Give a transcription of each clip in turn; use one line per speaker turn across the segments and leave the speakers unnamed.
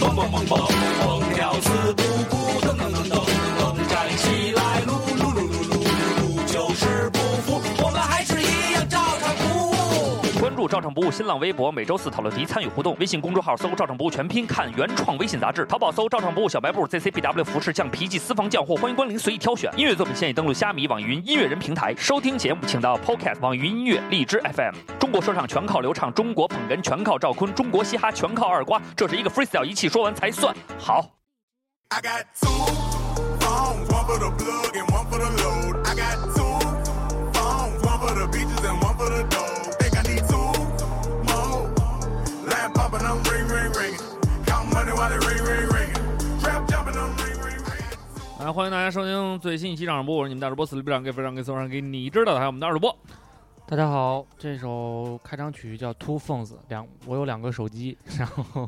蹦蹦蹦蹦跳，四不顾，噔噔噔噔噔，站起来，撸撸撸撸撸撸，就是不服，我们还是一样照常服务。
关注“照常不误”新浪微博，每周四讨论题参与互动。微信公众号搜“照常不误全拼”，看原创微信杂志。淘宝搜“照常不误小白布 ”，ZCBW 服饰匠、皮记私房匠货，欢迎光临，随意挑选。音乐作品现已登录虾米、网易云音乐人平台收听节目，请到 Podcast、网易云音乐、荔枝 FM。中国说唱全靠刘畅，中国捧哏全靠赵坤，中国嘻哈全靠二瓜。这是一个 freestyle，一气说完才算好。
I got two phones, one for the plug and one for the load. I got two phones, one for the beaches and one for the dough. Think I need two more. Lamp popping, I'm ring, ring, ringing. Count money while it ring, ring, ringing. Trap jumping, I'm ring, ring, ringing.
来，啊欢迎大家收听最新一期《掌上播》，我是你们大主播死力不长给非常给送上给你知道的，还有我们的二主播。
大家好，这首开场曲叫《Two Phones》，两我有两个手机，然后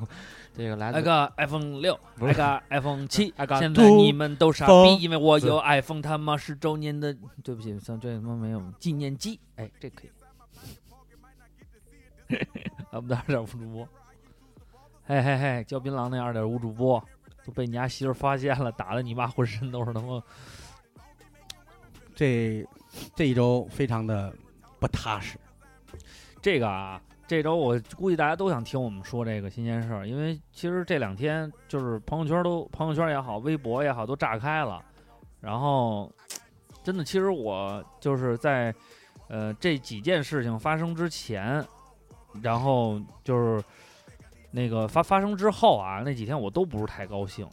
这个来
来
自
个 iPhone 六，
不
来
是
个 iPhone 七
I，got
现在
two
你们都傻逼，
phones
因为我有 iPhone 他妈十周年的，对不起，算这他妈没有纪念机，哎，这可以。 咱们的二点五主播，嘿嘿嘿，嚼槟榔那二点五主播都被你家媳妇发现了，打的你妈浑身都是他妈。
这这一周非常的不踏实，
这个啊，这周我估计大家都想听我们说这个新鲜事儿，因为其实这两天就是朋友圈都朋友圈也好，微博也好都炸开了。然后，真的，其实我就是在呃这几件事情发生之前，然后就是那个发发生之后啊，那几天我都不是太高兴，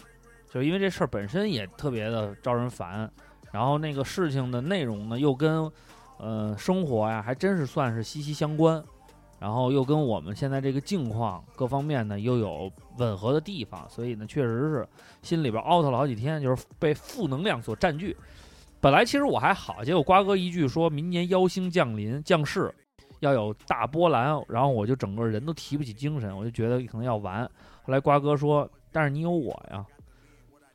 就是因为这事儿本身也特别的招人烦，然后那个事情的内容呢又跟呃生活呀还真是算是息息相关，然后又跟我们现在这个境况各方面呢又有吻合的地方，所以呢确实是心里边 out 了好几天，就是被负能量所占据。本来其实我还好，结果瓜哥一句说明年妖星降临，降世要有大波澜，然后我就整个人都提不起精神，我就觉得可能要完。后来瓜哥说：“但是你有我呀。”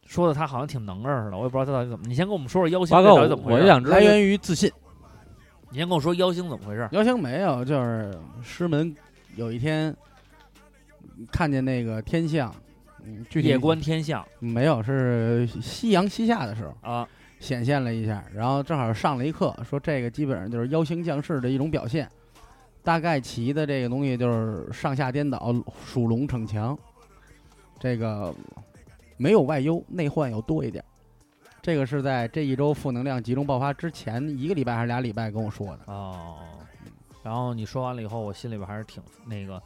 说的他好像挺能儿似的，我也不知道他到底怎么。你先跟我们说说妖星
八
这
哥，
到底怎么回
我
事
就
儿？
想知道
来源于自信。
你先跟我说妖星怎么回事儿？
姚星没有，就是师门有一天看见那个天象，嗯，具体
夜观天象
没有，是夕阳西下的时候
啊，
显现了一下，然后正好上了一课，说这个基本上就是妖星降世的一种表现。大概其的这个东西就是上下颠倒，属龙逞强，这个没有外忧，内患要多一点。这个是在这一周负能量集中爆发之前一个礼拜还是俩礼拜跟我说的。
哦，然后你说完了以后，我心里边还是挺那个，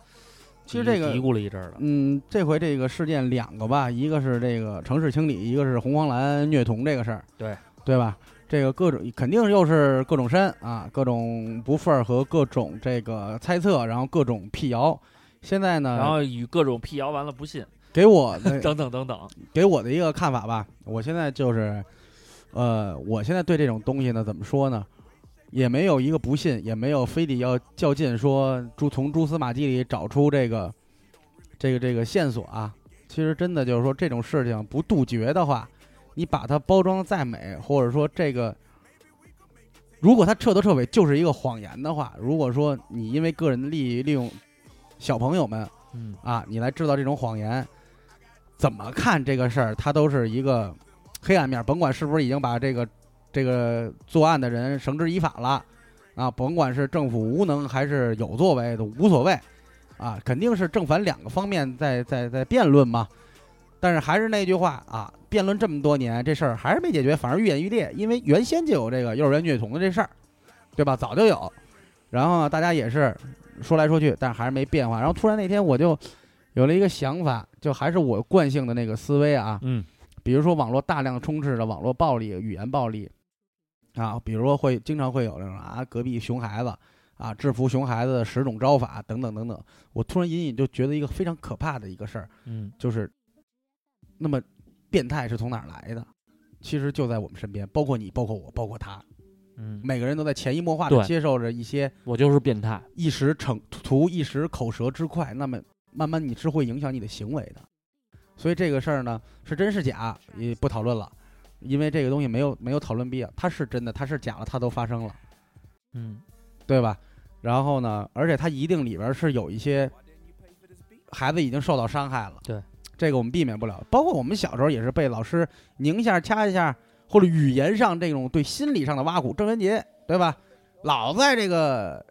其实这个
嘀咕了一阵儿的。
嗯，这回这个事件两个吧，一个是这个城市清理，一个是红黄蓝虐童这个事儿，
对
对吧？这个各种肯定又是各种删啊，各种不忿儿和各种这个猜测，然后各种辟谣。现在呢，
然后与各种辟谣完了不信，
给我的
等等等等，
给我的一个看法吧，我现在就是，呃，我现在对这种东西呢，怎么说呢？也没有一个不信，也没有非得要较劲说蛛从蛛丝马迹里找出这个这个这个线索啊。其实真的就是说，这种事情不杜绝的话，你把它包装得再美，或者说这个，如果它彻头彻尾就是一个谎言的话，如果说你因为个人的利益利用小朋友们
嗯，
啊，你来制造这种谎言，怎么看这个事儿，它都是一个黑暗面儿。甭管是不是已经把这个这个作案的人绳之以法了啊，甭管是政府无能还是有作为，都无所谓啊，肯定是正反两个方面在在在辩论嘛。但是还是那句话啊，辩论这么多年，这事儿还是没解决，反而愈演愈烈。因为原先就有这个幼儿园虐童的这事儿，对吧？早就有。然后呢，大家也是说来说去，但还是没变化。然后突然那天我就有了一个想法，就还是我惯性的那个思维啊，
嗯，
比如说网络大量充斥着网络暴力、语言暴力啊，比如说会经常会有那种啊隔壁熊孩子啊制服熊孩子的十种招法等等等等。我突然隐隐就觉得一个非常可怕的一个事儿，
嗯，
就是那么变态是从哪儿来的？其实就在我们身边，包括你，包括我，包括他，
嗯，
每个人都在潜移默化的
对
接受着一些
我就是变态，
一时逞图一时口舌之快，那么慢慢你是会影响你的行为的。所以这个事儿呢，是真是假也不讨论了，因为这个东西没有没有讨论必要。它是真的，它是假的，它都发生了，
嗯，
对吧？然后呢，而且它一定里边是有一些孩子已经受到伤害了，
对，
这个我们避免不了。包括我们小时候也是被老师拧一下、掐一下，或者语言上这种对心理上的挖苦。郑渊洁对吧？老在这个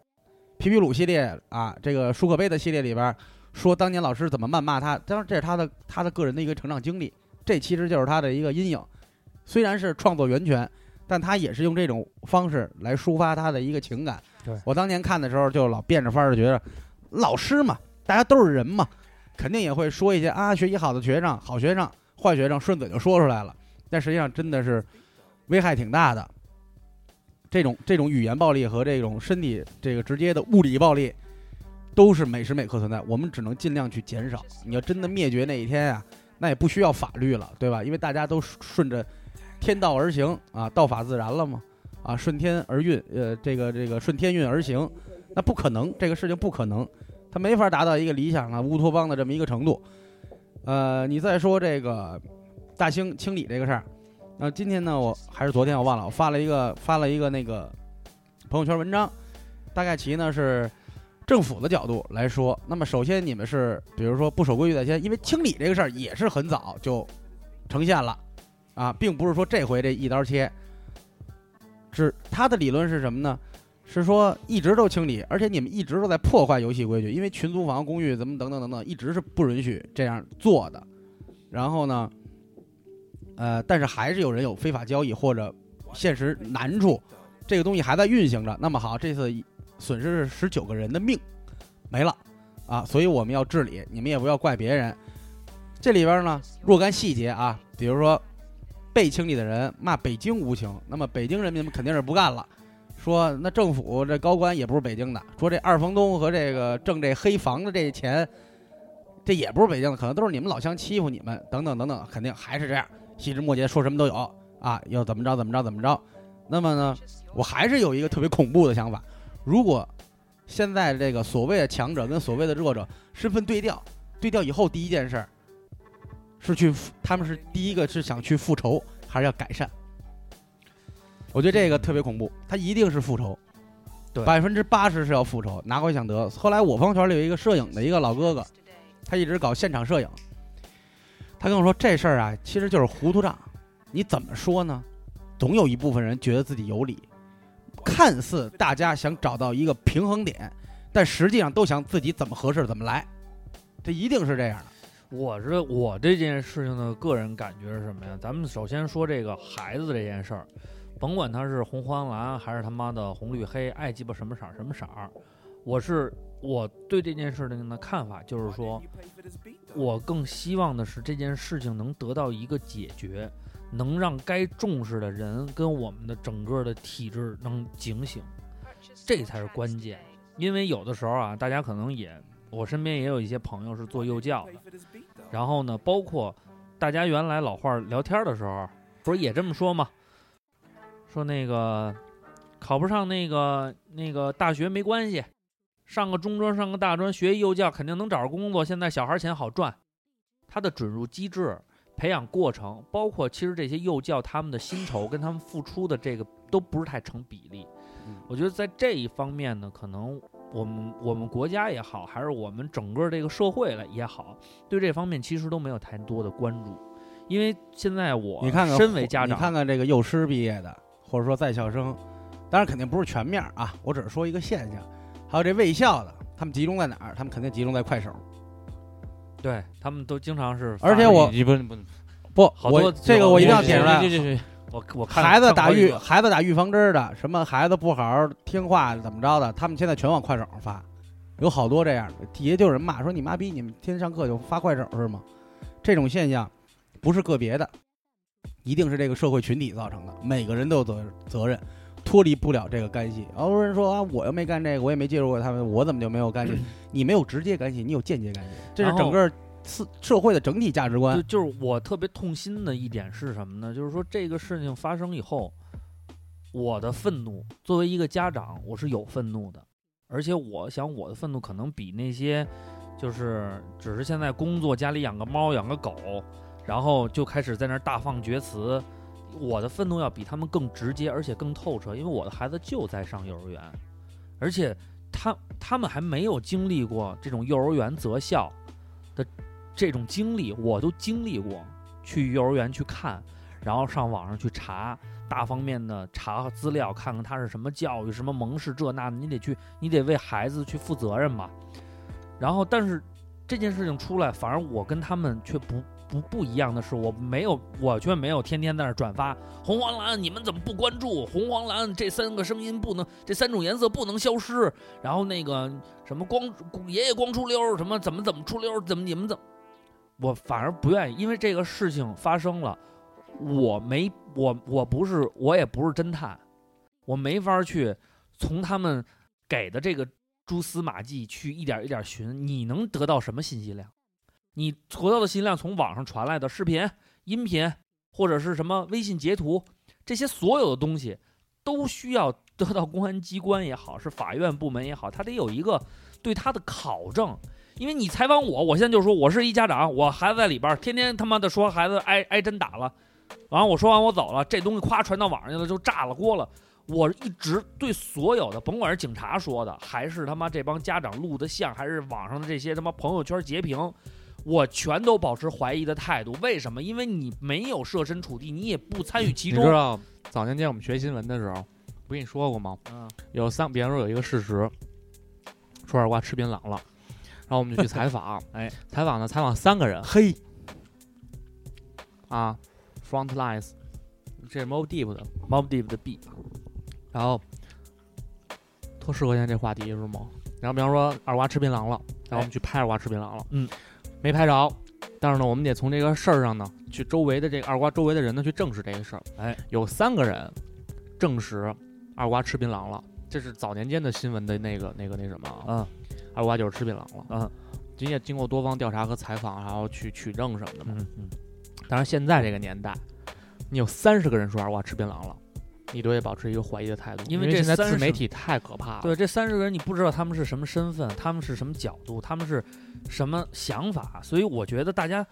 皮皮鲁系列啊，这个舒克贝的系列里边说当年老师怎么谩骂他，当然这是他的他的个人的一个成长经历，这其实就是他的一个阴影。虽然是创作源泉，但他也是用这种方式来抒发他的一个情感。
对
我当年看的时候，就老变着法儿的觉得，老师嘛，大家都是人嘛，肯定也会说一些啊，学习好的学生、好学生、坏学生，顺嘴就说出来了。但实际上真的是危害挺大的。这种这种语言暴力和这种身体这个直接的物理暴力，都是每时每刻存在，我们只能尽量去减少。你要真的灭绝那一天啊，那也不需要法律了，对吧？因为大家都顺着天道而行啊，道法自然了嘛，啊，顺天而运，呃，这个这个顺天运而行，那不可能，这个事情不可能，它没法达到一个理想啊乌托邦的这么一个程度。呃，你再说这个大兴清理这个事儿，那、今天呢，我还是昨天我忘了，我发了一个发了一个那个朋友圈文章，大概其呢是政府的角度来说，那么首先你们是比如说不守规矩在先，因为清理这个事儿也是很早就呈现了。啊，并不是说这回这一刀切。只他的理论是什么呢？是说一直都清理，而且你们一直都在破坏游戏规矩，因为群租房、公寓怎么等等等等，一直是不允许这样做的。然后呢，呃，但是还是有人有非法交易或者现实难处，这个东西还在运行着。那么好，这次损失是十九个人的命没了啊，所以我们要治理，你们也不要怪别人。这里边呢，若干细节啊，比如说被清理的人骂北京无情，那么北京人民肯定是不干了，说那政府这高官也不是北京的，说这二房东和这个挣这黑房子这钱，这也不是北京的，可能都是你们老乡欺负你们，等等等等，肯定还是这样，细枝末节说什么都有啊，要怎么着怎么着怎么着。那么呢，我还是有一个特别恐怖的想法，如果现在这个所谓的强者跟所谓的弱者身份对调，对调以后第一件事儿是去复，他们是第一个是想去复仇，还是要改善？我觉得这个特别恐怖，他一定是复仇，
对
百分之八十是要复仇，拿回想得。后来我朋友圈里有一个摄影的一个老哥哥，他一直搞现场摄影，他跟我说这事儿啊，其实就是糊涂账。你怎么说呢？总有一部分人觉得自己有理，看似大家想找到一个平衡点，但实际上都想自己怎么合适怎么来，这一定是这样的。
我是我对这件事情的个人感觉是什么呀？咱们首先说这个孩子这件事儿，甭管他是红黄蓝还是他妈的红绿黑，爱鸡巴什么色儿什么色儿，我是我对这件事情的看法就是说，我更希望的是这件事情能得到一个解决，能让该重视的人跟我们的整个的体制能警醒。这才是关键。因为有的时候啊，大家可能也，我身边也有一些朋友是做幼教的，然后呢，包括大家原来老话儿聊天儿的时候，不是也这么说吗？说那个考不上那个那个大学没关系，上个中专上个大专学一幼教肯定能找着工作，现在小孩儿钱好赚。他的准入机制、培养过程，包括其实这些幼教他们的薪酬跟他们付出的这个都不是太成比例。
嗯
我觉得在这一方面呢，可能我们我们国家也好，还是我们整个这个社会来也好，对这方面其实都没有太多的关注，因为现在我
你看看，
身为家长，
你看看这个幼师毕业的，或者说在校生，当然肯定不是全面儿啊，我只是说一个现象。还有这卫校的，他们集中在哪儿？他们肯定集中在快手。
对他们都经常是发，
而且我
你不不，
不，
好多
我这个我一定要点出来
对。对对，
我我看
孩子
看
打
过一
预
个
孩子打预防针儿的，什么孩子不好好听话怎么着的，他们现在全往快手上发，有好多这样的，底下就有人骂说你妈逼，你们天天上课就发快手是吗？这种现象不是个别的，一定是这个社会群体造成的，每个人都有责责任，脱离不了这个干系。好多人说啊，我又没干这个，我也没接触过他们，我怎么就没有干系？你没有直接干系，你有间接干系，这是
嗯然后
整个社社会的整体价值观
就。就是我特别痛心的一点是什么呢？就是说这个事情发生以后，我的愤怒，作为一个家长，我是有愤怒的，而且我想我的愤怒可能比那些就是只是现在工作，家里养个猫养个狗，然后就开始在那儿大放厥词，我的愤怒要比他们更直接，而且更透彻，因为我的孩子就在上幼儿园，而且他他们还没有经历过这种幼儿园择校。的这种经历我都经历过，去幼儿园去看，然后上网上去查，大方面的查资料，看看他是什么教育、什么蒙氏这那的，你得去，你得为孩子去负责任嘛。然后，但是这件事情出来，反而我跟他们却不不不一样的是，我没有，我却没有天天在那儿转发红黄蓝，你们怎么不关注红黄蓝这三个声音不能，这三种颜色不能消失。然后那个什么光爷爷光出溜儿，什么怎么怎么出溜儿，怎么你们怎么，我反而不愿意，因为这个事情发生了，我没我我不是我也不是侦探，我没法去从他们给的这个蛛丝马迹去一点一点寻，你能得到什么信息量？你得到的信息量从网上传来的视频、音频或者是什么微信截图，这些所有的东西都需要得到公安机关也好，是法院部门也好，他得有一个对他的考证。因为你采访我，我现在就说我是一家长，我孩子在里边儿天天他妈的说孩子挨挨针打了，完了我说完我走了，这东西夸传到网上去了就炸了锅了。我一直对所有的，甭管是警察说的，还是他妈这帮家长录的像，还是网上的这些他妈朋友圈截屏，我全都保持怀疑的态度。为什么？因为你没有设身处地，你也不参与其
你
中
知。道早年间我们学新闻的时候，不跟你说过吗？
嗯，
有三，比方说有一个事实，说二瓜吃槟榔了，然后我们就去采 访
哎，
采访呢，采访三个人，嘿，啊，Frontlines，这是 Mob Deep 的，
，Mob Deep 的 B，
然后特适合现在这话题是吗？然后比方说二瓜吃槟榔了，然后我们去拍二瓜吃槟榔了，
哎嗯，
没拍着，但是呢，我们得从这个事儿上呢，去周围的这个二瓜周围的人呢去证实这个事儿。
哎，
有三个人证实二瓜吃槟榔了，这是早年间的新闻的那个那个那什么啊，
嗯
二瓜就是吃槟榔了。
嗯，
今夜经过多方调查和采访，然后去取证什么的嘛。
嗯嗯，
当然，现在这个年代，你有三十个人说二瓜吃槟榔了，你都得保持一个怀疑的态度，
因
因
为这
现在
30
自媒体太可怕了。
对，这三十个人你不知道他们是什么身份，他们是什么角度，他们是什么想法，所以我觉得大家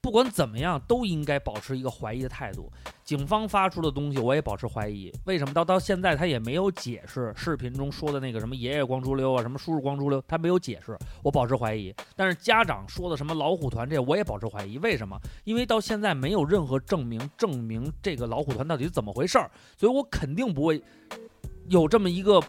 不管怎么样都应该保持一个怀疑的态度。警方发出的东西我也保持怀疑，为什么到到现在他也没有解释视频中说的那个什么爷爷光出溜啊，什么叔叔光出溜，他没有解释，我保持怀疑。但是家长说的什么老虎团这我也保持怀疑，为什么？因为到现在没有任何证明证明这个老虎团到底是怎么回事儿，所以我肯定不会有这么一个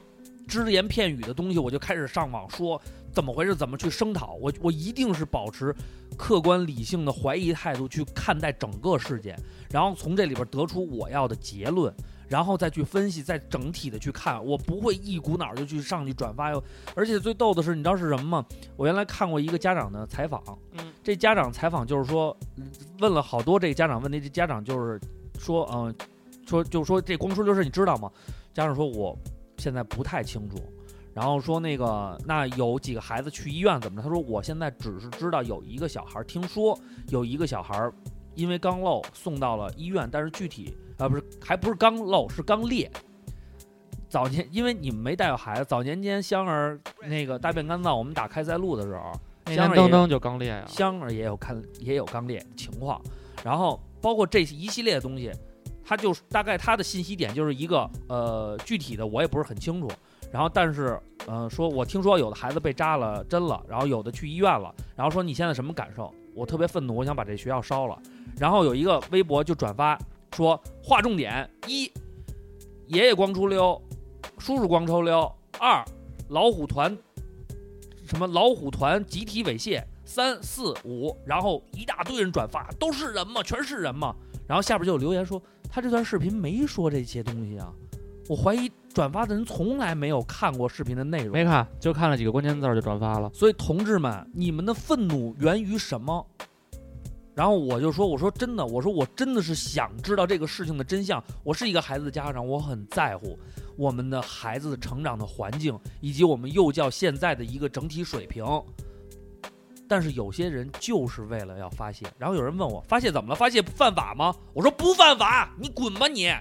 只言片语的东西，我就开始上网说怎么回事，怎么去声讨。我我一定是保持客观理性的怀疑态度去看待整个事件，然后从这里边得出我要的结论。然后再去分析，再整体的去看，我不会一股脑儿就去上去转发哟。而且最逗的是，你知道是什么吗？我原来看过一个家长的采访，
嗯，
这家长采访就是说，嗯问了好多这个家长问题，这家长就是说，嗯、说就说这光说溜事你知道吗？家长说我现在不太清楚，然后说那个那有几个孩子去医院怎么着？他说我现在只是知道有一个小孩儿，听说有一个小孩儿因为肛瘘送到了医院，但是具体啊、不是还不是肛瘘是肛裂。早年因为你们没带过孩子，早年间香儿那个大便干燥，我们打开塞露的时候，
那
香
天
儿
登
也
登就刚裂呀、
香儿也有看也有刚烈的情况，然后包括这一系列的东西，他就大概他的信息点就是一个呃具体的我也不是很清楚，然后但是呃说我听说有的孩子被扎了针了，然后有的去医院了，然后说你现在什么感受？我特别愤怒，我想把这学校烧了。然后有一个微博就转发说划重点：一，爷爷光出溜，叔叔光出溜；二，老虎团什么老虎团集体猥亵，三四五，然后一大堆人转发，都是人吗？全是人吗？然后下边就有留言说，他这段视频没说这些东西啊，我怀疑转发的人从来没有看过视频的内容
没。看，就看了几个关键字儿就转发了。
所以同志们，你们的愤怒源于什么？然后我就说，我说真的，我说我真的是想知道这个事情的真相。我是一个孩子的家长，我很在乎我们的孩子成长的环境以及我们幼教现在的一个整体水平。但是有些人就是为了要发泄，然后有人问我发泄怎么了？发泄犯法吗？我说不犯法，你滚吧你！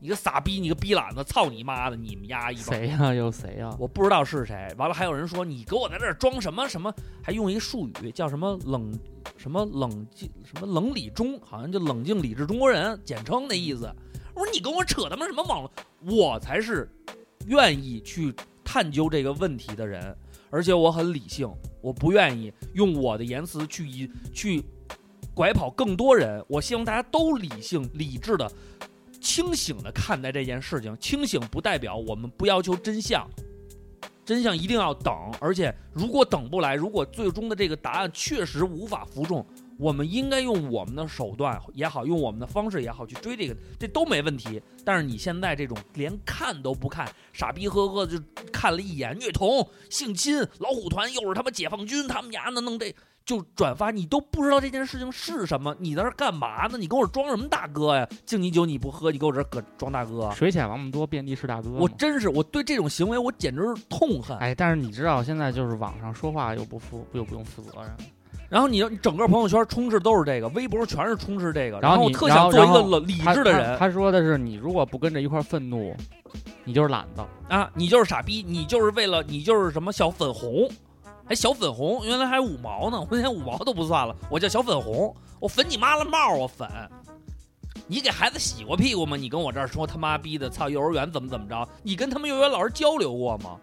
你个傻逼，你个逼懒子，操你妈的，你们丫一帮
谁呀、又谁呀、
我不知道是谁。完了，还有人说你给我在这儿装什么什么，还用一术语叫什么冷什么冷静什么冷理中，好像就冷静理智中国人，简称那意思。我说你跟我扯他妈什么网络？我才是愿意去探究这个问题的人，而且我很理性，我不愿意用我的言辞去以去拐跑更多人。我希望大家都理性、理智的、清醒的看待这件事情。清醒不代表我们不要求真相，真相一定要等。而且，如果等不来，如果最终的这个答案确实无法服众，我们应该用我们的手段也好，用我们的方式也好去追这个，这都没问题。但是你现在这种连看都不看，傻逼呵呵就看了一眼虐童、性侵、老虎团，又是他妈解放军，他们家呢弄这就转发，你都不知道这件事情是什么，你在这儿干嘛呢？你跟我装什么大哥呀？敬你酒你不喝，你给我这儿搁装大哥？
水浅王八多，遍地是大哥嘛。
我真是，我对这种行为我简直是痛恨。
哎，但是你知道现在就是网上说话又不负又不用负责任，
然后你你整个朋友圈充斥都是这个，微博全是充斥这个，
然后
后我
你
特
然
想
后
做一
然后
个理
他
智的
他
人
他说的是你如果不跟着一块儿愤怒，你就是懒子。
啊！你就是傻逼，你就是为了你就是什么小粉红，还小粉红，原来还五毛呢，我连五毛都不算了，我叫小粉红，我粉你妈了帽，啊我粉。你给孩子洗过屁股吗？你跟我这儿说他妈逼的，操！幼儿园怎么怎么着？你跟他们幼儿园老师交流过吗？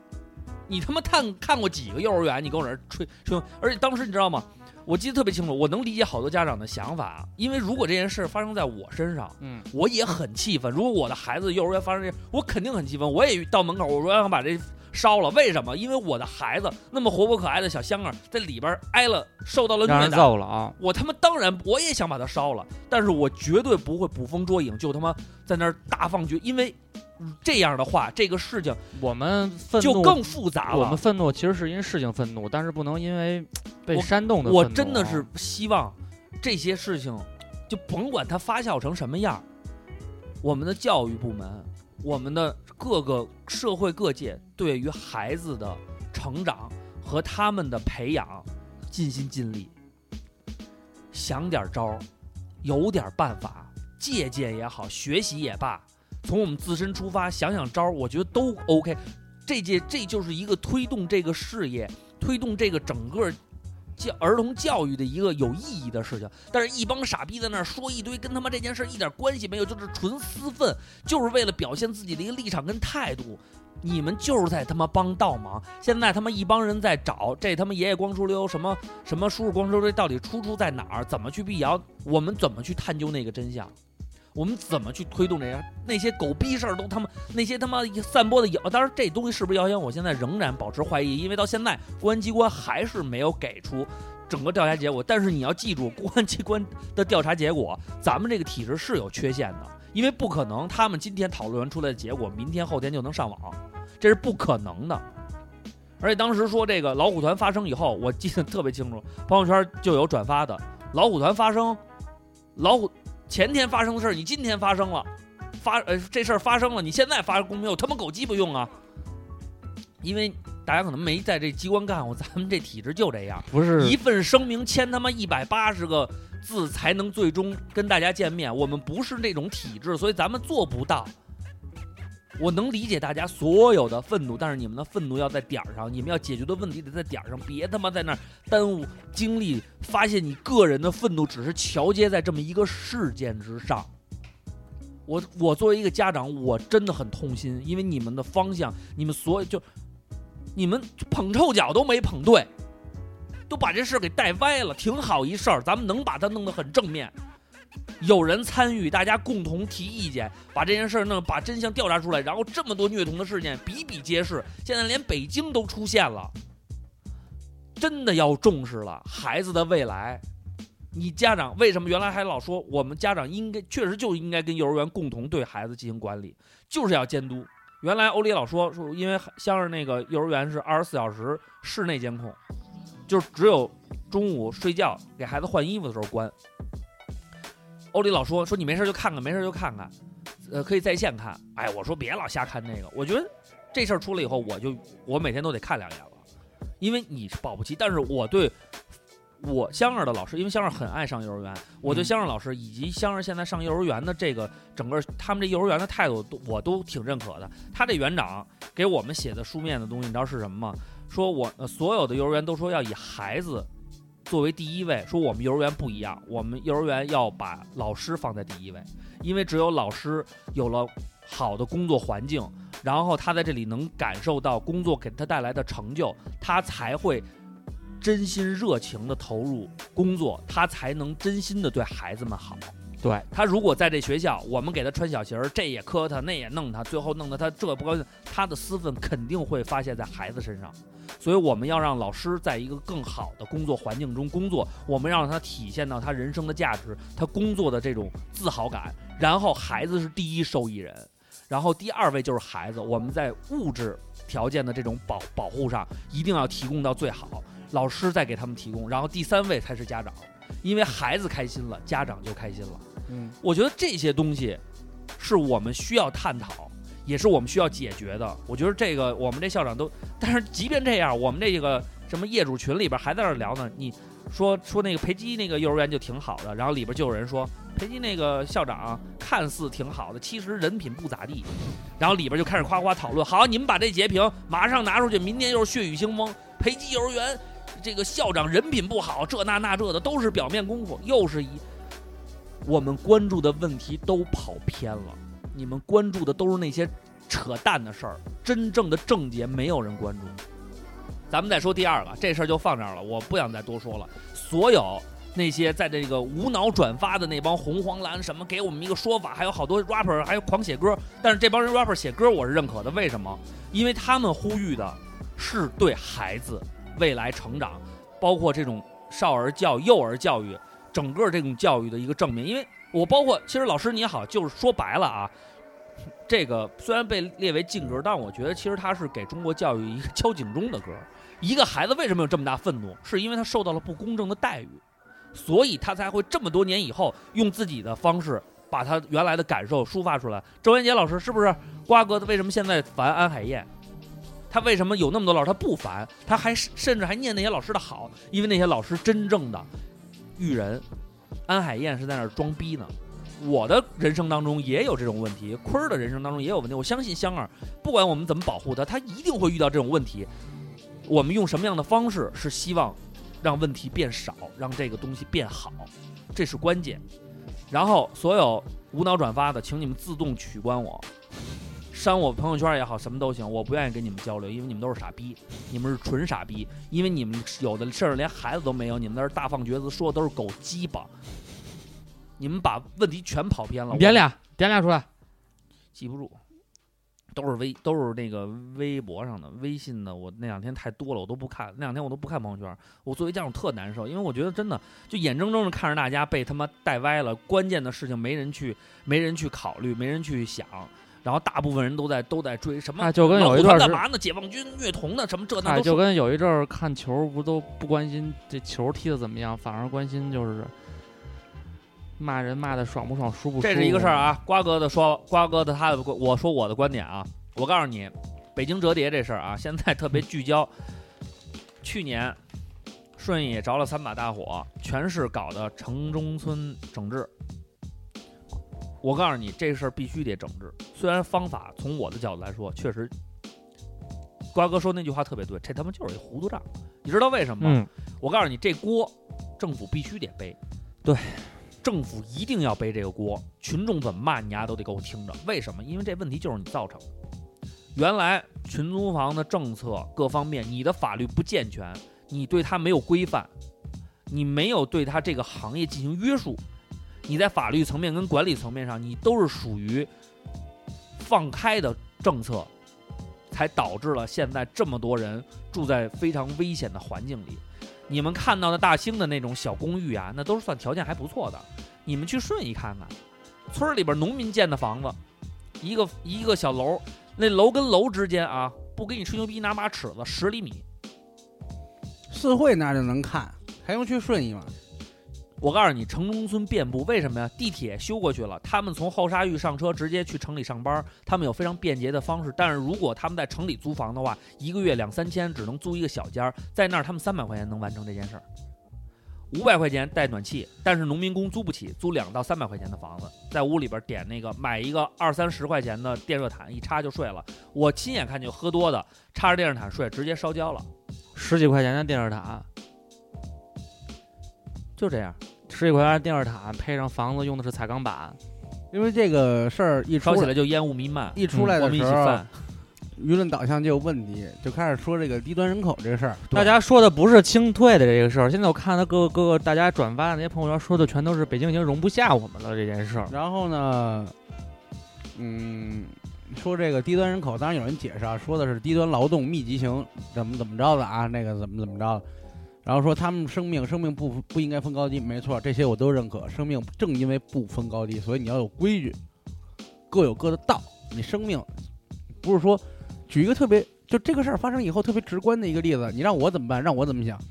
你他妈看看过几个幼儿园？你跟我这儿吹吹，而且当时你知道吗？我记得特别清楚，我能理解好多家长的想法，啊因为如果这件事发生在我身上，
嗯，
我也很气愤。如果我的孩子幼儿园发生这，我肯定很气愤。我也到门口，我说我想把这烧了。为什么？因为我的孩子那么活泼可爱的小香儿，在里边挨了，受到了
让
虐
人
待。
揍了啊！
我他妈当然我也想把它烧了，但是我绝对不会捕风捉影，就他妈在那儿大放厥，因为这样的话，这个事情
我们愤怒
就更复杂了。
我们愤怒其实是因事情愤怒，但是不能因为被
我
煽动的
我
愤怒
真的
啊
是希望这些事情，就甭管它发酵成什么样儿，我们的教育部门，我们的各个社会各界对于孩子的成长和他们的培养尽心尽力，想点招儿，有点办法，借鉴也好，学习也罢，从我们自身出发想想招儿，我觉得都 OK。这届这就是一个推动这个事业、推动这个整个教儿童教育的一个有意义的事情，但是一帮傻逼在那儿说一堆跟他妈这件事儿一点关系没有，就是纯私愤，就是为了表现自己的一个立场跟态度。你们就是在他妈帮倒忙，现在他妈一帮人在找这他妈爷爷光出溜什么什么叔叔光出溜到底出处在哪儿，怎么去辟谣，我们怎么去探究那个真相，我们怎么去推动这个那些狗逼事儿都他妈那些他妈散播的谣，当然这东西是不是谣言，我现在仍然保持怀疑，因为到现在公安机关还是没有给出整个调查结果。但是你要记住，公安机关的调查结果，咱们这个体制是有缺陷的，因为不可能他们今天讨论完出来的结果，明天后天就能上网，这是不可能的。而且当时说这个老虎团发生以后，我记得特别清楚，朋友圈就有转发的老虎团发生，老虎前天发生的事儿，你今天发生了。发呃这事儿发生了，你现在发公没有他妈狗鸡巴用啊！因为大家可能没在这机关干过，咱们这体制就这样，
不是
一份声明签他妈一百八十个字才能最终跟大家见面。我们不是那种体制，所以咱们做不到。我能理解大家所有的愤怒，但是你们的愤怒要在点儿上，你们要解决的问题得在点儿上，别他妈在那儿耽误精力。发现你个人的愤怒只是桥接在这么一个事件之上。我我作为一个家长，我真的很痛心，因为你们的方向，你们所有就你们捧臭脚都没捧对，都把这事儿给带歪了，挺好一事儿，咱们能把它弄得很正面。有人参与，大家共同提意见，把这件事儿弄，把真相调查出来，然后这么多虐童的事件比比皆是，现在连北京都出现了，真的要重视了孩子的未来。你家长为什么原来还老说我们家长应该确实就应该跟幼儿园共同对孩子进行管理，就是要监督。原来欧里老说说，因为像是那个幼儿园是二十四小时室内监控，就是只有中午睡觉给孩子换衣服的时候关。欧里老说说你没事就看看，没事就看看，呃，可以在线看。哎，我说别老瞎看那个，我觉得这事儿出来以后，我就我每天都得看两眼了，因为你是保不齐。但是我对我香儿的老师，因为香儿很爱上幼儿园，我对香儿老师以及香儿现在上幼儿园的这个整个他们这幼儿园的态度，都我都挺认可的。他这园长给我们写的书面的东西，你知道是什么吗？说我、呃所有的幼儿园都说要以孩子作为第一位，说我们幼儿园不一样，我们幼儿园要把老师放在第一位，因为只有老师有了好的工作环境，然后他在这里能感受到工作给他带来的成就，他才会真心热情的投入工作，他才能真心的对孩子们好。
对
他如果在这学校，我们给他穿小鞋儿，这也磕他，那也弄他，最后弄得他这不高兴，他的私愤肯定会发泄在孩子身上。所以我们要让老师在一个更好的工作环境中工作，我们要让他体现到他人生的价值，他工作的这种自豪感，然后孩子是第一受益人，然后第二位就是孩子，我们在物质条件的这种保保护上一定要提供到最好，老师再给他们提供，然后第三位才是家长，因为孩子开心了，家长就开心了。
嗯，
我觉得这些东西是我们需要探讨，也是我们需要解决的。我觉得这个我们这校长都，但是即便这样，我们这个什么业主群里边还在那儿聊呢。你说说那个培基那个幼儿园就挺好的，然后里边就有人说培基那个校长看似挺好的，其实人品不咋地。然后里边就开始夸夸讨论，好，你们把这截屏马上拿出去，明天又是血雨腥风，培基幼儿园。这个校长人品不好，这那那这的都是表面功夫，又是一我们关注的问题都跑偏了，你们关注的都是那些扯淡的事儿，真正的症结没有人关注。咱们再说第二个，这事儿就放这儿了，我不想再多说了。所有那些在这个无脑转发的那帮红黄蓝什么，给我们一个说法，还有好多 rapper 还有狂写歌，但是这帮人 rapper 写歌我是认可的，为什么？因为他们呼吁的是对孩子未来成长，包括这种少儿教、幼儿教育整个这种教育的一个正面，因为我包括其实老师你也好，就是说白了啊，这个虽然被列为禁歌，但我觉得其实它是给中国教育一个敲警钟的歌。一个孩子为什么有这么大愤怒，是因为他受到了不公正的待遇，所以他才会这么多年以后用自己的方式把他原来的感受抒发出来。周元杰老师是不是瓜哥为什么现在烦安海燕？他为什么有那么多老师他不烦，他还甚至还念那些老师的好，因为那些老师真正的育人，安海燕是在那儿装逼呢。我的人生当中也有这种问题，坤儿的人生当中也有问题。我相信香儿，不管我们怎么保护她，她一定会遇到这种问题。我们用什么样的方式是希望让问题变少，让这个东西变好，这是关键。然后所有无脑转发的，请你们自动取关我，删我朋友圈也好，什么都行，我不愿意跟你们交流，因为你们都是傻逼，你们是纯傻逼，因为你们有的甚至连孩子都没有，你们那儿大放厥词，说的都是狗鸡巴，你们把问题全跑偏了。
点
我
俩点俩出来，
记不住，都是微都是那个微博上的、微信的。我那两天太多了，我都不看。那两天我都不看朋友圈。我作为家长特难受，因为我觉得真的就眼睁睁的看着大家被他妈带歪了，关键的事情没人去没人去考虑，没人去想。然后大部分人都在都在追什么
哎，就跟
老
有一
虎
段
团
时
干嘛呢？解放军虐童呢？什么这那
哎，
都
就是跟有一阵儿看球不都不关心这球踢的怎么样，反而关心就是骂人骂的爽不爽，舒不舒服。
这是一个事儿，啊。瓜哥的说，瓜哥的他的观，我说我的观点啊。我告诉你，北京折叠这事儿啊，现在特别聚焦。
嗯
去年顺义也着了三把大火，全市搞的城中村整治。我告诉你，这事儿必须得整治。虽然方法从我的角度来说，确实，瓜哥说那句话特别对，这他妈就是一糊涂账。你知道为什么吗？
嗯，
我告诉你，这锅政府必须得背，
对，
政府一定要背这个锅。群众怎么骂你丫都得给我听着，为什么？因为这问题就是你造成的。原来群租房的政策各方面，你的法律不健全，你对它没有规范，你没有对它这个行业进行约束，你在法律层面跟管理层面上，你都是属于放开的政策，才导致了现在这么多人住在非常危险的环境里。你们看到的大兴的那种小公寓啊，那都是算条件还不错的。你们去顺义看看，村儿里边农民建的房子，一个一个小楼，那楼跟楼之间啊，不给你吹牛逼，拿把尺子十厘米。
四惠那儿就能看，还用去顺义吗？
我告诉你，城中村遍布，为什么呀？地铁修过去了，他们从后沙峪上车直接去城里上班，他们有非常便捷的方式。但是如果他们在城里租房的话，一个月两三千只能租一个小间儿，在那儿他们三百块钱能完成这件事儿，五百块钱带暖气，但是农民工租不起，租两到三百块钱的房子，在屋里边点那个买一个二三十块钱的电热毯，一插就睡了。我亲眼看见有喝多的插着电热毯睡，直接烧焦了，
十几块钱的电热毯，
就这样
十几块钱的电热毯配上房子用的是彩钢板，
因为这个事儿一出
烧起来就烟雾弥漫。嗯
一出来
我
的
们一
时
起
候，
犯，
舆论导向就有问题，就开始说这个低端人口这个事儿。
大家说的不是清退的这个事儿，现在我看到各个各个大家转发的那些朋友圈说的全都是北京已经容不下我们了这件事儿。
然后呢，嗯，说这个低端人口，当然有人解释啊，说的是低端劳动密集型，怎么怎么着的啊，那个怎么怎么着的。然后说他们生命，生命不不应该分高低，没错，这些我都认可。生命正因为不分高低，所以你要有规矩，各有各的道。你生命不是说，举一个特别就这个事儿发生以后特别直观的一个例子，你让我怎么办？让我怎么想？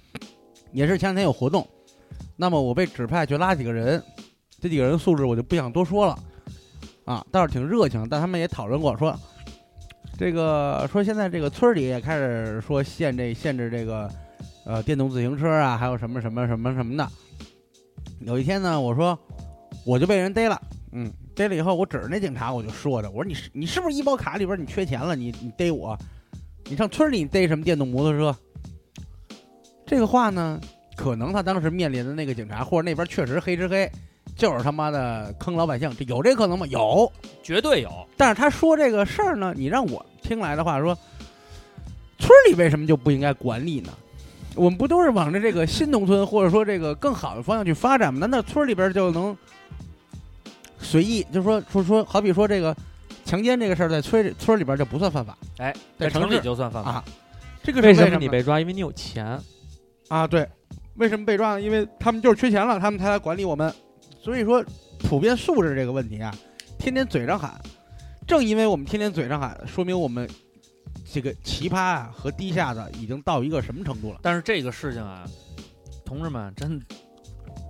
也是前两天有活动，那么我被指派去拉几个人，这几个人素质我就不想多说了，啊，倒是挺热情，但他们也讨论过说，这个说现在这个村儿里也开始说限这限制这个，呃，电动自行车啊，还有什么什么什么什么的。有一天呢，我说我就被人逮了，嗯，逮了以后我指着那警察我就说的，我说你是你是不是医保卡里边你缺钱了？你你逮我，你上村里你逮什么电动摩托车？这个话呢，可能他当时面临的那个警察或者那边确实黑吃黑，就是他妈的坑老百姓，这有这可能吗？有，
绝对有。
但是他说这个事儿呢，你让我听来的话说，村里为什么就不应该管理呢？我们不都是往着这个新农村或者说这个更好的方向去发展吗？难道村里边就能随意？就说说说，好比说这个强奸这个事儿，在村里村里边就不算犯法，
哎，
在
在
城
城
市
里就算犯法
啊。这个是
为
什
么你
呢
被抓？因为你有钱。
啊，对，为什么被抓呢？因为他们就是缺钱了，他们才来管理我们。所以说，普遍素质这个问题啊，天天嘴上喊，正因为我们天天嘴上喊，说明我们这个奇葩啊和低下的已经到一个什么程度了？
但是这个事情啊，同志们真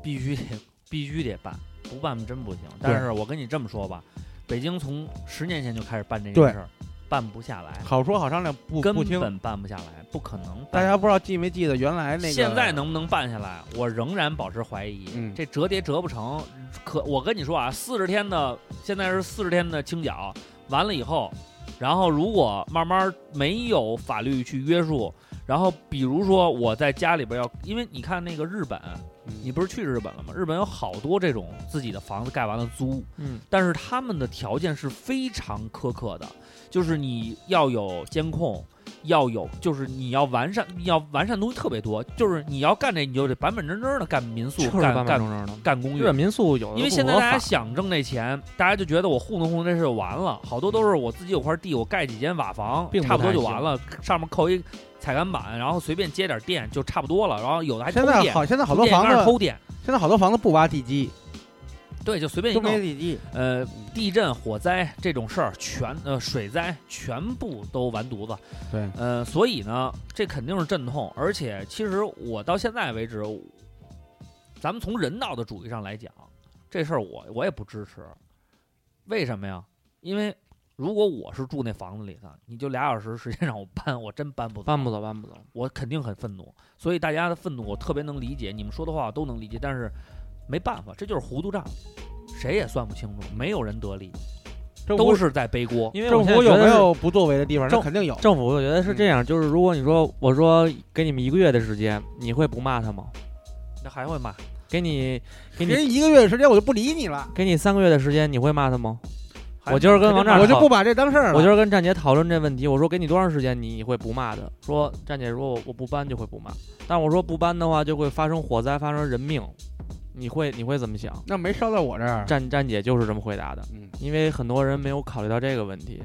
必须得必须得办，不办真不行。但是我跟你这么说吧，北京从十年前就开始办这
对
件事儿，办不下来，
好说好商量，不
根
不听。
本办不下来，不可能办。
大家不知道记没记得原来那个
现在能不能办下来，我仍然保持怀疑。
嗯
这折叠折不成，可我跟你说啊，四十天的现在是四十天的清缴，完了以后，然后如果慢慢没有法律去约束，然后比如说我在家里边要，因为你看那个日本，
嗯
你不是去日本了吗？日本有好多这种自己的房子盖完了租，
嗯，
但是他们的条件是非常苛刻的，就是你要有监控，要有就是你要完善，你要完善东西特别多，就是你要干这你就得板板正正的干民宿
就，是
干
办办
干
正正的。
干公寓
日。本民宿有的
因为
不
现在
合
大家
法
想挣这钱，大家就觉得我糊弄糊弄这事就完了，好多都是我自己有块地，我盖几间瓦房
并，不
差不多
太
就
行
完了，上面扣一踩杆板，然后随便接点电就差不多了，然后有的还偷
现在
电，
好，现在好多
从电
房
杆上
子，
偷电，
现在好多房子不挖地基，
对，就随便一
都没
弄。
地基。
呃，地震、火灾这种事儿，全呃水灾全部都完犊子。
对，
呃，所以呢，这肯定是阵痛。而且，其实我到现在为止，咱们从人道的主义上来讲，这事儿我我也不支持。为什么呀？因为如果我是住那房子里的，你就俩小时时间让我搬，我真搬不走，
搬不走，搬不走。
我肯定很愤怒。所以大家的愤怒我特别能理解，你们说的话我都能理解，但是没办法，这就是糊涂账，谁也算不清楚，没有人得利，
政府
都是在背锅。
因为
政
我现
府
在
有
觉得
没
是
有不作为的地方？那
政
肯定有。
政府我觉得是这样，就是如果你说我说给你们一个月的时间，你会不骂他吗？
那还会骂，
给你给你
人一个月的时间我就不理你了，
给你三个月的时间，你会骂他吗？
还
我今儿跟
肯定
王
骂
炸
我就
讨
不把这当事儿了。
我就是跟站姐讨论这问题，我说给你多长时间，你会不骂的？说站姐说我我不搬就会不骂，但我说不搬的话就会发生火灾，发生人命，你会你会怎么想？
那没烧到我这儿。
站站姐就是这么回答的，
嗯，
因为很多人没有考虑到这个问题。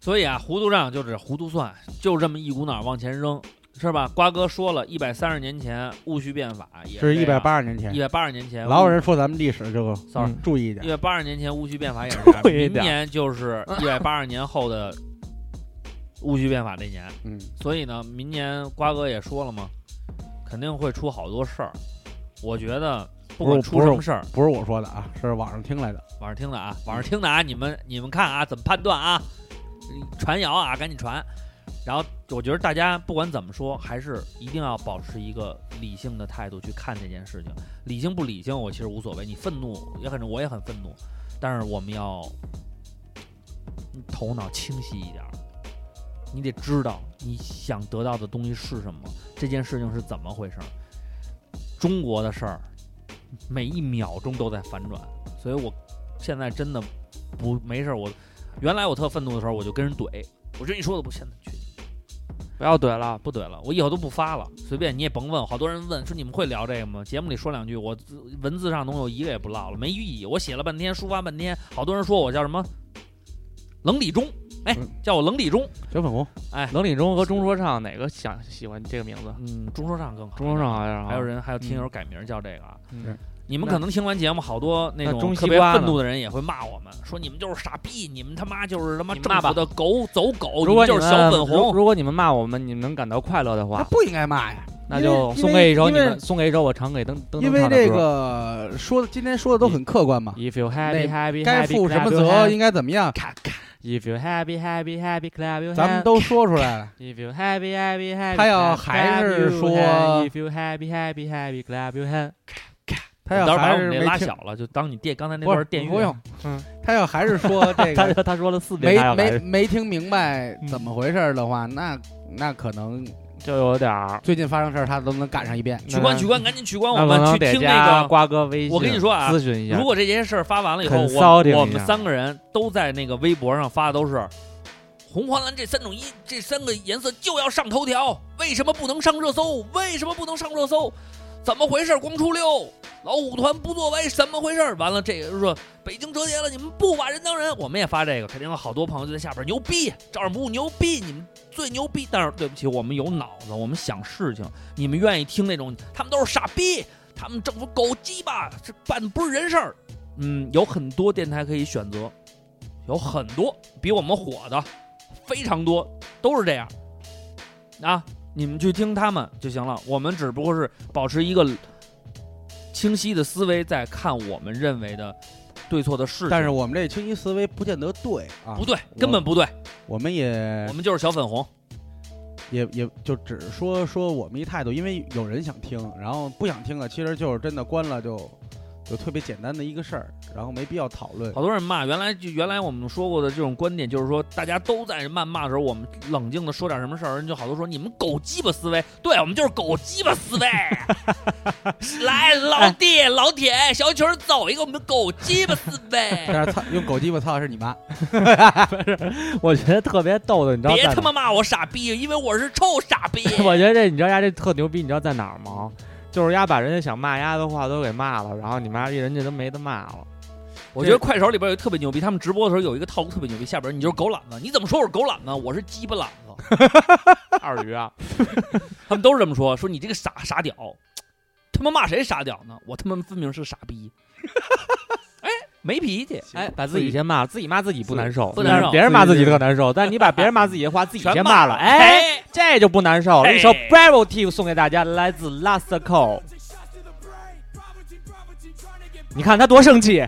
所以啊，糊涂账就是糊涂算，就这么一股脑往前扔，是吧？瓜哥说了，一百三十年前戊戌变法也
这是一
这
百
样，
八十年前
一，百八十年前，
老有人说咱们历史就嗯
sorry，
注意一
一
点。
百八十年前戊戌变法也是这 样，
注意
明
点
年就是一百八十年后的戊戌变法这年。
嗯，
所以呢，明年瓜哥也说了嘛，肯定会出好多事儿。我觉得不管出
不是
什
不
么事儿，
不是我说的啊，是网上听来的。
网上听的啊，网上听的啊，你们你们看啊，怎么判断啊？传谣啊，赶紧传。然后我觉得大家不管怎么说，还是一定要保持一个理性的态度去看这件事情。理性不理性，我其实无所谓。你愤怒也很，我也很愤怒，但是我们要头脑清晰一点儿。你得知道你想得到的东西是什么，这件事情是怎么回事儿。中国的事儿每一秒钟都在反转，所以我现在真的不没事儿。我原来我特愤怒的时候，我就跟人怼，我觉得你说的不现在去啊
不要怼了，
不怼了，我以后都不发了，随便你也甭问。好多人问说你们会聊这个吗？节目里说两句，我自文字上能有一个也不落了，没意义。我写了半天，抒发半天，好多人说我叫什么冷李忠，哎
嗯，
叫我冷李忠，
小粉红，
冷李忠和钟说唱哪个想喜欢这个名字？
嗯，钟说唱更好。
钟说唱好像
还有人还有听友改名叫这个啊，
嗯
你们
那
可能听完节目，好多那
那
种
中
特
西
别
瓜呢
愤怒的人也会骂我们，说你们就是傻逼，你们他妈就是他妈
你骂
政
吧
府的狗走狗，
如果
你们哦就是小粉
如
红。
如果你们骂我们，你们能感到快乐的
他
话，
不应该骂呀，
那
啊因为
就送
因为
给一首你
因
们
为
送给一首我常给登登
因为这个说的今天说的都很客观嘛，
If you happy
那
happy，
该
happy,
负什
clap
么
your
责
hand
应该怎么样，
If you happy happy happy clap your hand，
咱们都说出来了。
If you happy happy happy，
他要
clap
还是
your
说
hand. If you happy happy happy clap your hand，
他要
到时候把
还
我
是
们
没
这拉
听
小了，就当你电刚才那
不
段
是
电乐。
不用，
嗯，
他要还是说这
他
个
他说了四遍，
没
他要来
没没听明白怎么回事儿的话，那那可能
就有点儿。
最近发生事儿他都能赶上一遍。
取关取关，赶紧取关，
那
我
可能
们去
得
听
加
那个。
瓜哥微信，
我跟你说啊
咨询一下
如。果这些事儿发完了以后，我
Consulting
我
一
们
下
三个人都在那个微博上发的都是红黄蓝这三种衣，这三个颜色就要上头条，为什么不能上热搜？为什么不能上热搜？怎么回事？光出溜，老虎团不作为，怎么回事？完了，这个说北京折叠了，你们不把人当人，我们也发这个，肯定有好多朋友就在下边牛逼，照样不误牛逼，你们最牛逼。但是对不起，我们有脑子，我们想事情，你们愿意听那种他们都是傻逼，他们政府狗鸡巴，这办的不是人事儿。嗯，有很多电台可以选择，有很多比我们火的非常多，都是这样啊。你们去听他们就行了，我们只不过是保持一个清晰的思维，在看我们认为的对错的事情。
但是我们这清晰思维不见得对啊，
不对，根本不对，
我们也
我们就是小粉红。
也也就只是说说我们一态度，因为有人想听，然后不想听的，其实就是真的关了就就特别简单的一个事儿，然后没必要讨论。
好多人骂，原来就原来我们说过的这种观点，就是说大家都在谩骂的时候，我们冷静的说点什么事儿，人就好多说你们狗鸡巴思维，对我们就是狗鸡巴思维。来，老弟、老铁、小曲儿走一个，我们狗鸡巴思维，
但是操，用狗鸡巴操是你妈，
我觉得特别逗的，你知道
别
在
他
哪？
妈骂我傻逼，因为我是臭傻逼。
我觉得这你知道丫这特牛逼，你知道在哪儿吗？就是丫把人家想骂丫的话都给骂了，然后你妈逼人家都没得骂了。
我觉得快手里边有一个特别牛逼，他们直播的时候有一个套路特别牛逼，下边你就是狗懒子，你怎么说我是狗懒子？我是鸡巴懒子，
二驴啊，
他们都是这么说，说你这个傻傻屌，他妈骂谁傻屌呢？我他妈分明是傻逼，哎，没脾气，
哎，把自己先骂，自己骂自己不难受，
不难受
但是别人骂自己特难受，但是你把别人骂自己的话自己
全
先
骂
了，哎，
哎，
这就不难受了。一首
哎
Bravo Team 送给大家，来自 Last Call。你看他多生气！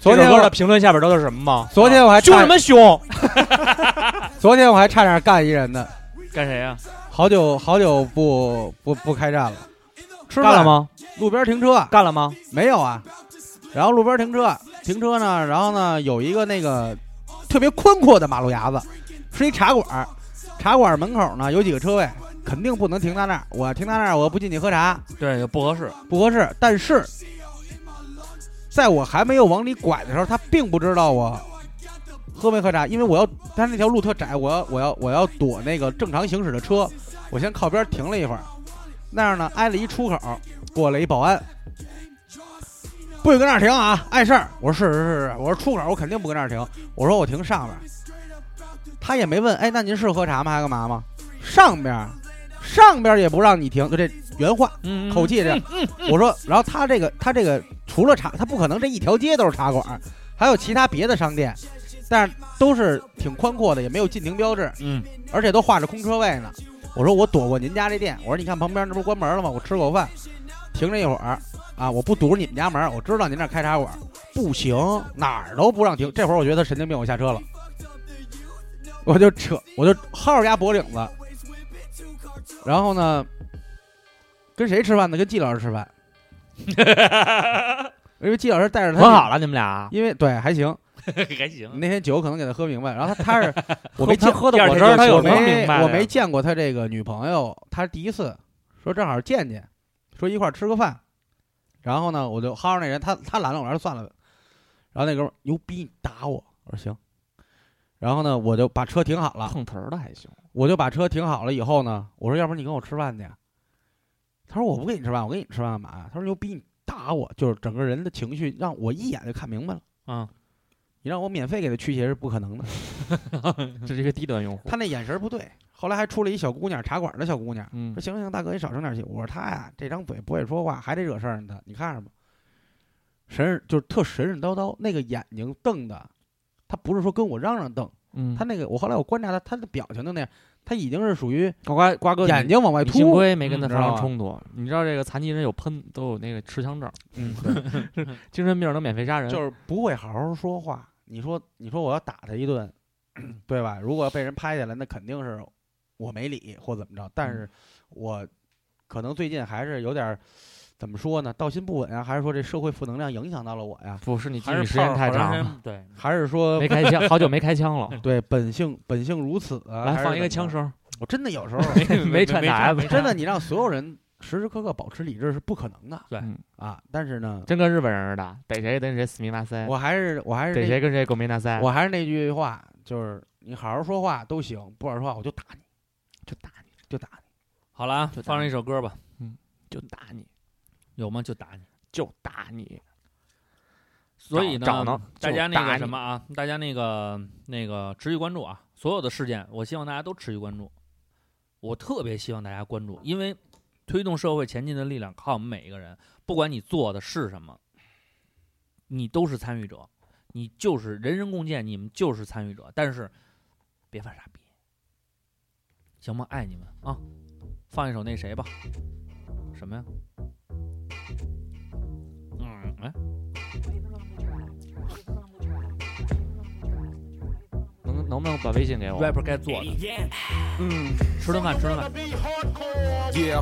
昨天
这首歌
我
的评论下边都是什么吗？
昨天我还
凶
差
什么凶？
昨天我还差点干一人呢，
干谁啊呀、
好久好久不不不开战了。吃
干了
饭？
吗？
路边停车
干了吗？
没有啊？然后路边停车，停车呢，然后呢有一个那个特别宽阔的马路牙子，是一茶馆儿，茶馆儿门口呢有几个车位，肯定不能停他那儿。我停他那儿，我不进去喝茶
对，不合适，
不合适。但是，在我还没有往里拐的时候，他并不知道我喝没喝茶，因为我要他那条路特窄，我要我要我要躲那个正常行驶的车，我先靠边停了一会儿，那样呢挨了一出口，过来一保安。不许跟那儿停啊，碍事儿！我说是是是是，我说出口我肯定不跟那儿停，我说我停上边儿。他也没问，哎，那您是喝茶吗？还干嘛吗？上边儿，上边儿也不让你停，就这原话，
嗯，
口气这样。我说，然后他这个他这个除了茶，他不可能这一条街都是茶馆儿，还有其他别的商店，但是都是挺宽阔的，也没有禁停标志，
嗯，
而且都画着空车位呢。我说我躲过您家这店，我说你看旁边这不是关门了吗？我吃口饭，停这一会儿啊，我不堵着你们家门，我知道您这儿开茶馆儿，不行，哪儿都不让停。这会儿我觉得他神经病，我下车了，我就扯，我就薅着家脖领子，然后呢，跟谁吃饭呢？跟季老师吃饭， 因为季老师带着
很好
他，
了，你们俩。
因为对还行，
还行，
那天酒可能给他喝明白，然后他他 是我没
他
见
喝的
第二
果
天
汁儿，
就
他有
我
什么明
没
白？
我没。见过他这个女朋友，他是第一次说正好见见，说一块儿吃个饭，然后呢我就薅着那人，他他拦了我，我说算了吧，然后那哥们儿牛逼你打我，我说行，然后呢，我就把车停好了，
碰瓷儿的还行。
我就把车停好了以后呢，我说要不然你跟我吃饭去。啊他说我不跟你吃饭，我跟你吃饭干嘛？啊他说牛逼，你打我，就是整个人的情绪让我一眼就看明白了。
啊，
你让我免费给他驱邪是不可 能的。
这是一个低端用户。
他那眼神不对。后来还出了一小姑娘，茶馆的小姑娘，
嗯
说行行，大哥你少生点气。我说他呀，这张嘴不会说话，还得惹事儿呢他。你看着吧，神神就是特神神叨叨，那个眼睛瞪的，他不是说跟我嚷嚷瞪，
嗯
他那个我后来我观察他，他的表情就那样，他已经是属于
瓜瓜瓜哥，
眼睛往外
你幸
凸。
亏没跟他
嗯
发
知道
生
吧
冲突。你知道这个残疾人有喷都有那个持枪证，
嗯， 对，
精神病能免费杀人。
就是不会好好说话。你说，你说我要打他一顿， 对吧？如果被人拍下来，那肯定是我没理或怎么着。但
嗯
是我可能最近还是有点儿怎么说呢，道心不稳啊，还是说这社会负能量影响到了我呀？
不是你进
还
去
是
时间
泡儿
太
好长
长
时
了，
间，对，
还是说
嗯没开枪，好久没开枪 了。
对本性本性如此啊？
来
还是
放一个
怎么
枪
着，
声，
我真的有时候
没穿打
没
真的，你让所有人时时刻刻保持理智是不可能的。
对
嗯
啊，但是呢，
真跟日本人似的，逮谁跟谁死命拉塞，
我还是我还是
逮
那
谁跟谁狗没拉塞。
我还是那句话，就是你好好说话都行，不好好说话我就打你，就打你，就打你。
好了啊，放上一首歌吧，
就打你，
有吗？就打你。
就打你。
所以呢
找呢，
大家那
就打
个
你
什么啊，大家那个那个持续关注啊，所有的事件，我希望大家都持续关注。我特别希望大家关注，因为推动社会前进的力量靠我们每一个人，不管你做的是什么，你都是参与者，你就是人人共建，你们就是参与者。但是别犯傻逼，行吗？爱你们啊！放一首那谁吧，什么呀？嗯，哎。
能能不能把微信给我？
rapper 该做的。嗯，吃顿饭，吃顿饭，
Yeah，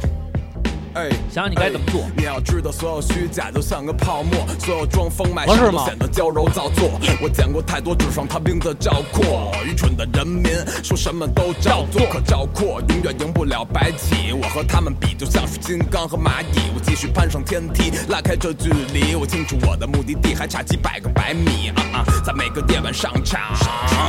哎。
想想你该怎么做。
你要知道，所有虚假就像个泡沫，所有装疯卖
合
傻
适
都
吗
显得娇柔造作。我见过太多纸上谈兵的赵括，愚蠢的人民说什么都照做，可赵括永远赢不了白起。我和他们比，就像是金刚和蚂蚁。我继续攀上天梯，拉开这距离。我清楚我的目的地还差几百个百米。啊啊，在每个夜晚上场，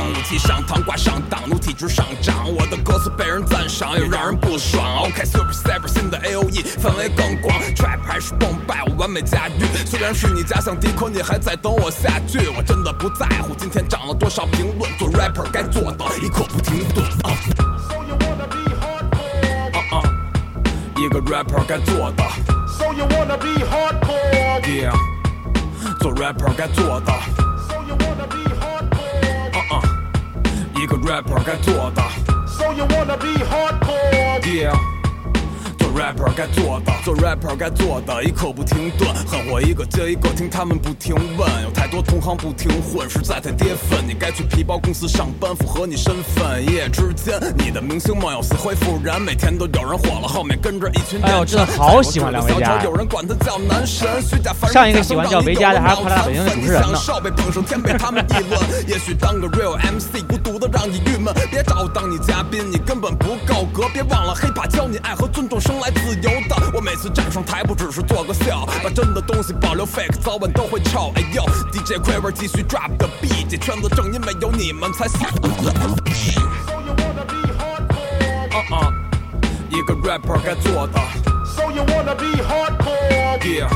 怒气上膛，挂上档，怒体值上涨。我的歌词被人赞赏，也让人不爽。OK，Super、Cyber 新的 A O E 范围更广，Trap 还是蹦拜，我完美驾驭。虽然是你假想敌，可你还在等我下句。我真的不在乎今天涨了多少评论，做 rapper 该做的，一刻不停顿。啊啊啊！一个 rapper 该做的。
So you wanna be hardcore?
Yeah，做 rapper 该做的，
So you wanna be hardcore?
啊啊，一个 rapper 该做的
So you wanna be hardcore?
，Yeah，做 rapper 该做的，做 rapper 该做的，一刻不停顿，狠活一个接一个，听他们不停问，有太多同行不停混，实在太跌份，你该去皮包公司上班，符合你身份，一夜之间，你的明星梦要死灰复燃，每天都有人火了，后面跟着一群
哎呦
电
真的
车
好喜欢梁维
小丑
嘉呀
有人管他叫男神，虚假凡人
上一
假装
个喜
让
欢叫
你
维
有
嘉的还
脑
是快乐大本营的
残
主
你
持人
享
呢
受被捧上天，被他们议论。 也许当个 real MC 孤独的让你郁闷，别找我当你嘉宾，你根本不够格。别忘了黑怕教你爱和尊重生来自由的。我每次站上台不只是做个笑，把真的东西保留 fake，早晚都会臭。哎呦，DJ 奎文继续 drop 个 beat，这圈子正因为有你们才响。
So you wanna be hardcore?
啊啊，一个 rapper 该做的
So you wanna be hardcore?
，yeah，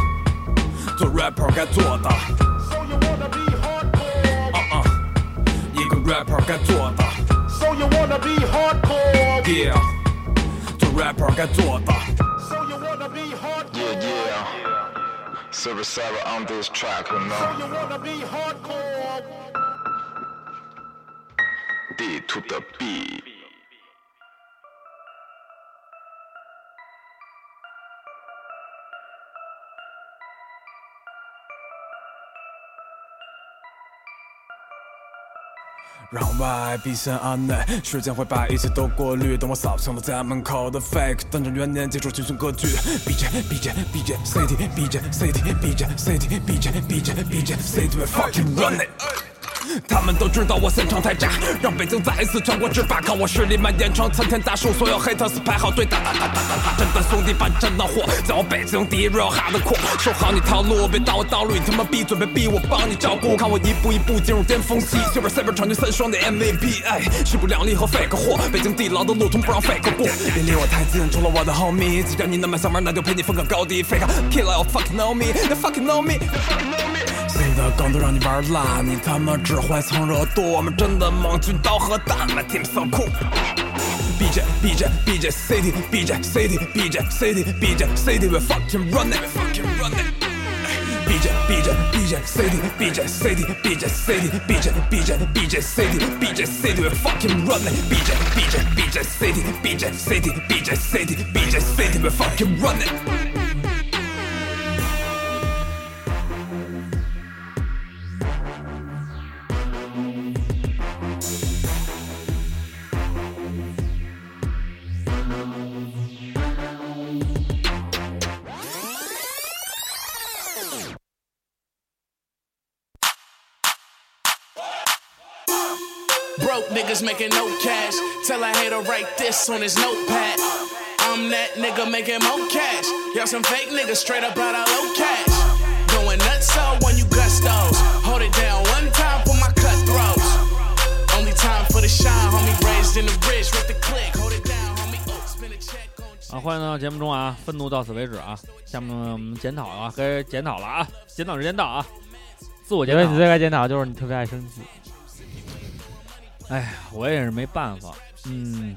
做 rapper 该做的，啊
So you wanna be hardcore?
啊，一个 rapper 该做的。
So you wanna be hardcore?
Yeah，做 rapper 该做的。
So you wanna be hardcore?
Yeah, yeah. Silver Sarah on this track, you know.
You wanna be hardcore?
D to the B.
让外必先安内，时间会把一切都过滤。等我扫清了家门口的 fake，等着元年接触群雄割据。BJ BJ BJ City BJ City BJ City BJ BJ BJ City we fucking run it。他们都知道我现场太炸，让北京再一次全国制霸，看我实力蔓延成参天大树，所有 haters 排好队打打打打打打，真的兄弟把真的货，在我北京第一 real hardcore，守好你套路，别挡我道路，你他妈闭嘴，别逼我帮你照顾，看我一步一步进入巅峰期，就边 cyber 传奇三双的 MVP，哎，势不两立和 fake 货，北京地牢的路通不让 fake 过，别离我太近，除了我的 homie，既然你那么想玩，那就陪你分个高低，fake 啊 kill you fucking know me，you fucking know me。新的梗都让你玩烂，你他妈只会蹭热度，我们真的猛，军刀和蛋，My team so cool。BJ BJ BJ City BJ City BJ City BJ City we fucking run it we fucking run it BJ BJ BJ City BJ City BJ City BJ BJ BJ City BJ City we fucking run it BJ BJ BJ City BJ City BJ City BJ City we fucking run it oh,
啊，欢迎来到节目中啊！愤怒到此为止啊！下面我们检讨啊，该检讨了啊！检讨时间到啊！自我
因
检
为你
讨，
最该检讨就是你特别爱生气，
我也是没办法。嗯，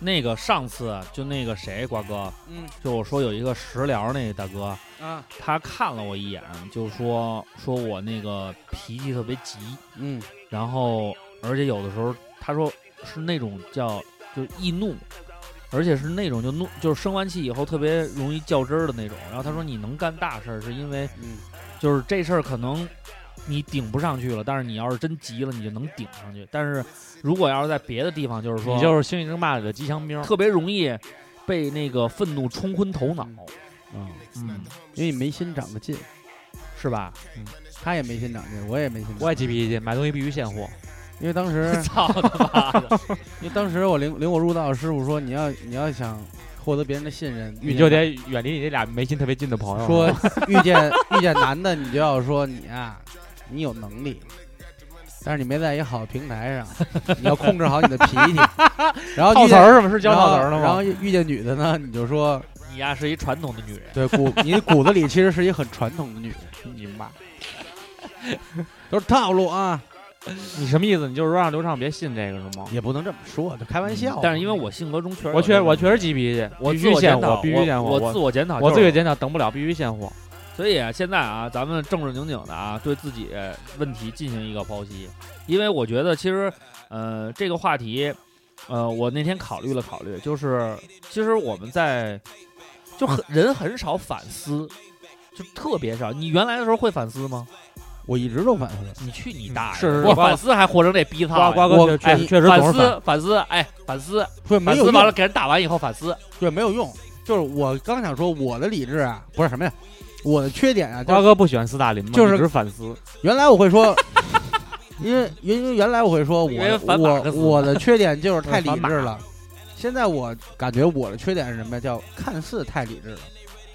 那个上次啊就那个谁瓜哥，
嗯
就我说有一个食疗那个大哥，
啊，
他看了我一眼，就说说我那个脾气特别急，
嗯
然后而且有的时候他说是那种叫就是易怒，而且是那种就怒就是生完气以后特别容易较真儿的那种。然后他说你能干大事儿，是因为
嗯
就是这事儿可能你顶不上去了，但是你要是真急了，你就能顶上去。但是如果要是在别的地方，就是说
你就是《星际争霸》里的机枪兵。
特别容易被那个愤怒冲昏头脑，
啊，
嗯，
因为你没心长得近，
是吧？
他也没心长进，我也没心长进。
我也急脾气，买东西必须现货。
因为当 时，
操他妈的！
因为当时我领领我入道的师傅说，你要你要想获得别人的信任，遇
你
见
就得远离你这俩没心特别近的朋 友。
说遇见遇见男的，你就要说你啊，你有能力，但是你没在一个好的平台上，你要控制好你的脾 气。然后遇
套词
见
儿是吗？是教
然后
套词儿了
然后
吗？
遇见女的呢，你就说
你呀是一传统的女人，
对骨，你骨子里其实是一很传统的女人，
你妈！
都是套路啊，
你什么意思？你就是说让刘畅别信这个是吗？
也不能这么说，就开玩笑。
嗯但是因为我性格中确实有
我确
这
我
个
确实急脾气，
我
必
自
须
我
现
检讨，
货，必须现货。
我我自
我
我检讨，
我
就
自
是
己检讨，等不了必须现货。
所以啊，现在啊，咱们正正经经的啊，对自己问题进行一个剖析，因为我觉得其实，呃，这个话题，呃，我那天考虑了考虑，就是其实我们在就很人很少反思，就特别少。你原来的时候会反思吗？
我一直都反思，
你去你大爷！
嗯是是
我
是瓜
反思还活成这逼操
瓜瓜
呀！
哥
我
确
哎
确确实总
反
是反。
思反思，哎，反思
对没
反
有
思完了
用，
给人打完以后反思，
对没有用。就是我刚想说，我的理智啊，不是什么呀，我的缺点啊，就是
瓜哥不喜欢斯大林吗？
就是
一直反思。
原来我会说， 因为因为原来我会说
以为
我
反马克
我
思
我的缺点就是太理
反马
智了，现在我感觉我的缺点是什么呀？叫看似太理智了，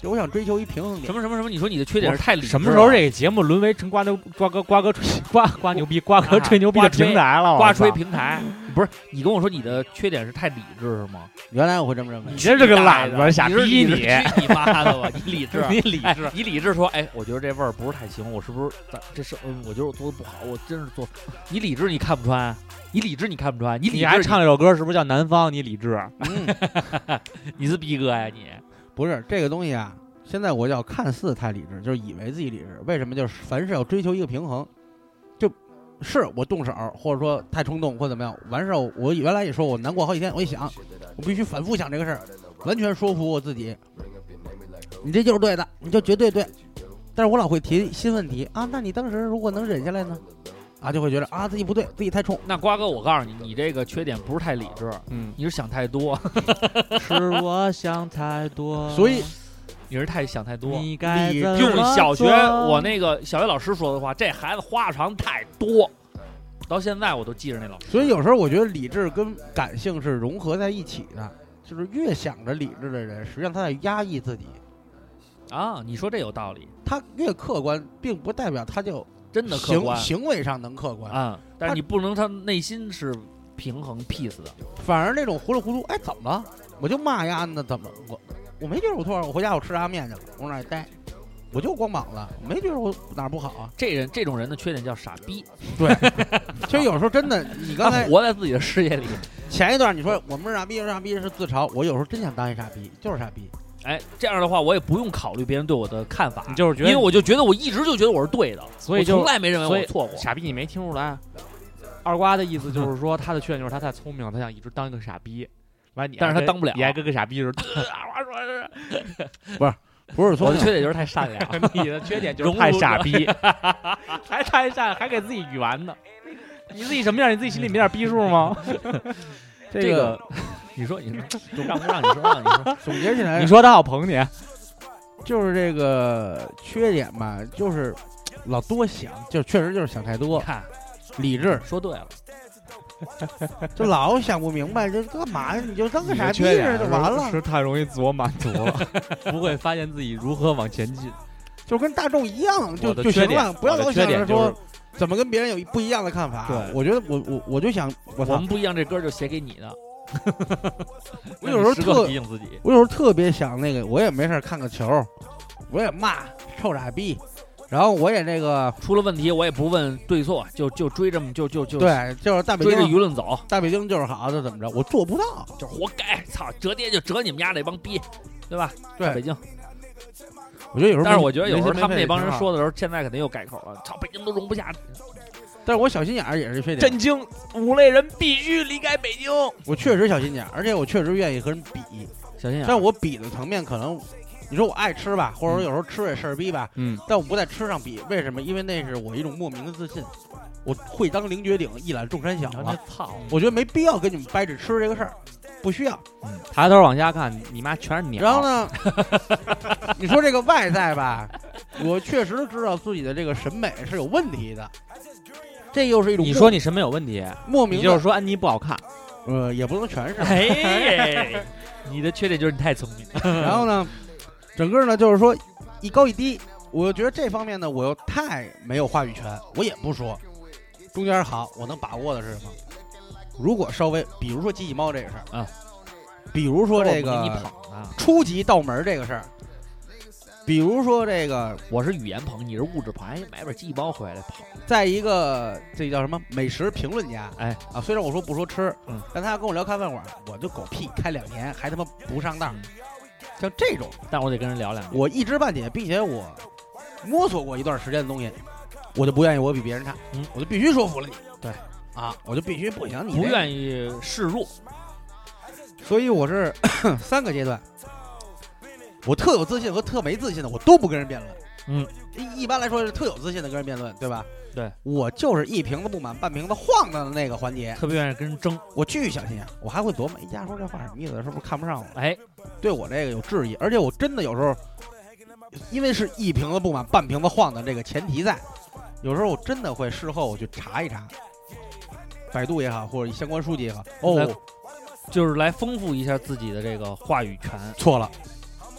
就我想追求一平衡
什
点。
么什么什么？你说你的缺点是太理智
什么时候
了
这个节目沦为成瓜牛瓜哥瓜哥吹瓜瓜牛逼瓜哥
啊
吹牛逼
瓜
的
吹
平台
哦
了？我
瓜吹
操，
平台，不是你跟我说你的缺点是太理智是吗？
原来我会这么认为
你，这是个懒
你
子，傻
是
逼，
你是！去你妈的吧！ 你理智
你理
哎
智，
你理智说，哎，我觉得这味儿不是太行，我是不是咱这是？嗯，我觉得我做的不好，我真是做。你理智你看不穿，你理智你看不穿，你理
你
智
还唱了首歌，是不是叫《南方》？你理智？
嗯
你是逼哥呀你？
不是这个东西啊。现在我叫看似太理智，就是以为自己理智。为什么？就是凡事要追求一个平衡，就是我动手，或者说太冲动或怎么样，完事儿我原来也说我难过好几天，我一想，我必须反复想这个事儿，完全说服我自己，你这就是对的，你就绝对对。但是我老会提新问题啊，那你当时如果能忍下来呢？啊，就会觉得啊自己不对，自己太冲。
那瓜哥，我告诉你，你这个缺点不是太理智，
嗯，
你是想太多。
是我想太多。
所以，
你是太想太多。
你该
你
怎
用
么
小学
做
我那个小学老师说的话，这孩子花样太多，到现在我都记着那老师。
所以有时候我觉得理智跟感性是融合在一起的，就是越想着理智的人，实际上他在压抑自己，
啊，你说这有道理，
他越客观，并不代表他就
真的客
行
观
行为上能客观，
啊、但
他
是你不能他内心是平衡 peace 的。
反而那种糊里糊涂，哎，怎么了？我就骂丫呢，怎么了我我没觉得我错，啊我回家我吃拉面去了，我往那儿待，我就光膀子，我没觉得我哪儿不好啊。
这人这种人的缺点叫傻逼，
其实有时候真的，你
他
刚才
活在自己的世界里。
前一段你说我们是傻逼，是傻逼是自嘲，我有时候真想当一傻逼，就是傻逼。
哎，这样的话我也不用考虑别人对我的看法，
你就是觉
因为
得
我就觉得我一直就觉得我是对的，
所以
我
就
从来没认为
所
我
以
错过。
傻逼，你没听出来？二瓜的意思就是说，他的缺点就是他太聪明，他想一直当一个傻逼。完，你还
但是他
跟
当不了
你还跟个傻逼似 的。我说
不是
我
聪
的
明，
缺点就是太善良，
你的缺点就是
融入
太傻 逼，还太傻，还给自己圆呢。你自己什么样？你自己心里没点逼 数吗？
这
这
个
个你说 你说让不让你说让你说，
总结起来
你说他好捧你，啊
就是这个缺点吧，就是老多想，就确实就是想太多，
看
理智
说对了，
就老想不明白，这干嘛呀？你就当个傻逼
缺
似
点
的就完了，
是太容易自我满足了， 不会发现自己如何往前进。
就跟大众一样，就
我的
就
缺
行
点
了，不要
我的
老
缺
想
点
着
就是
说怎么跟别人有一不一样的看法。啊
对
我觉得我我我就想，我
我
操
们，不一样，这歌就写给你的。
我有时候
时刻
特
提醒自己，
我有时候特别想那个，我也没事儿看个球，我也骂臭傻逼，然后我也那个
出了问题我也不问对错，就就追这么就就就
对，就是大北
追着
京
舆论走，
大北京就是好，就怎么着，我做不到。
就是活该，操，折叠就折你们家那帮逼，对吧？在北
对，
京，
我觉得有时候没，
哎但是我觉得有时候
没心
他们
没肺
那帮
挺
人
好
说，的时候，现在肯定又改口了，操，北京都容不下，
但是我小心眼儿也是缺点，啊
震惊！五类人必须离开北京。
我确实小心眼儿，而且我确实愿意和人比，
嗯
小心眼儿。
但我比的层面可能，你说我爱吃吧，或者说有时候吃也事儿逼吧，
嗯，
但我不在吃上比，为什么？因为那是我一种莫名的自信，我会当凌绝顶，一览众山小了。
操！
我觉得没必要跟你们掰扯吃这个事儿，不需要。
抬头往下看，你妈全是鸟。
然后呢， 你说这个外在吧，我确实知道自己的这个审美是有问题的，这又是一种
你
莫
说你审美有问题，
莫名
你
的，
就是
啊
说安妮不好看。，
呃，也不能全是。
哎，你的缺点就是你太聪明。
然后呢，整个呢就是说一高一低，我觉得这方面呢，我又太没有话语权，我也不说。中间好，我能把握的是什么？如果稍微，比如说机器猫这个事儿
啊，
比如说这
我不给你
个
捧啊，
初级道门这个事儿，比如说这个，
我是语言捧，你是物质捧，哎，买本鸡包回来捧，
在一个这叫什么美食评论家，
哎
啊，虽然我说不说吃，
嗯，
但他要跟我聊开饭馆，我就狗屁，开两年还他妈不上当
嗯，
像这种。
但我得跟人聊两句。
我一知半解，并且我摸索过一段时间的东西，我就不愿意我比别人差，
嗯
我就必须说服了你，
对，
啊，我就必须不行，你
不
意，
愿意示弱，
所以我是 三个阶段，我特有自信和特没自信的，我都不跟人辩论，
嗯
一，一般来说是特有自信的跟人辩论，对吧？
对，
我就是一瓶子不满半瓶子晃荡的那个环节，
特别愿意跟人争。
我巨小心眼，我还会琢磨，哎家说这话什么意思？是不是看不上我？
哎，
对我这个有质疑，而且我真的有时候，因为是一瓶子不满半瓶子晃的这个前提在，有时候我真的会事后我去查一查，百度也好，或者相关书籍也好，
来
哦，
就是来丰富一下自己的这个话语权
错了，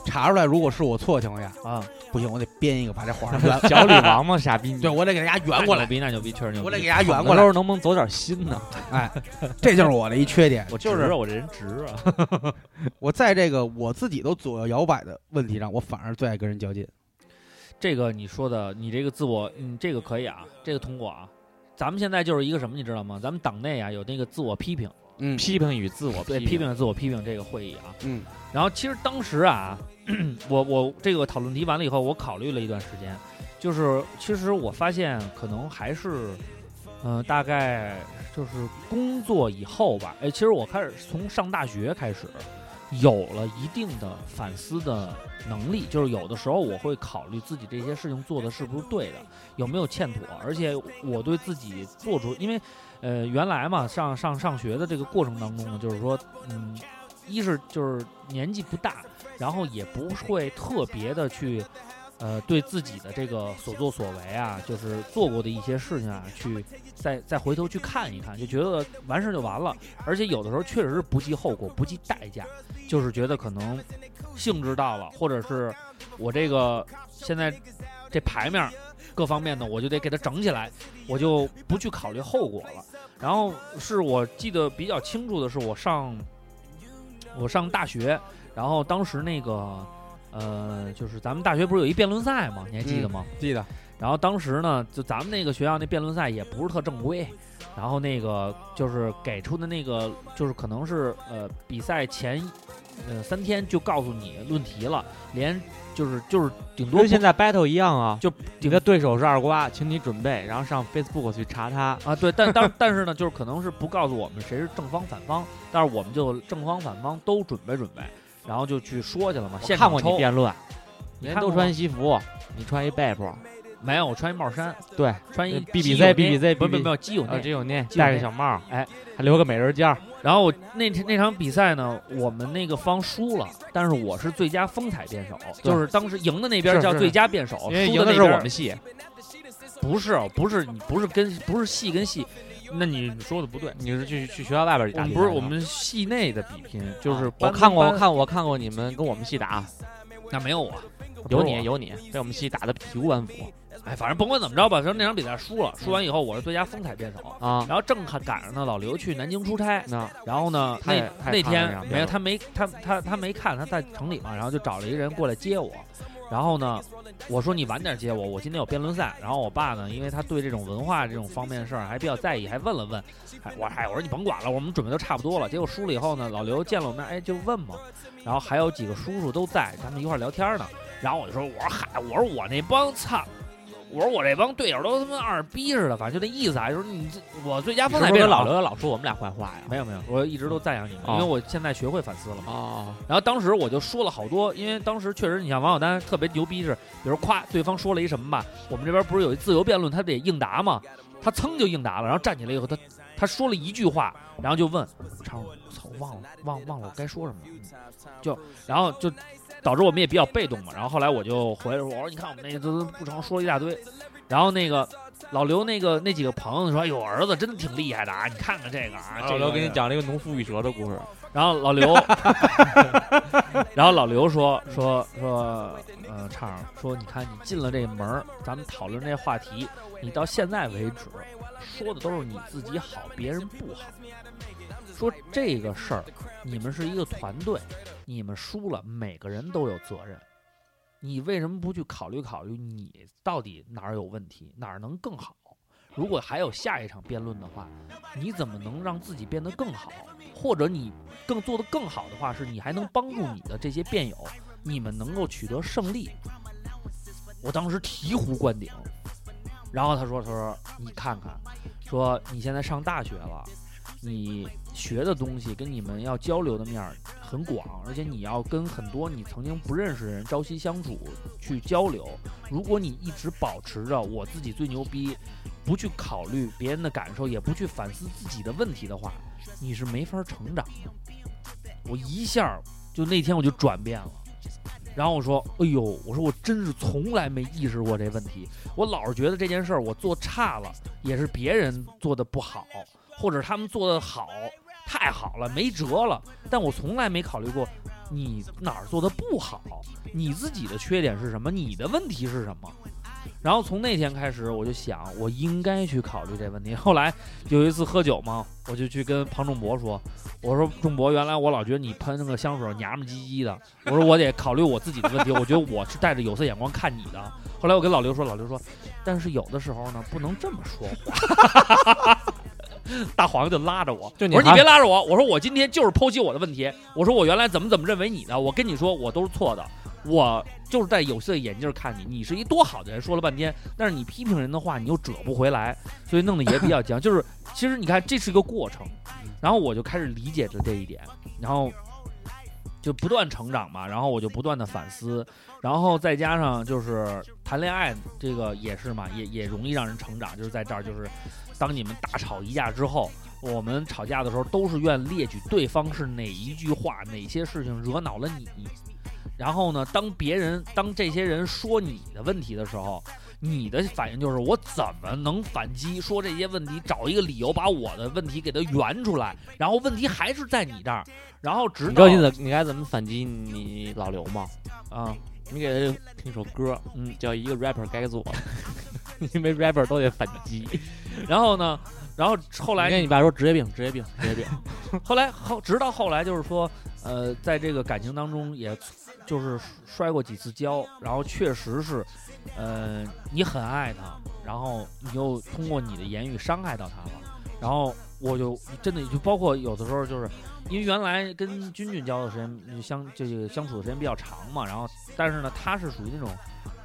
查出来如果是我错的情况下，
啊。
不行，我得编一个把这皇上圆
小李王 吗？傻逼你！
对我得给大家圆过
那牛
来，
逼，那牛逼，确实牛逼。
我得给大家圆过
我
来，
能不能走点心呢？
这就是我的一缺点，
我
就
直
是
啊我这人直啊。
我在这个我自己都左右摇摆的问题上，我反而最爱跟人较劲。
这个你说的，你这个自我，嗯，这个可以啊，这个通过啊。咱们现在就是一个什么，你知道吗？咱们党内啊有那个自我批评，
嗯
批评与自我
对，批评自我批评这个会议啊。
嗯
然后其实当时啊，我我这个讨论题完了以后，我考虑了一段时间，就是其实我发现可能还是，嗯、大概就是工作以后吧，哎，其实我开始从上大学开始，有了一定的反思的能力，就是有的时候我会考虑自己这些事情做的是不是对的，有没有欠妥，而且我对自己做出，因为呃原来嘛上上上学的这个过程当中呢，就是说嗯。一是就是年纪不大，然后也不会特别的去，呃，对自己的这个所作所为啊，就是做过的一些事情啊，去再再回头去看一看，就觉得完事就完了。而且有的时候确实是不计后果、不计代价，就是觉得可能兴致到了，或者是我这个现在这牌面儿各方面的，我就得给它整起来，我就不去考虑后果了。然后是我记得比较清楚的是，我上我上大学，然后当时那个呃，就是咱们大学不是有一辩论赛吗？你还记得吗？
嗯记得
然后当时呢，就咱们那个学校那辩论赛也不是特正规，然后那个就是给出的那个就是可能是呃比赛前呃三天就告诉你论题了，连就是就是顶多
跟
不
现在 battle 一样啊，
就
你
顶
的对手是二瓜，请你准备，然后上 Facebook 去查他。
啊，对，但但但是呢，就是可能是不告诉我们谁是正方反方，但是我们就正方反方都准备准备，然后就去说去了嘛。现
看
场
过你
抽
辩论，
你
人
看
都
过
穿
吗
西服，你穿一背包，
没有？我穿一帽衫，
对，
穿一
呃，B
基
B Z，
友内
B B Z，
不是不
B B
是没有基友
啊，
内
只。有那
只有
戴个
那
小 帽儿，
哎，
还留个美人尖儿，
然后我那天那场比赛呢，我们那个方输了，但是我是最佳风采辩手，
对
就是当时赢的那边
是
叫
是
最佳辩手，
因为
输
赢
那
的是
边
我们系，
不是不是你不是跟不是戏跟戏，那你说的不对。
你是去去学校外边儿
我
打
们
比
不是
赛
我
吗
们系内的比拼，就
啊
是
我
班
看
跟
过，我
班
看我看过你们跟我们系打，
那没有我，不
有
是我
你有你被我们系打的体无完肤
哎，反正甭管怎么着吧，反正那场比赛输了，输完以后我是最佳风采辩手。
啊，
然后正赶赶上呢，老刘去南京出差，
那
然后呢，
他也
那
他
那
也看了这场
天
比赛
没有他没他他他没看，他在城里嘛，然后就找了一个人过来接我。然后呢，我说你晚点接我，我今天有辩论赛。然后我爸呢，因为他对这种文化这种方面的事儿还比较在意，还问了问，哎，我哎我说你甭管了，我们准备都差不多了。结果输了以后呢，老刘见了我们，哎就问嘛，然后还有几个叔叔都在，他们一块儿聊天呢。然后我就说，我说嗨，我说我那帮操。我说我这帮队友都他妈二逼似的，反正就那意思啊，就是你这我最佳风采
是不
辩手
是老刘老说我们俩坏话呀？
没有没有，我一直都赞扬你们，因为
哦
我现在学会反思了嘛。
哦，
然后当时我就说了好多，因为当时确实，你像王小丹特别牛逼是，比如夸对方说了一什么吧，我们这边不是有一自由辩论，他得应答嘛，他噌就应答了，然后站起来以后，他他说了一句话，然后就问，超，我操，忘了忘忘了我该说什么了，嗯就然后就导致我们也比较被动嘛。然后后来我就回来说，我说你看我们那都不成，说了一大堆，然后那个。老刘那个那几个朋友说：“哎呦，我儿子真的挺厉害的啊！你看看这个啊，
老
这
刘
个
给你讲了一个农夫与蛇的故事，
然后老刘，然后老刘说说说，呃，畅儿说，你看你进了这门儿，咱们讨论这话题，你到现在为止说的都是你自己好，别人不好。说这个事儿，你们是一个团队，你们输了，每个人都有责任。你为什么不去考虑考虑你到底哪儿有问题，哪儿能更好？如果还有下一场辩论的话，你怎么能让自己变得更好？或者你更做得更好的话，是你还能帮助你的这些辩友，你们能够取得胜利。我当时醍醐灌顶，然后他说：“他说你看看，说你现在上大学了，你学的东西跟你们要交流的面儿很广，而且你要跟很多你曾经不认识的人朝夕相处去交流。如果你一直保持着我自己最牛逼，不去考虑别人的感受，也不去反思自己的问题的话，你是没法成长的。我一下儿就那天我就转变了，然后我说，哎呦，我说我真是从来没意识过这问题，我老是觉得这件事儿我做差了，也是别人做的不好，或者他们做的好，太好了，没辙了，但我从来没考虑过。你哪儿做的不好？你自己的缺点是什么？你的问题是什么？然后从那天开始，我就想，我应该去考虑这问题。后来有一次喝酒嘛，我就去跟庞仲博说：“我说仲博，原来我老觉得你喷那个香水娘们唧唧的，我说我得考虑我自己的问题，我觉得我是带着有色眼光看你的。”后来我跟老刘说，老刘说：“但是有的时候呢，不能这么说。” 大黄就拉着我，
就你
我说你
还
别拉着我，我说我今天就是剖析我的问题，我说我原来怎么怎么认为你的，我跟你说我都是错的，我就是戴有色眼镜看你，你是一多好的人，说了半天，但是你批评人的话，你又折不回来，所以弄得也比较僵。 就是其实你看，这是一个过程，然后我就开始理解了这一点，然后就不断成长嘛，然后我就不断的反思，然后再加上就是谈恋爱这个也是嘛，也也容易让人成长，就是在这儿就是当你们大吵一架之后。我们吵架的时候都是愿列举对方是哪一句话、哪些事情惹恼了你。然后呢，当别人当这些人说你的问题的时候，你的反应就是我怎么能反击？说这些问题，找一个理由把我的问题给它圆出来，然后问题还是在你这儿，然后直
你知
到
道你怎你该怎么反击你老刘吗？
啊，
你给他听首歌，
嗯，
叫一个 rapper 该做，因为 rapper 都得反击。
然后呢，然后后
后
来
你跟你爸说职业病，职业病，职业病。
后来后，直到后来就是说，呃，在这个感情当中也，就是摔过几次跤，然后确实是，呃，你很爱他，然后你又通过你的言语伤害到他了，然后我就真的就包括有的时候就是，因为原来跟君君交的时间就相这个相处的时间比较长嘛，然后但是呢，他是属于那种，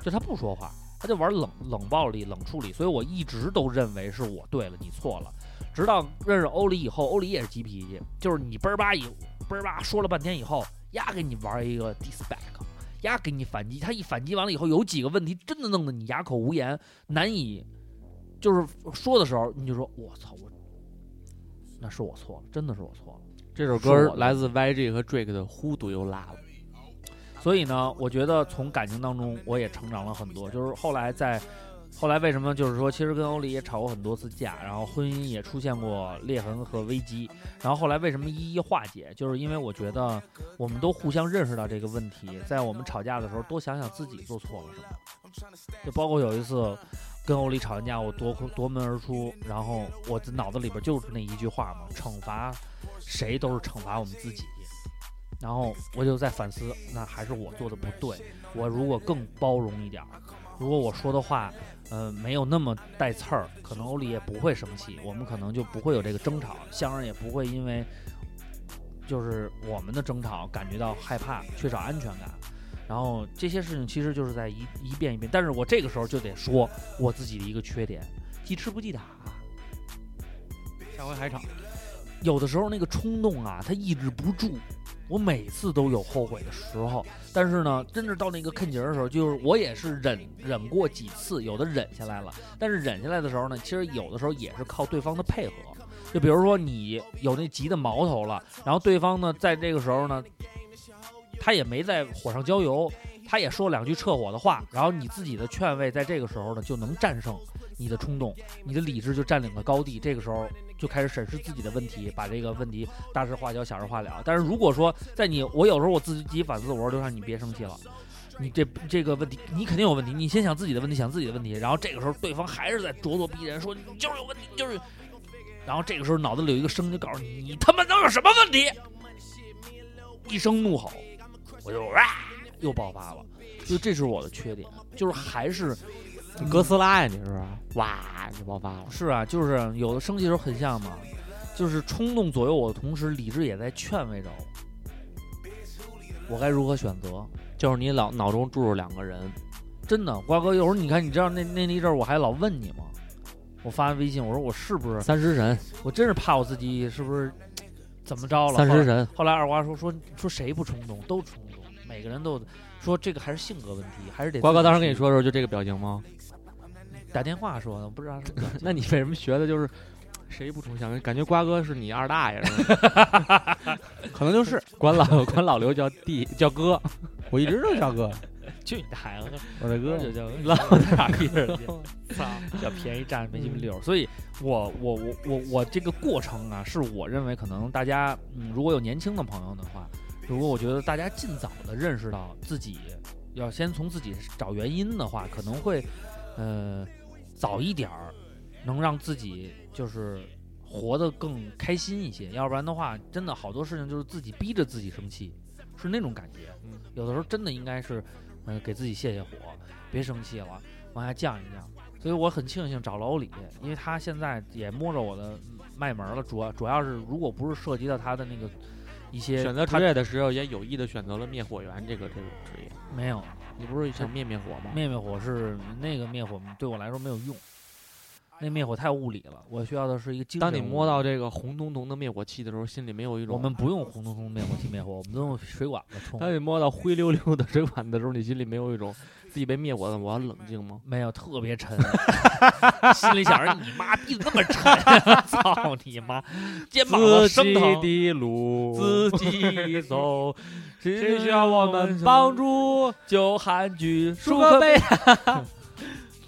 就他不说话，他就玩冷冷暴力、冷处理，所以我一直都认为是我对了，你错了。直到认识欧里以后，欧里也是急脾气，就是你嘣儿吧一嘣儿吧说了半天以后，丫给你玩一个 diss back，丫给你反击，他一反击完了以后，有几个问题真的弄得你哑口无言，难以就是说的时候，你就说我操我，那是我错了，真的是我错了。
这首
是
歌
我的
来自 YG 和 Drake 的《Who Do You Love》。
所以呢，我觉得从感情当中我也成长了很多。就是后来在，后来为什么就是说，其实跟欧丽也吵过很多次架，然后婚姻也出现过裂痕和危机。然后后来为什么一一化解，就是因为我觉得我们都互相认识到这个问题，在我们吵架的时候多想想自己做错了什么。就包括有一次跟欧丽吵完架，我夺夺门而出，然后我的脑子里边就是那一句话嘛：惩罚谁都是惩罚我们自己。然后我就在反思，那还是我做的不对。我如果更包容一点儿，如果我说的话，呃，没有那么带刺儿，可能欧丽也不会生气，我们可能就不会有这个争吵，香儿也不会因为就是我们的争吵感觉到害怕、缺少安全感。然后这些事情其实就是在一一遍一遍，但是我这个时候就得说我自己的一个缺点，记吃不记打。
下回还吵。
有的时候那个冲动啊，它抑制不住。我每次都有后悔的时候，但是呢，真是到那个坎节儿的时候，就是我也是忍忍过几次，有的忍下来了，但是忍下来的时候呢，其实有的时候也是靠对方的配合。就比如说你有那急的矛头了，然后对方呢，在这个时候呢，他也没在火上浇油，他也说两句撤火的话，然后你自己的劝慰在这个时候呢就能战胜你的冲动，你的理智就占领了高地。这个时候就开始审视自己的问题，把这个问题大事化小，小事化了。但是如果说在你，我有时候我自己反思，我说刘畅，你别生气了。你这这个问题，你肯定有问题。你先想自己的问题，想自己的问题，然后这个时候对方还是在咄咄逼人，说你就是有问题，你就是。然后这个时候脑子里有一个声音就告诉你，你他妈能有什么问题？一声怒吼，我就啊又爆发了。就这是我的缺点，就是还是
哥斯拉呀，你是不是？哇，你就爆发了。
是啊，就是有的生气的时候很像嘛，就是冲动左右我的同时，理智也在劝慰着我，我该如何选择？
就是你脑脑中注入两个人，
真的，瓜哥，有时候你看，你知道那那那一阵儿我还老问你吗？我发微信，我说我是不是，
三尸神，
我真是怕我自己是不是怎么着了？
三
后来
尸神，
后来二瓜说说说谁不冲动，都冲动，每个人都说这个还是性格问题，还是得
瓜哥
自己
当时跟
去
你说的时候就这个表情吗？
打电话说的，不知道是不是
那你为什么学的就是谁不出响？感觉瓜哥是你二大爷似的，
可能就是
管老管老刘叫弟叫哥，
我一直都叫哥，
去你大爷！
我的哥，
就叫老大逼人家， 叫便宜占着没鸡巴
嗯
溜儿。所以我，我我我我这个过程啊，是我认为可能大家，嗯，如果有年轻的朋友的话，如果我觉得大家尽早的认识到自己，要先从自己找原因的话，可能会，呃，早一点儿，能让自己就是。活得更开心一些，要不然的话，真的好多事情就是自己逼着自己生气，是那种感觉。
嗯
有的时候真的应该是，嗯、给自己泄泄火，别生气了，往下降一降。所以我很庆幸找了欧里，因为他现在也摸着我的脉门了。主要主要是如果不是涉及到他的那个一些
选择职
他
业的时候也有意的选择了灭火员这个这个职业。
没有
你不是想灭灭火吗？
灭灭火是那个灭火对我来说没有用。那灭火太物理了，我需要的是一个精神
当
物理。
你摸到这个红彤彤的灭火器的时候，心里没有一种
我们不用红彤彤灭火器灭火，我们都用水管子冲。
当你摸到灰溜溜的水管的时候，你心里没有一种自己被灭火的，我要冷静吗？
没有，特别 沉，心里想着你妈逼那么沉，操你妈，肩膀都
自己
生疼。
的路
自
己走，
谁需要我们帮
助？
就韩剧舒
舒
克
克
贝
贝。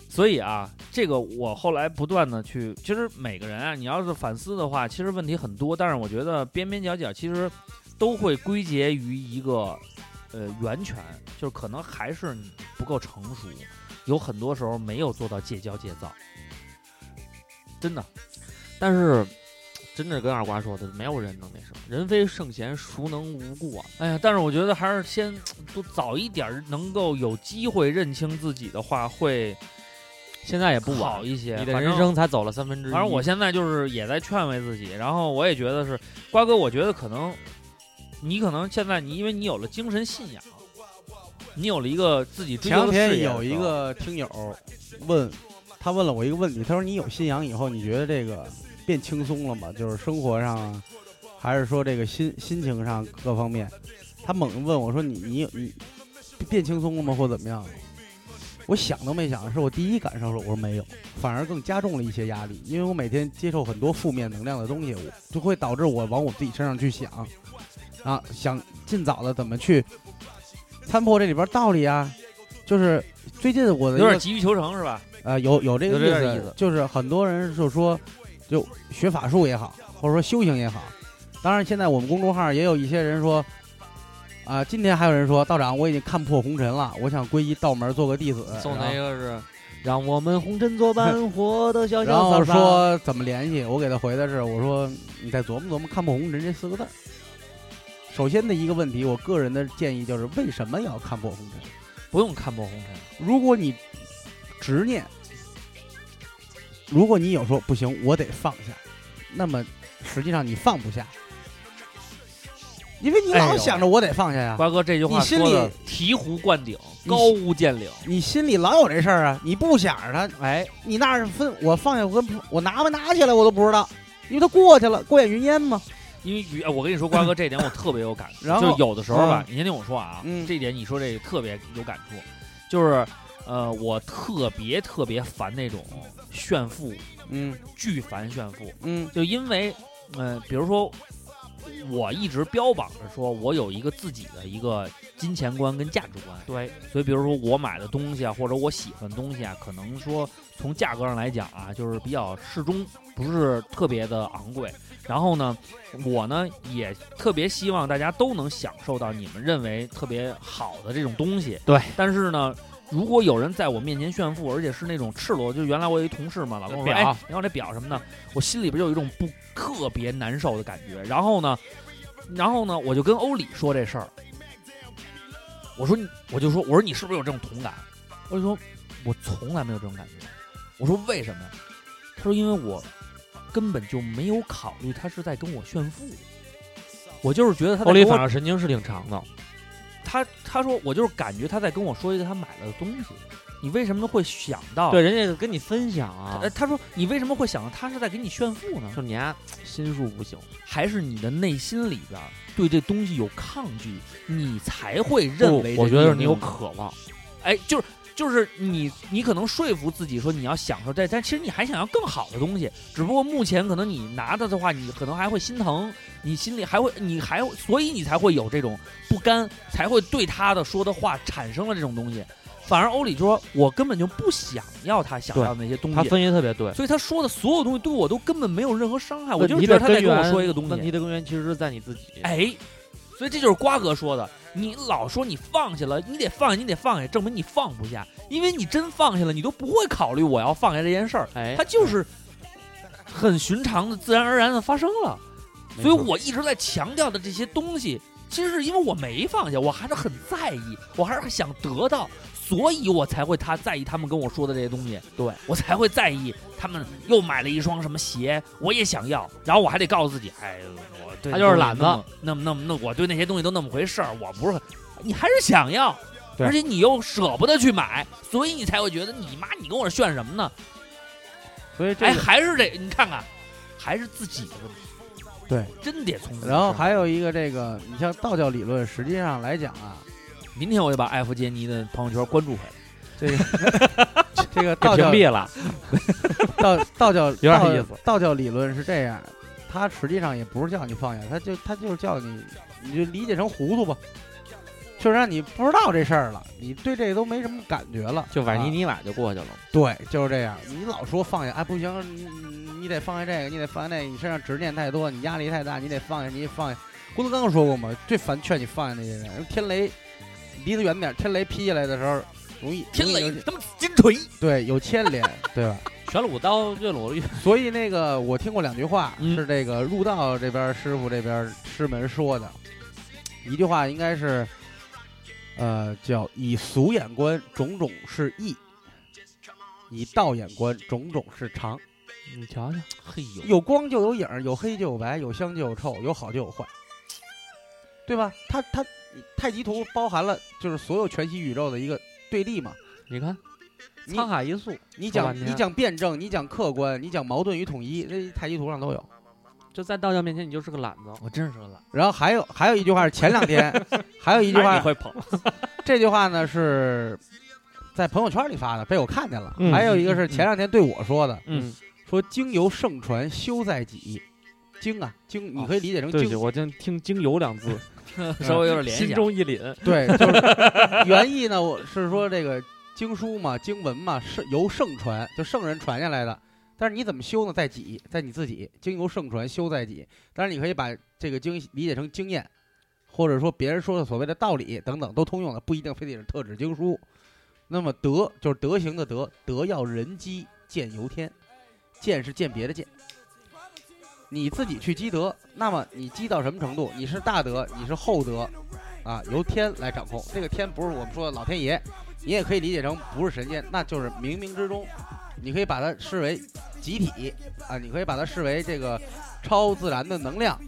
所以啊，这个我后来不断的去，其实每个人啊，你要是反思的话，其实问题很多，但是我觉得边边角角其实都会归结于一个呃源泉，就是可能还是你不够成熟，有很多时候没有做到戒骄戒躁，真的。
但是，真的跟二瓜说的，没有人能那什么，人非圣贤，孰能无过？啊
哎呀，但是我觉得还是先多早一点儿能够有机会认清自己的话，会
现在也不晚
好，一些。
你的
反
人
正
生才走了三分之一。
反正我现在就是也在劝慰自己，然后我也觉得是瓜哥，我觉得可能你可能现在你因为你有了精神信仰，你有了一个自己追
前
求
两
的事
天
业的时
有
候，
一个听友问，他问了我一个问题，他说：“你有信仰以后，你觉得这个变轻松了吗？就是生活上啊，还是说这个心心情上各方面？”他猛问我说你：“你你你变轻松了吗，或怎么样？”我想都没想，是我第一感受是我说没有，反而更加重了一些压力，因为我每天接受很多负面能量的东西，我就会导致我往我自己身上去想，啊，想尽早的怎么去参破这里边道理啊，就是最近我的一
有
个
点急于求成是吧？
呃，有有这个
有这点
意
意思
就是很多人就说，就学法术也好，或者说修行也好。当然，现在我们公众号也有一些人说，啊、今天还有人说，道长我已经看破红尘了，我想皈依道门做个弟子。
送
然
的
后
一个是让我们红尘 作伴，活得潇潇
然后
洒洒。
说怎么联系？我给他回的是，我说你再琢磨琢磨“看破红尘”这四个字儿。首先的一个问题，我个人的建议就是，为什么要看破红尘？
不用看破红尘，
如果你执念，如果你有说不行，我得放下，那么实际上你放不下，因为你
哎
老
呦
想着我得放下呀，
瓜哥这句话
你心
说的
里
醍醐灌顶，
你
高屋建瓴。
你心里老有这事儿啊，你不想着它，哎，你那儿分我放下我跟我拿没拿起来我都不知道，因为它过去了，过眼云烟嘛。
因为与哎我跟你说，瓜哥这点我特别有感触。
然后
就有的时候吧，你先听我说啊，
嗯
这点你说这个特别有感触，就是呃，我特别特别烦那种炫富，
嗯
巨烦炫富，
嗯
就因为嗯、呃比如说我一直标榜着说我有一个自己的一个金钱观跟价值观，
对，
所以比如说我买的东西啊，或者我喜欢的东西啊，可能说从价格上来讲啊，就是比较适中，不是特别的昂贵。然后呢，我呢也特别希望大家都能享受到你们认为特别好的这种东西。
对，
但是呢。如果有人在我面前炫富，而且是那种赤裸，就原来我有一同事嘛，老跟我说，
表
哎，你要这表什么的，我心里边有一种不特别难受的感觉。然后呢，然后呢，我就跟欧里说这事儿，我说你，我就说，我说你是不是有这种同感？欧里说，我从来没有这种感觉。我说为什么呀？他说因为我根本就没有考虑他是在跟我炫富，我就是觉得他在
欧里
跟我
反正神经是挺长的，
他他说我就是感觉他在跟我说一个他买了的东西，你为什么会想到？
对，人家跟你分享啊
呃，，他说你为什么会想到他是在给你炫富呢？
就你丫心术不行，
还是你的内心里边儿对这东西有抗拒，你才会认为
不我
这
觉得
东
是
西
你有渴望。
哎，就是就是你你可能说服自己说你要享受这，但其实你还想要更好的东西，只不过目前可能你拿到的话，你可能还会心疼，你心里还会你还会所以你才会有这种不甘，才会对他的说的话产生了这种东西。反而欧里就说，我根本就不想要他想
对
要的那些东
他
西，
分析特别对。
所以他说的所有东西对我都根本没有任何伤害，我
问
就是
题
觉得
的
他在
根
跟我
源
说一个东西。
问题的根源其实是在你自己。
哎，所以这就是瓜哥说的，你老说你放下了，你得放下，你得放下，证明你放不下，因为你真放下了，你都不会考虑我要放下这件事儿，
哎
它就是很寻常的、自然而然的发生了。
没
所以
错
我一直在强调的这些东西，其实是因为我没放下，我还是很在意，我还是想得到，所以我才会他在意他们跟我说的这些东西，对我才会在意他们又买了一双什么鞋，我也想要，然后我还得告诉自己，哎，我对
他
那
就
东
是
西
懒
那么，那么那么那我对那些东西都那么回事儿，我不是很，你还是想要，
对
而且你又舍不得去买，所以你才会觉得你妈你跟我炫什么呢？
所以这
哎，
个，
还是得你看看，还是自己的问题。
对，
真得
嗯
从自己
然后
身上
还有一个这个，你像道教理论，实际上来讲 啊，
明天我就把艾弗杰尼的朋友圈关注回来。
这个这个
给
道
屏
教
蔽了，
道道教有
点意思
道教理论是这样，它实际上也不是叫你放下，它就它就是叫你，你就理解成糊涂吧，就是让你不知道这事儿了，你对这都没什么感觉了，
就崴泥
啊
泥瓦就过去了。
对，就是这样。你老说放下，哎，不行，你你你得放下这个，你得放下那个，你身上执念太多，你压力太大，你得放下，你得放下。郭德纲说过嘛，最烦劝你放下那些人。天雷离得远点，天雷劈下来的时候容易
天
容易
雷
有
他妈金锤，
对有牵连，对吧？
玄武刀、岳鲁岳
所以那个我听过两句话，
嗯
是这个入道这边师傅这边师门说的，一句话应该是，呃，叫以俗眼观种种是易，以道眼观种种是常。
你瞧瞧，
嘿呦，
有光就有影儿，有黑就有白，有香就有臭，有好就有坏，对吧？它它太极图包含了就是所有全息宇宙的一个对立嘛。
你看，
你
沧海一粟，
你
说
讲
半天
你讲辩证，你讲客观，你讲矛盾与统一，这太极图上都有。
就在道教面前，你就是个懒子。
我真是了，
然后还有还有一句话是前两 天，还有一句
还
哎
是
话
你，会捧，
这句话呢是在朋友圈里发的，被我看见了。
嗯
还有一个
嗯
是
嗯
前两天对我说的，
嗯，
说经由盛传修在己，经啊经，你可以理解成
哦对不
经
起，我听听“精油”两 字，
稍微有点联
心
想。
中一凛。
对，就是原意呢，我是说这个经书嘛、经文嘛，是由圣传，就圣人传下来的。但是你怎么修呢？在己，在你自己，经由圣传修在己。当然，你可以把这个经理解成经验，或者说别人说的所谓的道理等等都通用的，不一定非得是特指经书。那么德就是德行的德，德要人机见由天，见是鉴别的见。你自己去积德，那么你积到什么程度？你是大德，你是厚德，啊，由天来掌控。这个天不是我们说的老天爷，你也可以理解成不是神仙，那就是冥冥之中，你可以把它视为集体啊，你可以把它视为这个超自然的能量，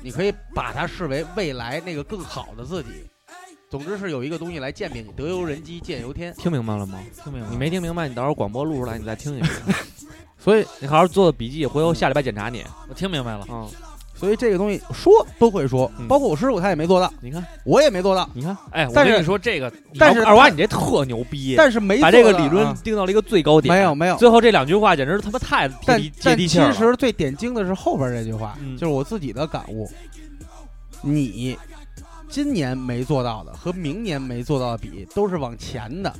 你可以把它视为未来那个更好的自己。总之是有一个东西来鉴别你，德由人机，见由天。
听明白了吗？
听明白
你
吗
没听明白，你到时候广播录出来，你再听一遍。
所以，
你好好做笔记，回头下礼拜检查你。
我听明白了。
嗯，
所以这个东西说都会说
嗯，
包括我师傅他也没做到，
你看，
我也没做到，
你看，
哎，我
但是
跟你说这个，
但是
二娃，你这特牛逼，
但是没
把
做
这个
到
理论
啊
定到了一个最高点。
没有，没有，
最后这两句话简直他妈太接
但
地接
但
地
其
气儿了。
实最点睛的是后边这句话，
嗯
就是我自己的感悟。你今年没做到的和明年没做到的比，都是往前的。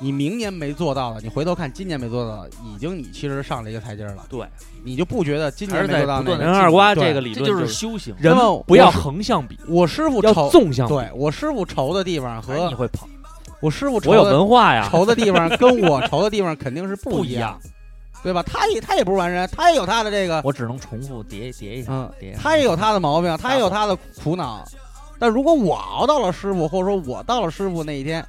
你明年没做到的，你回头看今年没做到的，已经你其实上了一个台阶儿了。
对，
你就不觉得今
还
年
是
没
在
做到
不断
那
地
人
个？
二瓜
对
这个理
这
论
就是
是
修行。
人
那么我
不要
是
横向比，
我师傅
要
愁，
纵向比。
对我师傅愁的地方
哎
和
你会捧，
我师傅愁
我有
的
文化 呀，
愁的地方跟我愁的地方肯定是
不
不
一
样
样，
对吧？他也他也不是完人，他也有他的这个
我只能重复叠叠一下，
嗯
叠一下。
他也有他的毛病，他也有他的苦恼。但如果我熬到了师傅，或者说我到了师傅那一天，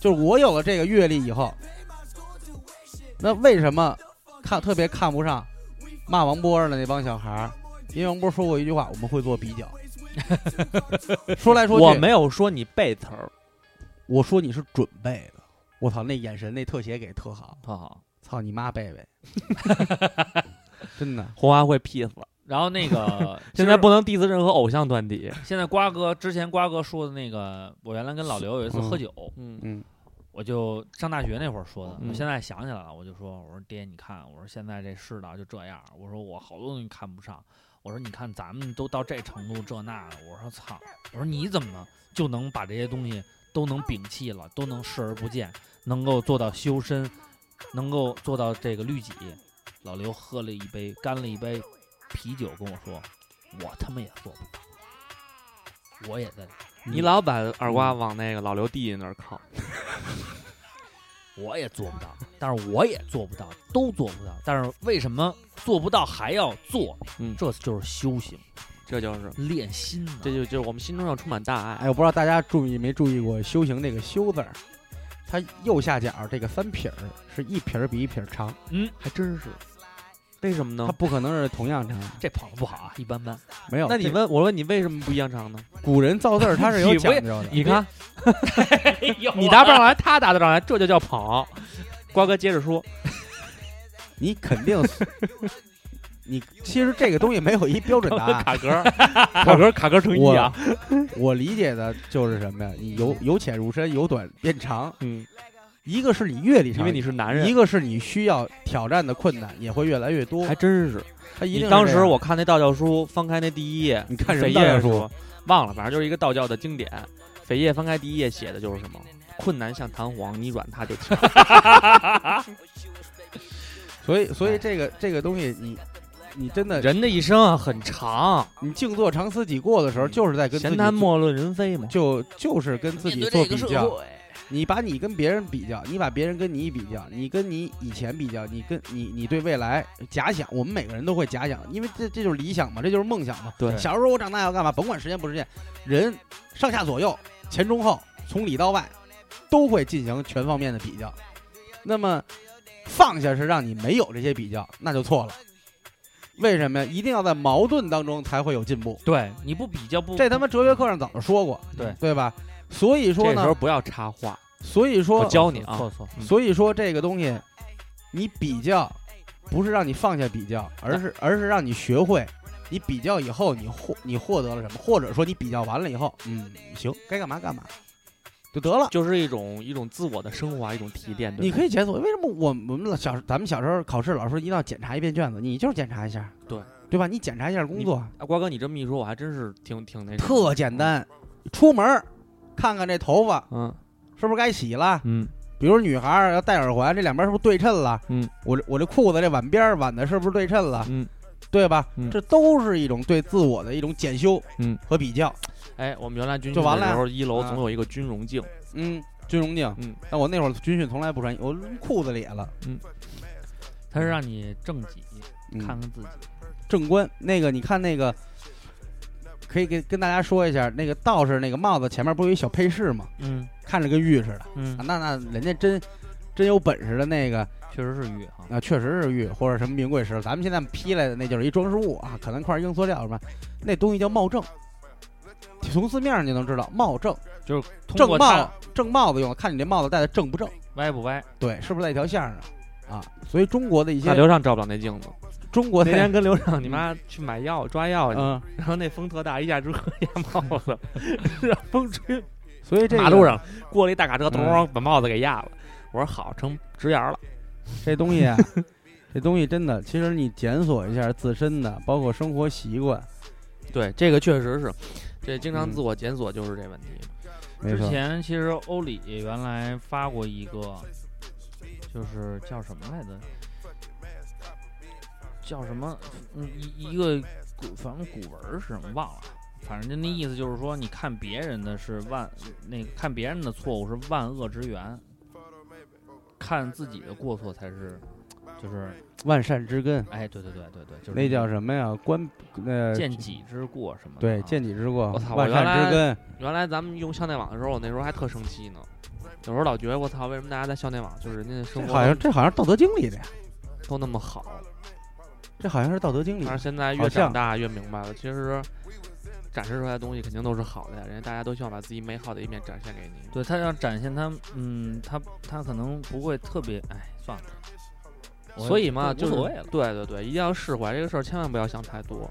就是我有了这个阅历以后，那为什么看特别看不上骂王波儿的那帮小孩儿？因为王波说过一句话：“我们会做比 较。”说来说去，
我没有说你背词儿，
我说你是准备的。我操，那眼神那特写给特好，
特 好。
操你妈贝贝， 真的。
红花会劈死。
然后那个
现在不能 diss 任何偶像团体。
现在瓜哥之前瓜哥说的那个，我原来跟老刘有一次喝酒，
嗯
嗯，
我就上大学那会儿说的，
嗯
我现在想起来了，我就说，我说爹，你看，我说现在这世道就这样，我说我好多东西看不上，我说你看咱们都到这程度这那的，我说操，我说你怎么就能把这些东西都能摒弃了，都能视而不见，能够做到修身，能够做到这个律己。老刘喝了一杯，干了一杯啤酒，跟我说，我他妈也做不到，我也在，
你老把耳瓜
嗯
往那个老刘弟弟那儿靠，
我也做不到，但是我也做不到，都做不到。但是为什么做不到还要做？
嗯
这就是修行，
这就是，
练心呢。
这就就是我们心中要充满大爱。
哎，我不知道大家注意没注意过“修行”那个“修”字儿，它右下角这个三撇儿是一撇儿比一撇儿长，
嗯，
还真是，为什么
它
呢？
不可能是同样长。
这跑的不好啊，一般般。
没有，
那你
这
问我问你为什么不一样长呢？
古人造字儿它是 有
你
讲
为
究的。
你看，
哎呦
你答不上来，他答得上来，这就叫捧。瓜哥接着说，
你肯定 是，你其实这个东西没有一标准答案。
卡壳，卡壳，卡壳成一啊！
我理解的就是什么呀？你由由浅入深，由短变长。
嗯，
一个是你阅历
因
上，
为你是男人
一，个是你需要挑战的困难也会越来越多
还。真是。
他一定
你
是
当
这
时
样
我看那道教书，翻开那第一页，
你看什么
扉
道教
页
书
说？忘了，反正就是一个道教的经典。扉页翻开第一页写的就是什么？困难像弹簧，你软它就强。
所以所以这个这个东西你。哎你真的，
人的一生啊很长，
你静坐常思己过的时候，就是在跟自
嗯闲
己
谈
做
莫论人非嘛。
就就是跟自
面
己
对
做
这
比
个社
较，
会，
你把你跟别人比较，你把别人跟你比较，你跟你以前比较，你跟你你对未来假想，我们每个人都会假想，因为这这就是理想嘛，这就是梦想嘛。
对
小时候我长大要干嘛，甭管实现不实现，人上下左右、前中后，从里到外，都会进行全方面的比较。那么放下是让你没有这些比较，那就错了。为什么呀？一定要在矛盾当中才会有进步。
对，你不比较不
这他妈哲学课上早就说过，
对
对吧？所以说
这时
呢，
候不要插话，
所以
我
说，
教你啊
错。错，
嗯
所以说这个东西，你比较不是让你放下比较，而是而是让你学会，你比较以后你获你获得了什么，或者说你比较完了以后，嗯，行，该干嘛干嘛就得了。
就是一种一种自我的升华，一种提炼。
你
对吧
可以检索，为什么我我们小咱们小时候考试老师说一定要检查一遍卷子，你就是检查一下，
对
对吧？你检查一下工作，
啊，瓜哥，你这么一说，我还真是挺挺那什么
特简。单，出门儿看看这头发
嗯
是不是该洗了，
嗯
比如女孩儿要戴耳环，这两边是不是对称了？
嗯，
我这我这裤子这挽边儿挽的是不是对称了？
嗯，
对吧？
嗯
这都是一种对自我的一种检修，
嗯，
和比较，
哎，我们原来军
就
训
完
的
了呀
时候，一楼
啊
总有一个军容镜，
嗯，军容镜，
嗯，
但我那会儿军训从来不穿，我裤子里也了，
他是让你正己，
嗯
看看自己。
正官那个，你看那个，可以给跟大家说一下，那个道士那个帽子前面不是有一小配饰吗？
嗯
看着跟玉似的，啊
嗯，
那那人家真真有本事的那个，
确实是玉
嗯
哈。
啊，确实是玉或者什么名贵石头，咱们现在批来的那就是一装饰物啊，可能块硬塑料什么，那东西叫帽正，从字面上就能知道帽正，
就是通
正
过
帽
它
正帽子用，看你这帽子戴的正不正，
歪不歪，
对，是不是在一条线儿上啊？所以中国的一
那
些
刘畅照不了那镜子。
中国
那
的
天跟刘 畅你妈去买药抓药去，
嗯，
然后那风特大，一下就喝压帽 子，让风吹
所以这个
马路上过了一大卡车，咚
嗯
把帽子给压了。我说好，成直檐了。
这东 西啊，这东西真的，其实你检索一下自身的，包括生活习惯，
对，这个确实是，这经常
嗯
自我检索就是这问题。
没
之
错，
前其实欧里原来发过一个，就是叫什么来着？叫什么？嗯一一个古，反正古文儿是什么忘了。反正就那意思就是说，你看别人的是万那个看别人的错误是万恶之源，看自己的过错才是，就是
万善之根，
哎，对对对对对，就是
那叫什么呀？观呃，
见己之过什么的
对
啊
见己之过
我操，我
万
原
善之
来
根，
原来咱们用校内网的时候，我那时候还特生气呢。有时候老觉得我操，为什么大家在校内网就是人家的生
这
活
好像这好像《道德经》里的呀。
都那么好？
这好像是《道德
嗯
经》里
但是现在
好
越
像
长大越明白了，其实展示出来的东西肯定都是好的呀。人家大家都希望把自己美好的一面展现给你。
对他要展现他，嗯，他他可能不会特别，哎，算了。我
所以嘛，
无
就
所
是
谓了。
对对对，一定要释怀这个事儿，千万不要想太多。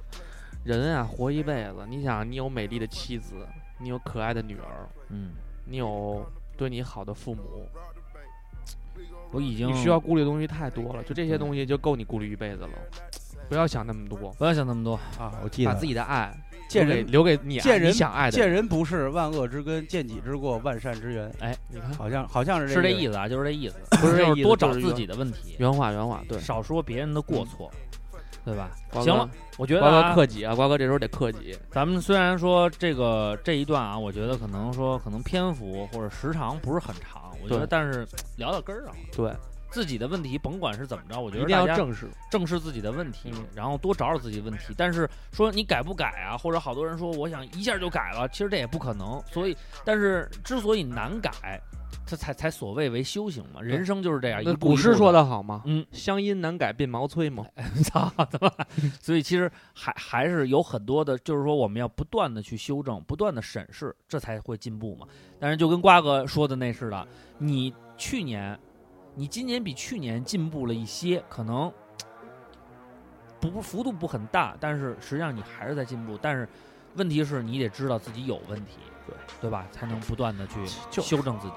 人啊，活一辈子，你想，你有美丽的妻子，你有可爱的女儿，
嗯，
你有对你好的父母，
我已经
你需要顾虑的东西太多了，就这些
对
东西就够你顾虑一辈子了。不要想那么多，
不要想那么多。
啊，我记得
把自己的爱
见
留给
人
留给你爱
见人
你想爱的
见。人不是万恶之根，见己之过万善之源，
哎，
你看，
好像好像是
是这
这
意
思。
思啊，就是这意思，
不是这
就是
意思
多
就
找
是
自
原
己的问题，
原嗯话原话，对，
少说别人的过错，对吧？
瓜
行
哥
了，，我觉得
瓜哥
啊
克己啊，瓜哥这时候得克己。
咱们虽然说这个这一段啊，我觉得可能说可能篇幅或者时长不是很长，我觉得
对
但是聊到根儿上了，
对，
自己的问题甭管是怎么着，我觉
一
得
定
大
要
家
正视。
正视自己的问题，
嗯
然后多找找自己的问题。但是说你改不改啊，或者好多人说我想一下就改了，其实这也不可能。所以，但是之所以难改，它才才所谓为修行嘛。人生就是这样，一
那
步
古
一
诗
步
说
的，
的好嘛，
嗯，
乡音难改鬓毛衰嘛。
操他妈！所以其实还还是有很多的，就是说我们要不断的去修正，不断的审视，这才会进步嘛。但是就跟瓜哥说的那似的，你去年你今年比去年进步了一些，可能不不幅度不很大，但是实际上你还是在进步。但是问题是你得知道自己有问题，对对吧？才能不断的去
就
修正自己。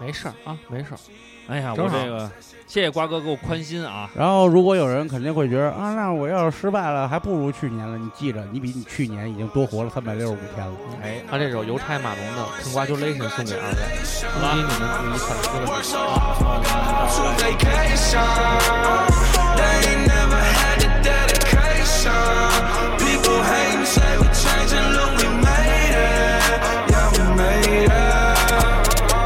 没事儿啊，没事儿。
哎呀，
正
我
好
这个谢谢瓜哥给我宽心啊！
然后，如果有人肯定会觉得啊，那我要是失败了，还不如去年了。你记着，你比你去年已经多活了三百六十五天了。
哎，按这首邮差马龙的《Congratulations》送给二位，估计你们自己反思了。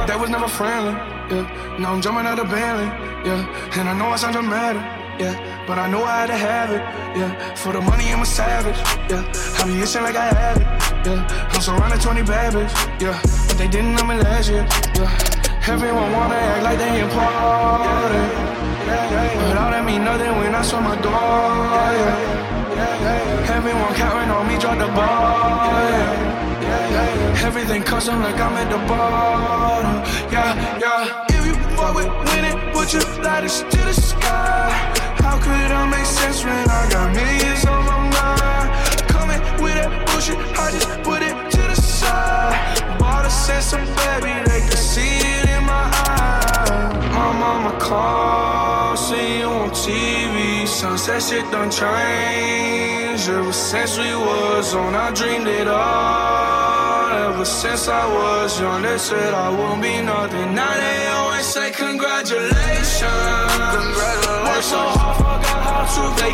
That was never friendly, yeah. Now I'm jumping out of Bentley, yeah. And I know I sound dramatic, yeah. But I know I had to have it, yeah. For the money, I'm a savage, yeah. I be itching like I have it, yeah. I'm surrounded 20 bad bitch, yeah. But they didn't know me last year, yeah. Everyone wanna act like they important, but all that mean nothing when I saw my door, yeah. Everyone counting on me, drop the ball, yeah. Everything custom like I'm at the bottom. Yeah, yeah. If you fuck with winning, would you light us to the sky? How could I make sense when I got millions on my mind? Coming with that bullshit, I just put it to the side. Bought a sense of baby, they could see it in my eyes. My mama called, see you on TV. Sunset shit done changed. Ever since we was on, I dreamed it all. Ever since I was young, they said I won't be nothing. Now they always say congratulations. Congratulations. Worked so hard, forgot how to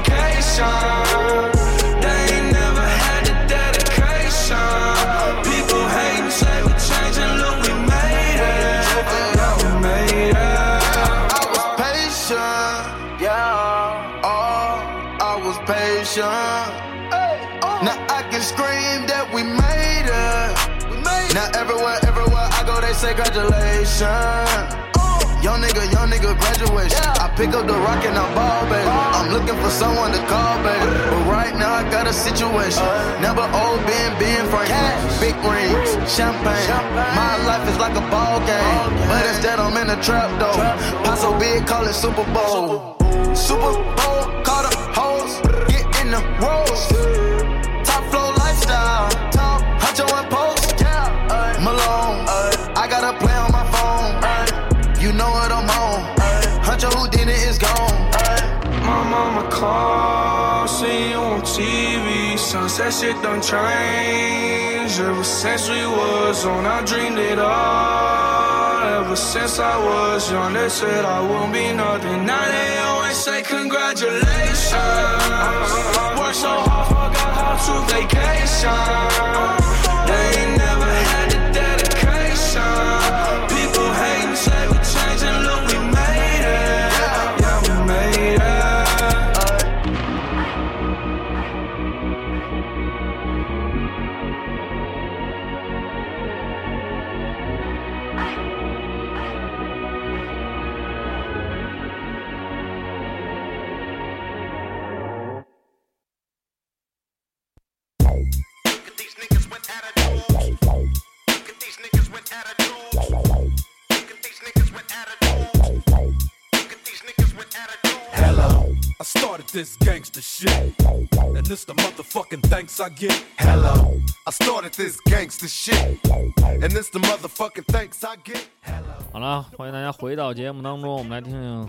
vacation. They ain't never had the dedication. People hating, say we changing, look, we made it. Yeah, we made it.
I was patient, yeah. Oh, I was patient. Now I can scream that we made it. Now everywhere, everywhere I go, they say congratulations. Young nigga, young nigga, graduation. I pick up the rock and I ball, baby. I'm looking for someone to call, baby. But right now I got a situation. Never old Ben, Ben Franklin. Big rings, champagne. My life is like a ball game. But instead I'm in a trap though. Paso big, call it Super Bowl. Super Bowl, call the hoes. Get in the rolls. Top flow lifestyle. Top, Huncho and Post. Malone. I got a play on my phone. You know what I'm on. Hunter Houdini is gone.
My mama called, see you on TV. Sunset shit done changed. Ever since we was on, I dreamed it all. Ever since I was young, they said I won't be nothing. Now they always say congratulations. Worked so hard, forgot how to vacation. They ain't never had the dedication. People hating, say we changing, look, we made it. Yeah, we made it.
Hello, I started this gangster shit. And this the motherfucking thanks I get. Hello, I started this gangster shit. And this the motherfucking thanks I get.
好了，欢迎大家回到节目当中，我们来听听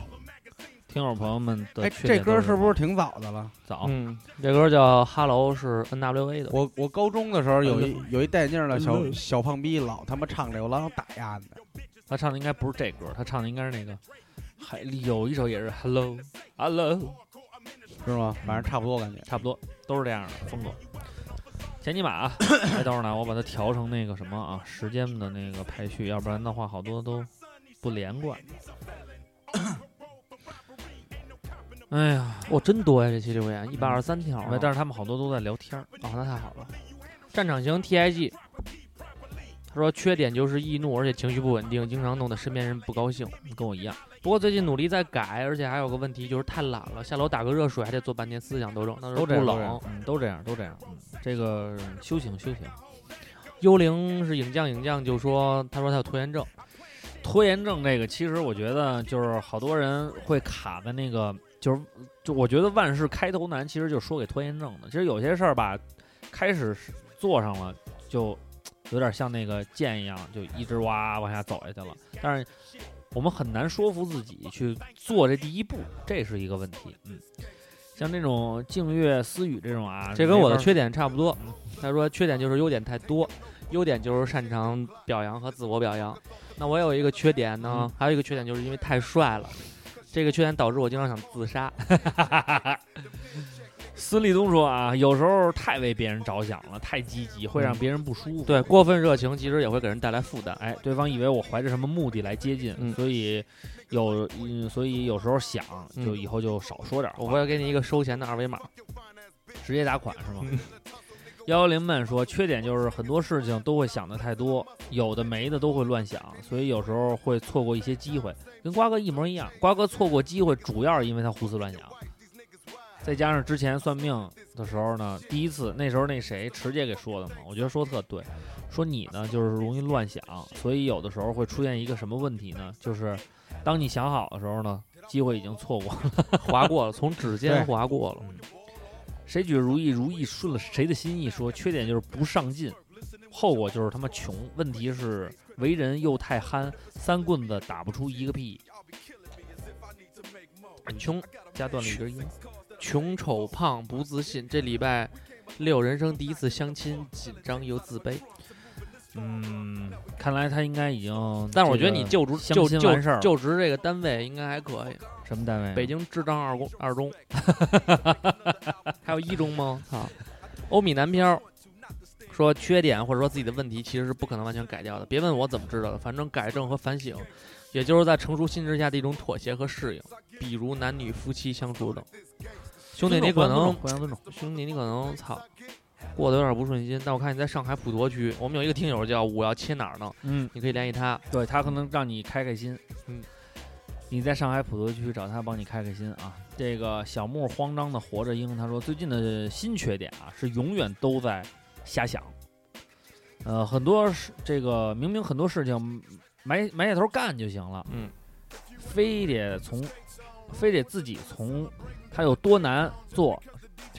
听友朋友们的
哎，
缺
这
点
歌
都
是
什
不是
么
挺早的了？
早？
嗯，这歌
呃
叫《Hello》，是 NWA 的。
我我高中的时候有一有一戴眼镜的小小胖逼，老他妈唱这个，我老想打压你。
他唱的应该不是这歌，他唱的应该是那个，还有一首也是 Hello Hello，
是吗？反正差不多感觉。
差不多都是这样的风格。前几把 啊，哎，等会儿呢，我把它调成那个什么啊，时间的那个排序，要不然的话好多都不连贯。哎呀，
我真多呀，这期留言一百二十三条啊。
喂但是他们好多都在聊天儿，
哦，那太好了。战场型 TIG，他说缺点就是易怒，而且情绪不稳定，经常弄得身边人不高兴。
跟我一样。
不过最近努力在改，而且还有个问题就是太懒了，下楼打个热水还得做半天，思想斗争，那时
都
候
这
不
样，都这
冷
样。，嗯，都这样，都这样，嗯，这个修行修行，
幽灵是影将，影将就说，他说他有拖延症，
拖延症这个，其实我觉得就是好多人会卡在那个，就是就我觉得万事开头难，其实就是说给拖延症的。其实有些事儿吧，开始是做上了，就有点像那个箭一样，就一直哇往下走下去了。但是我们很难说服自己去做这第一步，这是一个问题。嗯，像这种静月私语这种啊，
这跟我的
没法嗯
缺点差不多。他说缺点就是优点太多，优点就是擅长表扬和自我表扬。那我有一个缺点呢，
嗯
还有一个缺点就是因为太帅了，这个缺点导致我经常想自杀。
司立东说啊，有时候太为别人着想了，太积极会让别人不舒服。
对，过分热情其实也会给人带来负担。
哎，对方以为我怀着什么目的来接近，
嗯
所以有，嗯，所以有时候想，
嗯
就以后就少说点话，
我会给你一个收钱的二维码。
直接打款是吗？ 幺幺零们说，缺点就是很多事情都会想的太多，有的没的都会乱想，所以有时候会错过一些机会，跟瓜哥一模一样。瓜哥错过机会，主要是因为他胡思乱想，再加上之前算命的时候呢，第一次那时候那谁池姐给说的嘛，我觉得说得特对，说你呢就是容易乱想，所以有的时候会出现一个什么问题呢？就是当你想好的时候呢，机会已经错过了。
划过了，从指尖划过了。
谁举如意，如意顺了谁的心意说。缺点就是不上进，后果就是他妈穷。问题是为人又太憨，三棍子打不出一个屁。
穷
加断了一根烟。
穷丑胖不自信，这礼拜六人生第一次相亲，紧张又自卑。
嗯，看来他应该已经这个，
但是我觉得你就职
相
就
亲
就
完事儿了
就职这个单位应该还可以，
什么
哎
单位？啊
北。京智障 二公二中，还有一中吗？
啊
操，欧米男漂说缺点或者说自己的问题其实是不可能完全改掉的，别问我怎么知道的，反正改正和反省，也就是在成熟心智下的一种妥协和适应，比如男女夫妻相处等。兄弟，你可能
互相尊重。
兄弟，你可能操过得有点不顺心，但我看你在上海普陀区，我们有一个听友叫我要切哪儿呢，
嗯，
你可以联系他。
对他可能让你开开心。
嗯，
你在上海普陀区找他帮你开开心啊。这个小木慌张的活着英，他说最近的新缺点啊是永远都在瞎想。呃，很多事这个明明很多事情埋埋下头干就行了，
嗯，
非得从非得自己从它有多难做，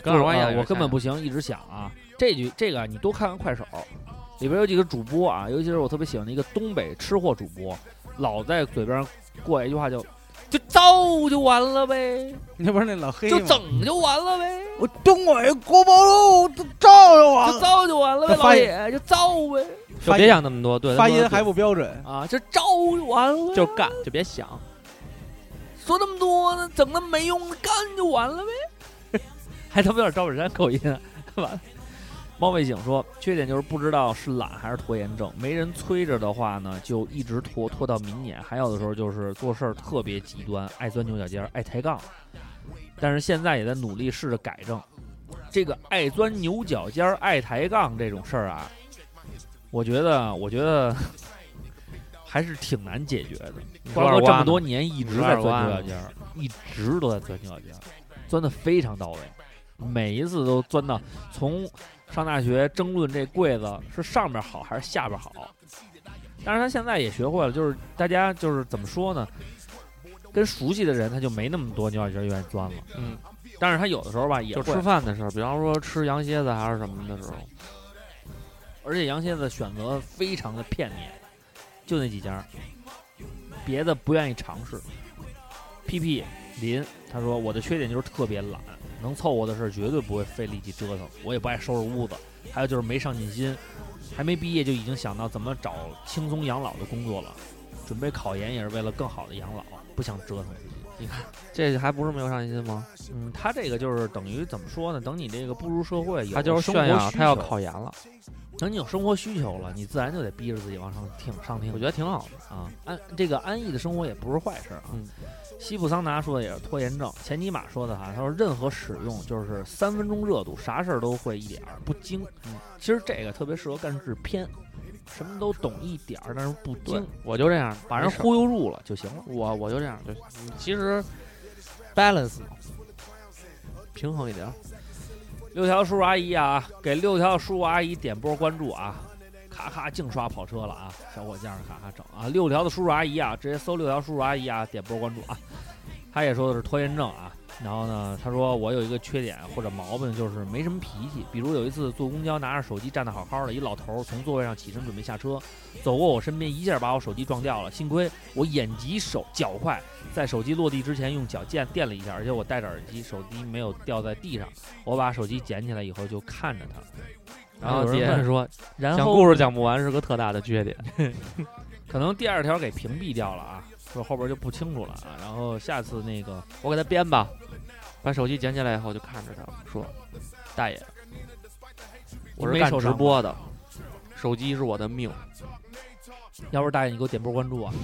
跟
就
二
是
瓜一
啊
样，
我根本不行，一直想啊。这句这个啊你多看看快手，里边有几个主播啊，尤其是我特别喜欢的一个东北吃货主播，老在嘴边过一句话叫“就造就完了呗，
那不是那老黑
就
吗
整就完了呗，
我东北锅包肉都照着
就
我，
造就完了呗，
他发
老
音
野就造呗
就
发
别
音
想那么多，对，
发
那么多
音还不标准，
啊，就造就完了，
就干，就别想。
说那么多呢，整那么没用的，干就完了呗。 还他妈有点赵本山口音、啊，完了。猫卫警说，缺点就是不知道是懒还是拖延症，没人催着的话呢，就一直拖拖到明年。还有的时候就是做事儿特别极端，爱钻牛角尖儿，爱抬杠。但是现在也在努力试着改正。这个爱钻牛角尖儿、爱抬杠这种事儿啊，我觉得，我觉得 还是挺难解决的。瓜哥这么多年一直在钻牛角尖儿，一直都在钻牛角尖儿，钻的非常到位，每一次都钻到从上大学争论这柜子是上边好还是下边好。但是他现在也学会了，就是大家就是怎么说呢，跟熟悉的人他就没那么多牛角尖儿愿意钻了。
嗯，
但是他有的时候吧也
就
会，
吃饭的时候，比方说吃羊蝎子还是什么的时候，
而且羊蝎子选择非常的片面，就那几家儿，别的不愿意尝试。P P 林他说我的缺点就是特别懒，能凑合的事儿绝对不会费力气折腾，我也不爱收拾屋子，还有就是没上进心，还没毕业就已经想到怎么找轻松养老的工作了，准备考研也是为了更好的养老，不想折腾自己。
这还不是没有上进心吗？
嗯，他这个就是等于怎么说呢？等你这个步入社会，有
他就是
生
炫
活
耀
需
他要
求
考研了，
等你有生活需求了，你自然就得逼着自己往上挺上挺。
我觉得挺好的。
啊，安这个安逸的生活也不是坏事啊。
嗯
西部桑拿说的也是拖延症，前尼玛说的哈，他说任何使用就是三分钟热度，啥事儿都会一点儿不精。嗯，其实这个特别适合干制片，什么都懂一点儿，但是不
对
精，，
我就这样，
把
没
人
事儿
忽悠住了就行了。
我我就这样就行。你其实 balance 嘛平衡一点儿。
六条叔叔阿姨啊，给六条叔叔阿姨点波关注啊！咔咔净刷跑车了啊，小伙计儿咔咔整啊，六条的叔叔阿姨啊，直接搜六条叔叔阿姨啊，点波关注啊。他也说的是拖延症啊，然后呢，他说我有一个缺点或者毛病，就是没什么脾气。比如有一次坐公交，拿着手机站得好好的，一老头儿从座位上起身准备下车，走过我身边，一下把我手机撞掉了。幸亏我眼疾手脚快，在手机落地之前用脚垫垫了一下，而且我戴着耳机，手机没有掉在地上。我把手机捡起来以后就看着他，
然
后
后
有人
别
问
人说，
然
讲
后
故事讲不完是个特大的 缺点。
可能第二条给屏蔽掉了啊，说后边就不清楚了啊。然后下次那个
我给他编吧，把手机捡起来以后就看着他说：“大爷，我是
没
干
受
直
伤
播的，手机是我的命。
要不大爷你给我点波关注啊，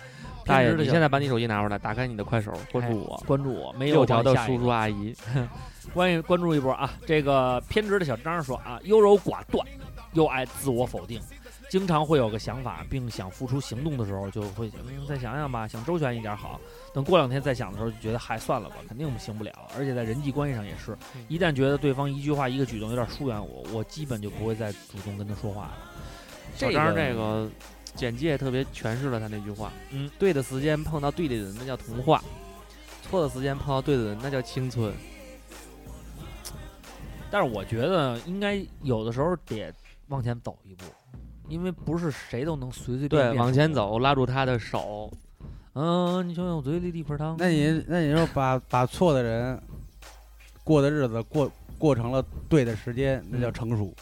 大爷，
偏执的
你
小
现在把你手机拿出来，打开你的快手，关注我。
关注我，哎没有
六条的
往下一
叔
个
叔阿姨，
关于关注一波啊！这个偏执的小张说啊，优柔寡断，又爱自我否定，经常会有个想法，并想付出行动的时候，就会想嗯再想想吧，想周全一点好。等过两天再想的时候，就觉得嗨算了吧，肯定行不了。而且在人际关系上也是，一旦觉得对方一句话一个举动有点疏远我，我基本就不会再主动跟他说话了。
小张这个简介特别诠释了他那句话。
嗯，
对的时间碰到对的人，那叫童话；错的时间碰到对的人，那叫青春。
但是我觉得应该有的时候得往前走一步，因为不是谁都能随随便便
对，往
成
前
功。
走，拉住他的手，
嗯，你想想我嘴里的一盆糖。
那你那你说把把错的人过的日子过过成了对的时间，那叫成熟。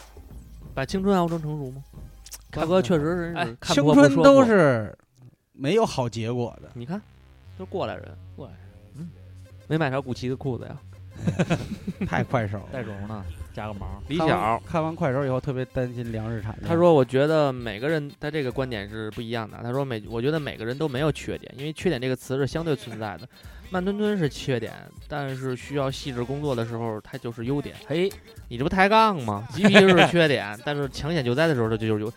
把青春熬成成熟吗？
看
大哥确实
哎
是看
青
破不
春
说
都
破
是没有好结果 的。
你看，都是过来人，
过来
人，没买条古奇的裤子呀。
太快手了。
带绒呢，加个毛。
李
看完
晓，
看完快手以后，特别担心粮食产量。
他说：“我觉得每个人他这个观点是不一样的。他说每我觉得每个人都没有缺点，因为缺点这个词是相对存在的。慢吞吞是缺点，但是需要细致工作的时候，它就是优点。
嘿，
你这不抬杠吗？急脾气是 缺点，但是抢险救灾的时候，这就是优。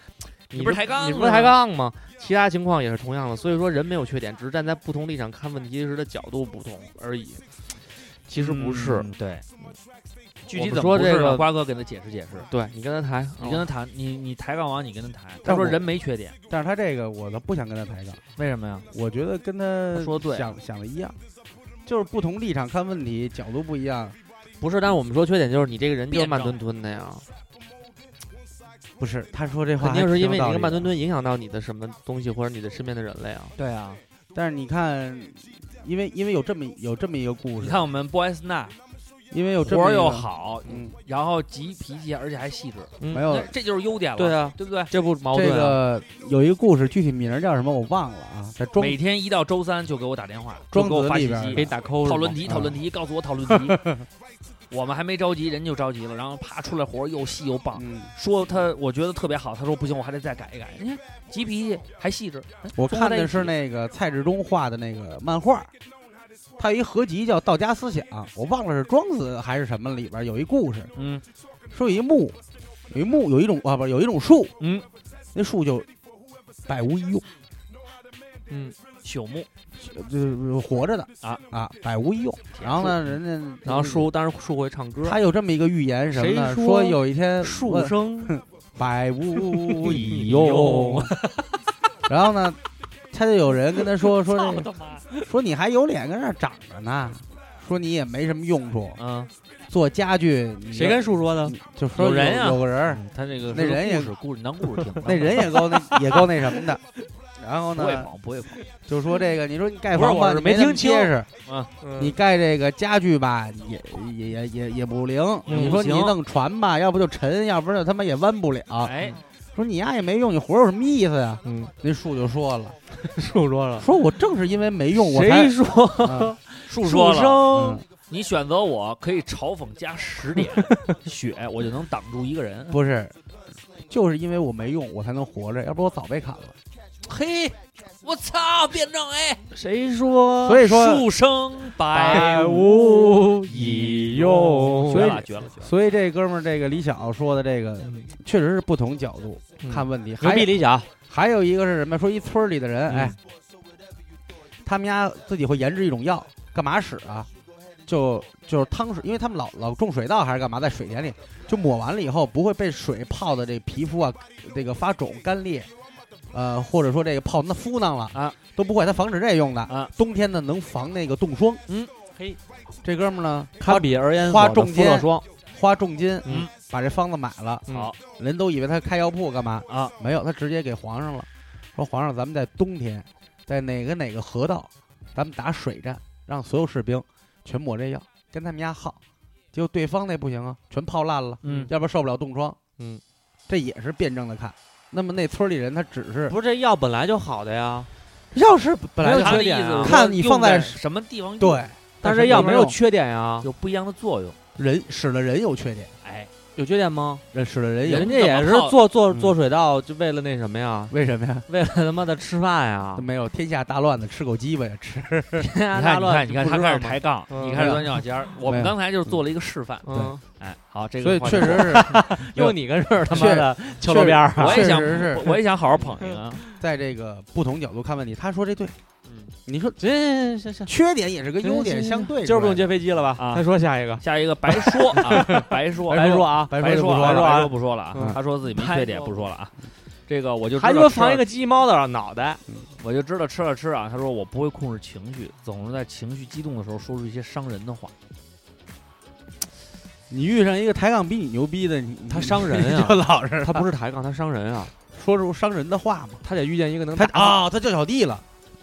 你
不是抬杠
你不
吗
是抬杠吗？其他情况也是同样的。所以说，人没有缺点，只是站在不同立场看问题时的角度不同而已。其实不是，
嗯对。具
我
体
们
怎么
说
不是
这
呢
个
瓜哥给他解释解释。
对你跟他谈，
你跟他谈，你你抬杠王，你跟他谈。他
但
说
我
人没缺点，
但是他这个我都不想跟他抬杠，
为什么呀？
我觉得跟他
他说对
想想的一样，就是不同立场看问题角度不一样。
不是，但是我们说缺点就是你这个人就是
辩
慢
证
吞吞的呀，
不是，他说这话
肯定
还
是
挺
因为
有
你
道
这个
理
慢
的
吞。吞影响到你的什么东西或者你的身边的人了呀。
对啊，
但是你看，因为因为有这么有这么一个故
你
事，
看我们 boys 那
因为有这
活
么
儿
一
又
个，
好，
嗯，
然后急脾气，而且还细致，
嗯
没有
那这就是优点了，
对啊，
对不对？
这不矛
这
盾啊？
个有一个故事，具体名儿叫什么我忘了啊，在庄
每天一到周三就给我打电话，就
庄
给我
子
发
里
信
边
息
儿，
给你打扣是吗
讨论题，
啊
讨论题，告诉我讨论题。我们还没着急，人就着急了，然后啪出来活儿又细又棒，
嗯，
说他我觉得特别好，他说不行，我还得再改一改。你看急脾气还细致，哎
我
综合
看
在一
的
起
是那个蔡志忠画的那个漫画，他有一合集叫《道家思想》，我忘了是庄子还是什么里边有一故事，
嗯，
说有一木，有一木有一种啊不是有一种树，
嗯，
那树就百无一用，呃
嗯，
朽木
就是活着的
啊
啊百无一用。然后呢，人家
然后树，当然树会唱歌，
他有这么一个预言什么呢？
谁
说
说
有一天
树声
百 无一用， 然后呢，他就有人跟他说说这个说你还有脸跟那儿长着呢，说你也没什么用处，
啊，
做家具你
谁跟啊树说的？
就说
有人呀
有个人
嗯
儿，
他这个
那
是个
人也。
故事故事，你当故事听
那人也够 那也够那什么的。然后
不会
呢，
跑，不会跑。
就说这个，你说你盖
不是
房吧，
我是
你
没
那么
听清嗯
结实，你
你
盖这个家具吧，也也也也也不灵。
嗯
你说
不
你
行
弄船吧，要不就沉，要不然就他妈也弯不了。
哎，
说你丫也没用，你活有什么意思呀？
嗯，
那树就说了，
树说了，
说我正是因为没用，我才
谁说
嗯
树
树
说了，
声？
你选择我可以嘲讽加十点血，我就能挡住一个
嗯
人。
不是，就是因为我没用，我才能活着，要不我早被砍了。
嘿，我操，辩证哎，
谁说？
所以说，
树生白
百
无
无一用。
所
绝
以
了，绝了，绝了。
所以这哥们儿这个李晓说的这个，确实是不同角度
嗯
看问题。
牛
还
逼
有
理想，
还有一个是什么？说一村儿里的人，
嗯
哎，他们家自己会研制一种药，干嘛使啊？就就是汤水，因为他们老老种水稻还是干嘛，在水田里就抹完了以后不会被水泡的这皮肤啊，这个发肿干裂，呃，或者说这个泡那敷囊了
啊，
都不会，它防止这用的
啊。
冬天呢能防那个冻霜，
嗯，嘿，
这哥们儿呢
堪比而言
花
所的
重
肤
金
色霜，
花重金，
嗯，
把这方子买了，
好，
人都以为他开药铺干嘛
啊？
没有，他直接给皇上了，说皇上，咱们在冬天，在哪个哪个河道，咱们打水战，让所有士兵全抹这药，跟他们家耗。结果对方那不行啊，全泡烂了，
嗯
要不然受不了冻疮，
嗯，
这也是辩证的看。那么那村里人他只是
不是这药本来就好的呀，
药是本来
没
就是
他
有缺
的意
点啊
思，
看你放在
在什么地方用，
对，
但是
是
这药
没
没
有
有缺点呀，
有不一样的作用。
人使了人有缺点，
哎，
有缺点吗？
人使了人有
人家也是做做做水稻，就为了那什么呀？
为什么呀？
为了他妈的吃饭呀
都！ 没有天下大乱的，吃狗鸡巴呀吃。
你
你看，你看，你看，他开始抬杠，
嗯
你开始钻脚尖儿。我们
没有
刚才就是做了一个示范。
嗯，
哎，好，这个
所以
话
确
题
实是
用你跟这儿他妈
确
的秋楼边儿啊，
我也想
确实是，
我也想好好捧一个。啊
在这个不同角度看问题，他说这对，你说
嗯行行行行，
缺点也是跟优点相对，
今儿不用，接飞机了吧？
啊
再说下一个，
下一个白说啊，白说，
白说啊，
白
白
就不
说
说
啊，
了。
白
啊
说不说了啊
嗯，
他说自己没缺点，不说了啊。这个我就知道
还说
吃
防
了
一个鸡猫的脑袋，
我就知道吃了吃啊。他说我不会控制情绪，总是在情绪激动的时候说出一些伤人的话。
你遇上一个抬杠比你牛逼的，你
他伤人啊
嗯 你就老实，
他不是抬杠，他伤人啊，
说出伤人的话嘛。
他得遇见一个能
他
打
啊，他叫小弟了，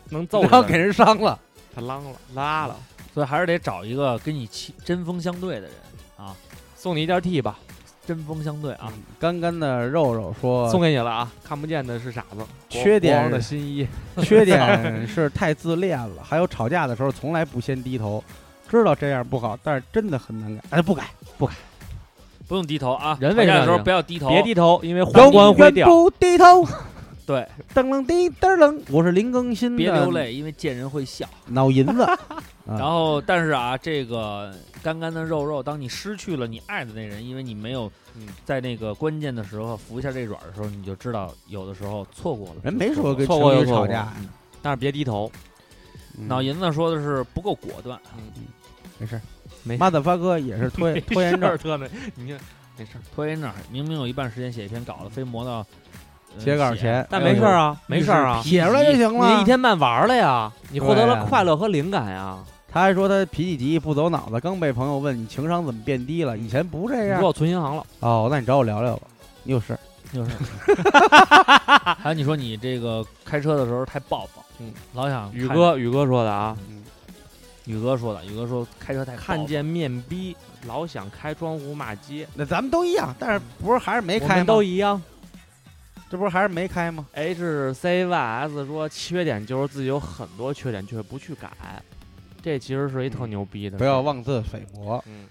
能揍
然
他
后
的
给
人，
人伤了，
他啷了拉了，
所以还是得找一个跟你气针锋相对的人，
送你一件 T 吧，
针锋相对啊。
干干的肉肉说
送给你了啊，看不见的是傻子，国
缺点
国王的新衣，
缺点是太自恋了，还有吵架的时候从来不先低头，知道这样不好，但是真的很难改，哎，不改，
不用低头啊，
人
吵
为
架的
什么
时候
要
不要低头，
别低头，因为皇冠会掉。
不低 头，
对，
噔楞滴噔楞，我是林更新的，
别流泪，因为见人会笑。
脑银 子，啊
然后，但是啊，这个干干的肉肉，当你失去了你爱的那人，因为你没有
嗯
在那个关键的时候扶一下这软的时候，你就知道有的时候错过了。嗯
人哎没说跟
错过
情
就
侣
错
吵
过
架，
但是别低头，
嗯
脑银子说的是不够果断，
嗯
没事，
没事
马子发哥也是 拖拖延症，
特那，你看没事儿，
拖延症明明有一半时间写一篇稿子，非磨到 呃
写稿前，
啊但没事儿啊，没事儿啊，
写出来就行
你
了
一。天半玩了呀，你获得
对
了
啊
快乐和灵感呀。
他还说他脾气急，不走脑子，刚被朋友问你情商怎么变低了，以前不这
你
样
说。我存银行了，
哦，那你找我聊聊吧，你有事儿
就是。还有你说你这个开车的时候太暴躁，
嗯，
老想
宇
看
哥宇哥说的啊，
宇哥说的，宇哥说开车太暴躁
看见面逼老想开窗户骂街，
那咱们都一样，但是不是还是没
我
开吗？
们都一样。
这不是还是没开吗？
H 哎 C Y S 说缺点就是自己有很多缺点却不去改，这其实是一
嗯
特牛逼的。
不要，妄自菲薄。
嗯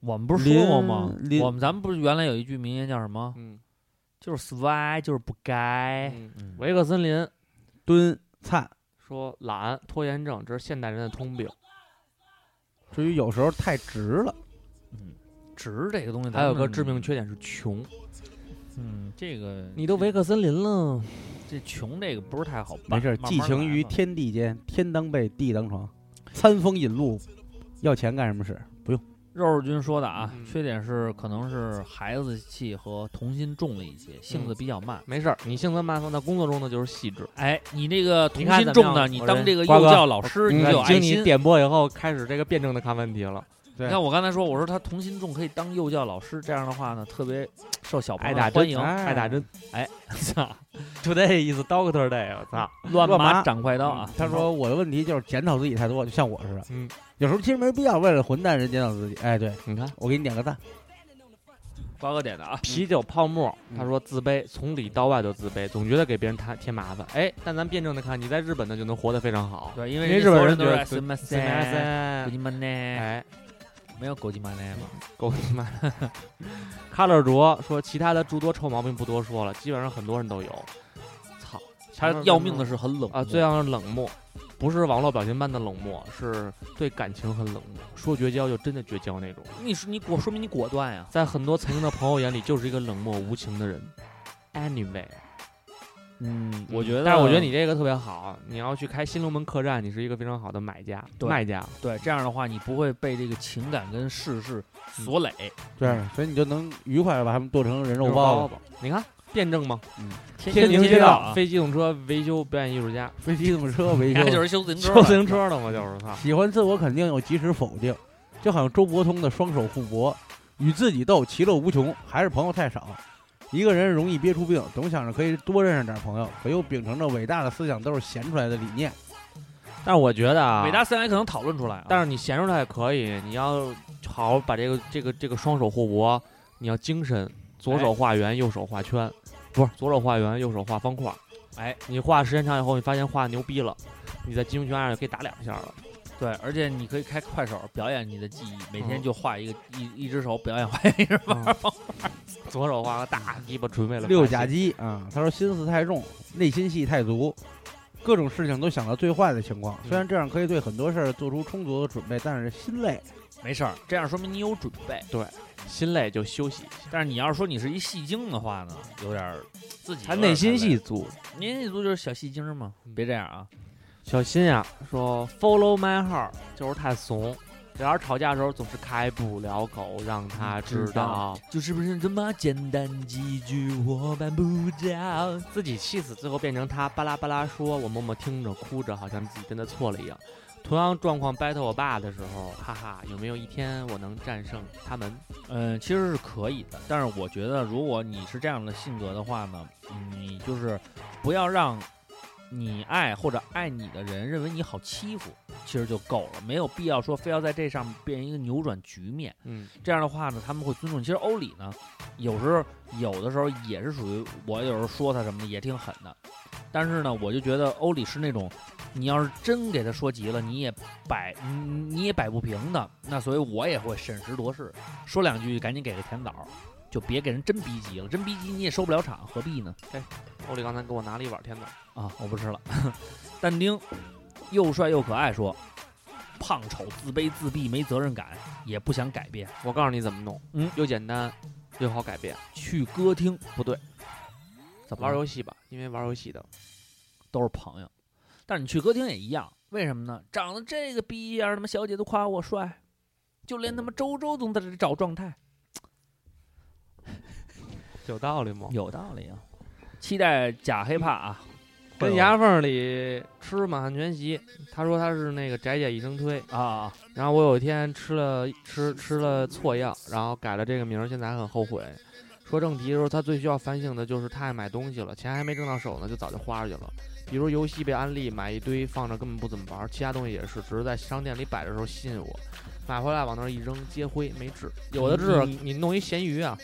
我们不是说过吗
林？林
我们咱们不是原来有一句名言叫什么？
嗯，哎
就是 swag 就是不该。嗯
维克森林
蹲灿，
说懒拖延症，这是现代人的通病。
至于有时候太直了，
值这个东西，
还有个致命。缺点是穷，
嗯，这个
你都维克森林了，
这穷这个不是太好办。
没事儿，
慢慢
寄情于
来嘛
天地间，天当被，地当床，餐风饮露，要钱干什么事？不用。
肉肉君说的啊，
嗯
缺点是可能是孩子气和童心重了一些，性
嗯
子比较慢。
没事儿，你性子慢放在工作中呢就是细致。
哎，你这个童
你看
心
怎么
重
样
呢，你
我
当
这
这个
瓜
幼
哥
教老师，
你
就有
看，
爱
经你
心。
点拨以后，开始这个辩证的看问题了，
你看我刚才说，我说他童心重可以当幼教老师，这样的话呢，特别受小朋
爱
友
打
欢
针，
迎。
爱打针。
哎， 操，
Today is Doctor Day，我操！
乱
乱麻
麻长快刀啊！
嗯他说我的问题就是检讨自己太多，就像我似的，
嗯，
有时候其实没必要为了混蛋人检讨自己。哎，对
你看
我给你点个赞，
瓜哥点的啊，
啤酒泡沫，
嗯
他说自卑，从里到外都自卑，总觉得给别人添添麻烦。哎，但咱辩证的看，你在日本呢就能活得非常好。
对，因为
因为
人家
日本
所有
人
都
觉
是
得
什么
自卑
三，狗鸡巴呢？
哎，
没有狗鸡巴呢嘛。
狗你妈的 ！Color 卓说其他的诸多臭毛病不多说了，基本上很多人都有。操，
他
嗯
要命的是很冷
啊，
漠
最让人冷漠，不是网络表情般的冷漠，是对感情很冷漠，说绝交就真的绝交那种。
你说你果说明你果断呀。
在很多曾经的朋友眼里，就是一个冷漠无情的人。Anyway，
嗯，我觉得，
但是我觉得你这个特别好，你要去开新龙门客栈，你是一个非常好的买家、
对
卖家。
对这样的话，你不会被这个情感跟世事所累。
对，所以你就能愉快地把他们剁成人肉
肉
包
包子，你看辩证吗？
天
宁
街
道
啊
非机动车维修表演艺术家，
子，非机动车维
人家
修。
是修自行
车
修
的
自行车的嘛，就是操。
喜欢自我肯定有及时否定，就好像周伯通的双手互搏，与自己斗，其乐无穷。还是朋友太少，一个人容易憋出病，总想着可以多认识点朋友，可又秉承着伟大的思想都是闲出来的理念。
但是我觉得啊，
伟大思想也可能讨论出来啊，
但
是
是你闲出来也可以，你要好好把这个这个这个双手互搏，你要精神，左手画圆，右手画圈，不是左手画圆，右手画方块。
哎，
你画时间长以后，你发现画牛逼了，你在金熊拳上也可以打两下了。
对，而且你可以开快手表演你的技艺，每天
嗯
就画一个一一只手表演画一只手。
左手画个大鸡巴锤为了
六甲基啊，他说心思太重，内心戏太足，各种事情都想到最坏的情况。虽
嗯
然这样可以对很多事儿做出充足的准备，但是心累。
没事儿，这样说明你有准备。
心累就休息一下，
但是你要是说你是一戏精的话呢，有点儿自己
他
有点
内
儿
心
太
戏
累，
足。
内心戏足就是小戏精嘛，别这样啊。
小新呀、说 follow my heart 就是太怂，俩人吵架的时候总是开不了口，让他知道。
就是不是这么简单几句我办不到。
自己气死，最后变成他巴拉巴拉说，我默默听着哭着，好像自己真的错了一样。同样状况 battle 我爸的时候，哈哈，有没有一天我能战胜他们？
嗯，其实是可以的，但是我觉得如果你是这样的性格的话呢，嗯你就是不要让你爱或者爱你的人认为你好欺负，其实就够了，没有必要说非要在这上面变一个扭转局面。
嗯，
这样的话呢，他们会尊重。其实欧里呢，有时候有的时候也是属于我，有时候说他什么的也挺狠的，但是呢，我就觉得欧里是那种，你要是真给他说急了，你也摆你你也摆不平的，那所以我也会审时度势，说两句赶紧给个甜枣，就别给人真逼急了，真逼急你也收不了场，何必呢？
欧里刚才给我拿了一碗天枣，
啊，我不吃了。 但丁又帅又可爱说，胖丑自卑自闭没责任感，也不想改变，
我告诉你怎么弄，
嗯，
又简单又好改变。
去歌厅
不对，
怎么
玩
了
游戏吧，因为玩游戏的
都是朋友。但是你去歌厅也一样，为什么呢？长得这个逼样，他妈小姐都夸我帅，就连他妈周周总在这找状态，
有道理吗？
有道理啊。期待假黑怕啊，会
跟
有
牙缝里吃满汉全席，他说他是那个宅姐一生推，
啊，
然后我有一天吃了吃吃了错药，然后改了这个名儿，现在还很后悔。说正题的时候，他最需要反省的就是太爱买东西了，钱还没挣到手呢，就早就花出去了。比如游戏被安利，买一堆放着根本不怎么玩儿，其他东西也是，只是在商店里摆的时候吸引我，买回来往那儿一扔，接灰没治。有的治，
你
你弄一咸鱼啊，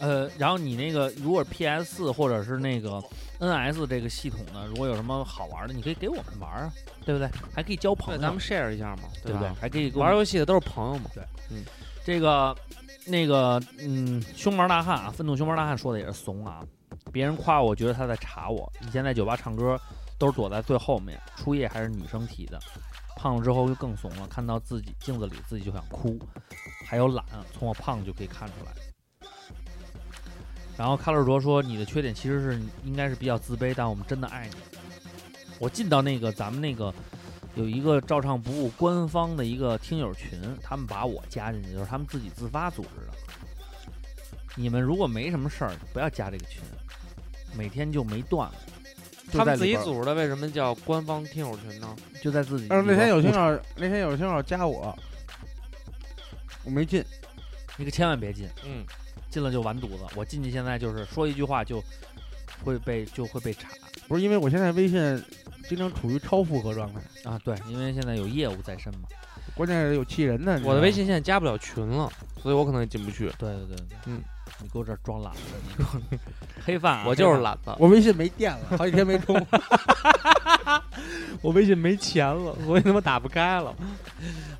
呃，然后你那个如果 PS 四或者是那个 NS 这个系统呢，如果有什么好玩的，你可以给我们玩啊，对不对？还可以交朋
对，
友，
咱们 share 一下嘛，
对不对
吧？？
还可以跟我
玩
们
儿游戏的都是朋友嘛，
这个那个嗯，胸毛大汉啊，愤怒胸毛大汉说的也是怂啊。别人夸我，觉得他在查我。以前在酒吧唱歌，都是躲在最后面，初夜还是女生提的。胖了之后就更怂了，看到自己镜子里自己就想哭。还有懒，从我胖就可以看出来。然后卡洛卓说：“你的缺点其实是应该是比较自卑，但我们真的爱你。”我进到那个咱们那个有一个照唱不误官方的一个听友群，他们把我加进去，就是他们自己自发组织的。你们如果没什么事儿，不要加这个群，每天就没断了。就
他
在
们自
里
己
边儿
组织的，为什么叫官方听友群呢？
就在自己里边
但
儿
是
互
那
传。
天有听友，那天有听友加我，我没进。
你可千万别进，
嗯，
进了就完犊子。我进去现在就是说一句话就会被就会被查
不是因为我现在微信经常处于超负荷状态，
啊！对，因为现在有业务在身嘛。
关键是有气人的。你知道
我的
吗
微信现在加不了群了，所以我可能也进不去。
对对对对，
嗯，
你给我这儿装懒的，你给我 黑饭啊、
我就
黑
是
饭，
懒子，
我微信没电了，好几天没充。
我微信没钱了，所以他妈打不开了。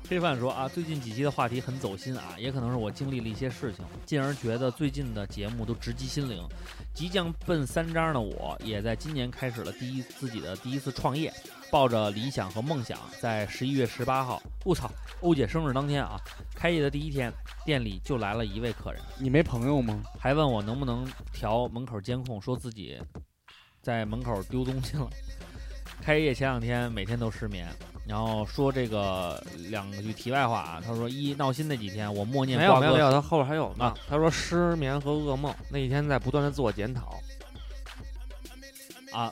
黑饭说啊，最近几期的话题很走心啊，也可能是我经历了一些事情，进而觉得最近的节目都直击心灵。即将奔三张的我，也在今年开始了第一自己的第一次创业，抱着理想和梦想，在十一月十八号，我操，欧姐生日当天啊，开业的第一天，店里就来了一位客人，
你没朋友吗？
还问我能不能调门口监控，说自己在门口丢东西了。开业前两天每天都失眠，然后说这个两句题外话啊。他说一闹心那几天，我默念
没有
瓜
没
哥
有没有，他后边还有呢
啊。
他说失眠和噩梦那一天在不断的自我检讨，
啊，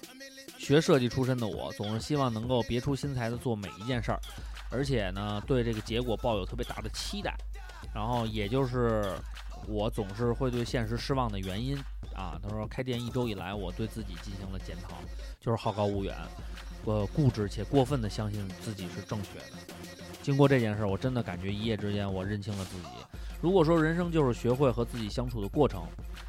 学设计出身的我，总是希望能够别出心裁的做每一件事儿，而且呢，对这个结果抱有特别大的期待。然后，也就是我总是会对现实失望的原因啊。他说，开店一周以来，我对自己进行了检讨，就是好高骛远，我固执且过分的相信自己是正确的。经过这件事儿，我真的感觉一夜之间我认清了自己。如果说人生就是学会和自己相处的过程，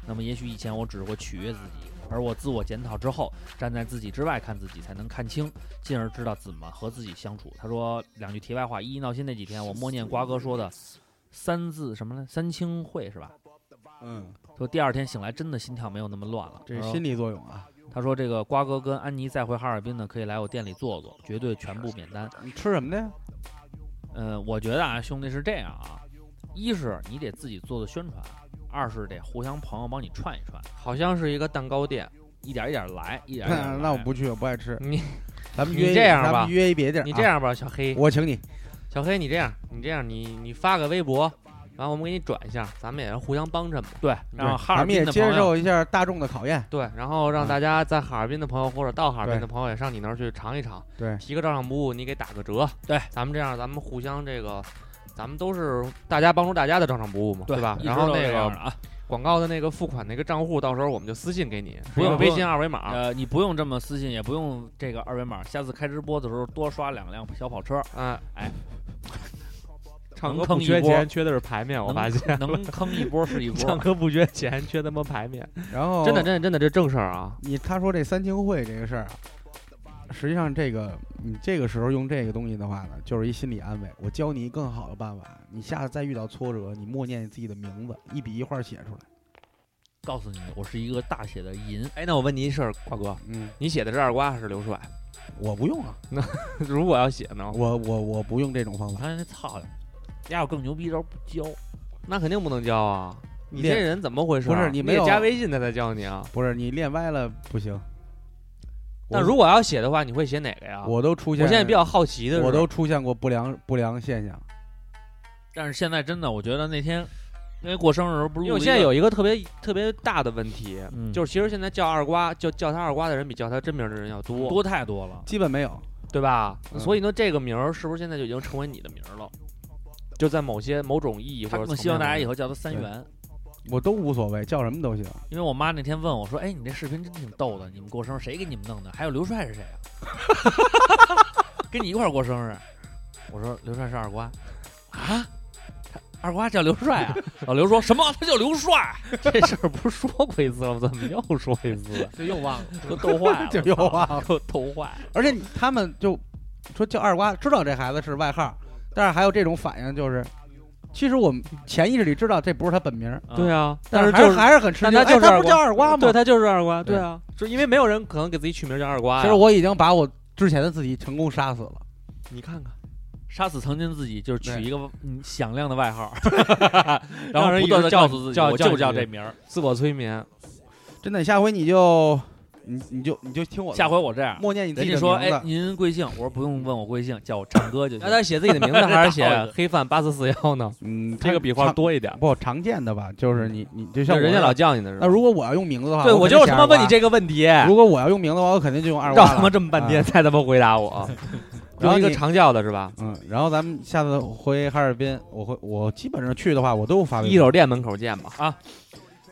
那么也许以前我只会取悦自己，而我自我检讨之后，站在自己之外看自己，才能看清，进而知道怎么和自己相处。他说两句题外话：一一闹心那几天，我默念瓜哥说的三字什么呢？三清会是吧？
嗯，
说第二天醒来，真的心跳没有那么乱了。
这
他
是
说
心理作用啊。
他说这个瓜哥跟安妮再回哈尔滨呢，可以来我店里坐坐，绝对全部免单。
你吃什么的呀？
呃，我觉得啊，兄弟是这样啊，一是你得自己做做宣传，二是得互相朋友帮你串一串，
好像是一个蛋糕店。
一点一点来，一点一点
那
来。
那我不去，我不爱吃。
哎你
咱们
你
约一
这样
咱
吧
们约一别地儿。啊
啊
你这，样吧，小黑，
我请你。
小黑，你这样，你这样，你你发个微博，然后我们给你转一下，咱们也是互相帮衬嘛。
对，让哈尔
咱们也
滨的朋
接
友
受一下大众的考验。
对，然后
嗯
让大家在哈尔滨的朋友或者到哈尔滨
对
的朋友也上你那儿去尝一尝，
对
提个照相不误，你给打个折。
对，
咱们这样，咱们互相这个，咱们都是大家帮助大家的照相不误嘛，
对
吧
一？直
然后
都是
那
这样
个
的啊，
广告的那个付款那个账户，到时候我们就私信给你，
不
是一
用
个
不
微
用
信二维码。
呃，你不用这么私信，也不用这个二维码，下次开直播的时候多刷两辆小跑车，
嗯，
哎，
唱
能
歌
坑
不
一
缺
波
钱，缺的是排面，我
能
发现。
能坑一波是一波
唱。歌不缺钱，缺他妈排面。
然后
真的，真的，真的，这正事儿啊。
你他说这三清会这个事儿啊，实际上这个你这个时候用这个东西的话呢，就是一心理安慰。我教你一更好的办法，你下次再遇到挫折，你默念你自己的名字，一笔一画写出来。
告诉你，我是一个大写的银，
哎，那我问你一事儿，瓜哥，
嗯，
你写的是二瓜还是刘帅？
我不用啊，
如果要写呢，
我我我不用这种方
我
法。
看那操的，丫有更牛逼招不教，
那肯定不能交啊！你这
练
人怎么回事啊？
不是你没
得
有
加微信他才教你啊。
不是你练歪了不行。我
那如果要写的话，你会写哪个啊呀？我
我都出现，
现在比较好奇的是，
我都出现过不良不良现象。
但是现在真的，我觉得那天因为过生日的时候不是
因
录
为我
了一
现在
个，
有一个特别特别大的问题，
嗯，
就是其实现在叫二瓜叫叫他二瓜的人比叫他真名的人要多，
多太多了。
基本没有，
对吧？
嗯
所以呢，这个名儿是不是现在就已经成为你的名儿了？就在某些某种意义或
他
者
更希望大家以
后
后叫他三元，
我都无所谓，叫什么 都行。
因为我妈那天问我说：“哎，你这视频真挺逗的，你们过生日谁给你们弄的？还有刘帅是谁啊？ 跟你一块儿过生日？”我说：“刘帅是二瓜。”啊，他二瓜叫刘帅啊？老刘说什么？他叫刘帅？
这事儿不是说过一次了吗？怎么又说一次？
这又忘了，都逗坏了，
这又忘了
都逗坏了。
而且你他们就说叫二瓜，知道这孩子是外号，但是还有这种反应就是，其实我们潜意识里知道这不是他本名，
对啊，
但
是
还
就是
还是很吃
但
惊。
他就是
哎他不
二
叫二瓜吗？
对，他就是二瓜，对
对
啊，就因为没有人可能给自己取名叫二瓜呀。
其实我已经把我之前的自己成功杀死了。
你看看，
杀死曾经自己，就是取
对
一个嗯响亮的外号，然后
人
不
一
断
直
的
叫
告
你
诉自己，
叫
我
叫
就
你
叫
这
这名儿。
自我催眠，
真的，下回你就你你就你就听我的，
下回我这样，
默念你自
人
己的
家说：“
名
哎，
字。
您贵姓？”我说：“不用问我贵姓，叫我唱歌就行
那。他写自己的名字还是
这 大
写
号
黑饭八四四幺呢？
嗯，
这个笔画
常
多一点，
不常见的吧？就是你你就
就
像我
人家老叫你的是吧啊
那如果我要用名字的话，
对，我
肯定
就
写
是他妈
二瓜
问你，这个问题，
如果我要用名字的话，我肯定就用二瓜
绕
了。
他妈这么半天
啊
才他妈回答我，
然
然
后
后一个
你
长叫的是吧？
嗯，然后咱们下次回哈尔滨，我会我基本上去的话，我都发微
一
博。
手店门口见吧。”啊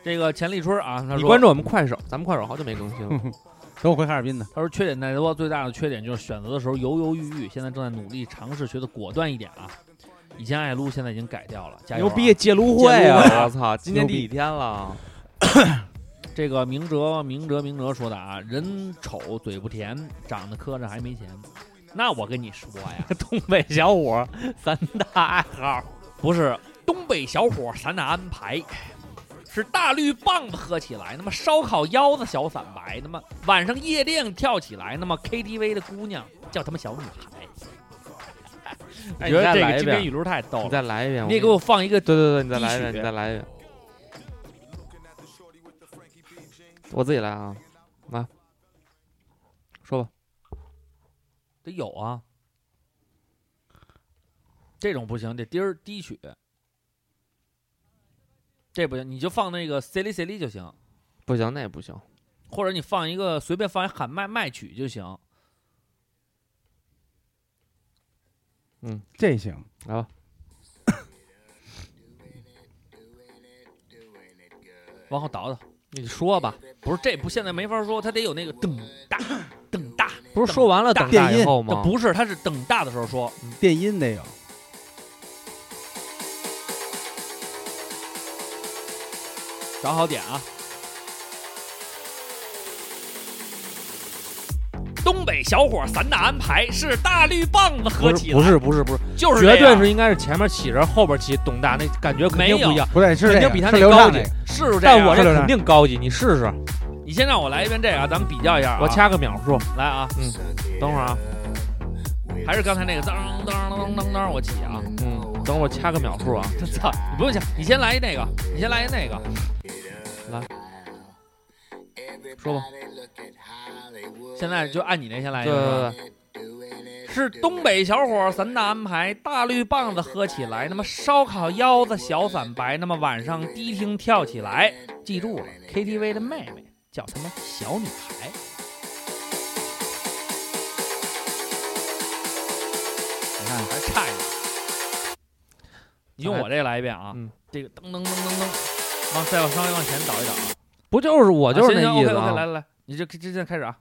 这个钱立春啊，他说：“
你关注我们快手，咱们快手好久没更新了。
等我回哈尔滨呢，
他说缺点太多，最大的缺点就是选择的时候犹犹豫豫，现在正在努力尝试学的果断一点啊。以前爱撸，现在已经改掉了，加油、
牛
啊！
逼，戒撸
会
会
啊
啊！我操，今天第几天了？
这个明哲，明哲，明哲说的啊，人丑嘴不甜，长得磕碜还没钱。那我跟你说 呀，
东北小伙，三大爱好。
不是东北小伙散打安排，是大绿棒子喝起来，那么烧烤腰子小散白，那么晚上夜店跳起来，那么 KTV 的姑娘叫他们小女孩。我
哎
觉得
你再
这
来
个
一
今
遍
天语录太逗
你
了，
再来一遍，
哦你也给我。放一个
对对对，你再来一
低
遍，
血
你再来一遍。我自己来啊，来。
得有啊。这种不行，得滴儿滴血。这不行，你就放那个 C 哩 C 哩就行，
不行，那也不行。
或者你放一个随便放一喊麦麦曲就行。
这行
来吧，
往后倒倒，
你说吧，
不是这不现在没法说，它得有那个噔哒噔哒，
不是说完了
大
等大
电
以
音
后
这
吗？
不是，它是等大的时候说，
电音得有，
找好点啊。
东北小伙散打安排是大绿棒子合
不
体
是
了，
不是不是不是，
就是
绝
这样
对是应该是前面起着，后边起董大那感觉肯定不一样，
不对，是这
肯定
个
比他
是
那
流
高
畅
级
这个。
是啊这样。
但我这
是这样
肯定高级，你试试，
你先让我来一遍这个啊，咱们比较一下、啊。
我掐个秒数，
来啊，
等会儿啊，
还是刚才那个当当当当当，我起啊。
嗯，等会儿我掐个秒数啊，
我操，你不用掐，你先来一那个，你先来一那个。
说吧，
现在就按你那先来一
对
个。是吧
对对，
是东北小伙儿散打安排，大绿棒子喝起来，那么烧烤腰子小散白，那么晚上迪厅跳起来，记住了，KTV 的妹妹叫他妈小女孩。你看还差一点，你用我这来一遍啊，
嗯
这个噔噔噔噔噔，往再往稍微往前倒一倒啊，
不就是我就是那意思
o k o k 来来
啊？
来，你就直接开始啊。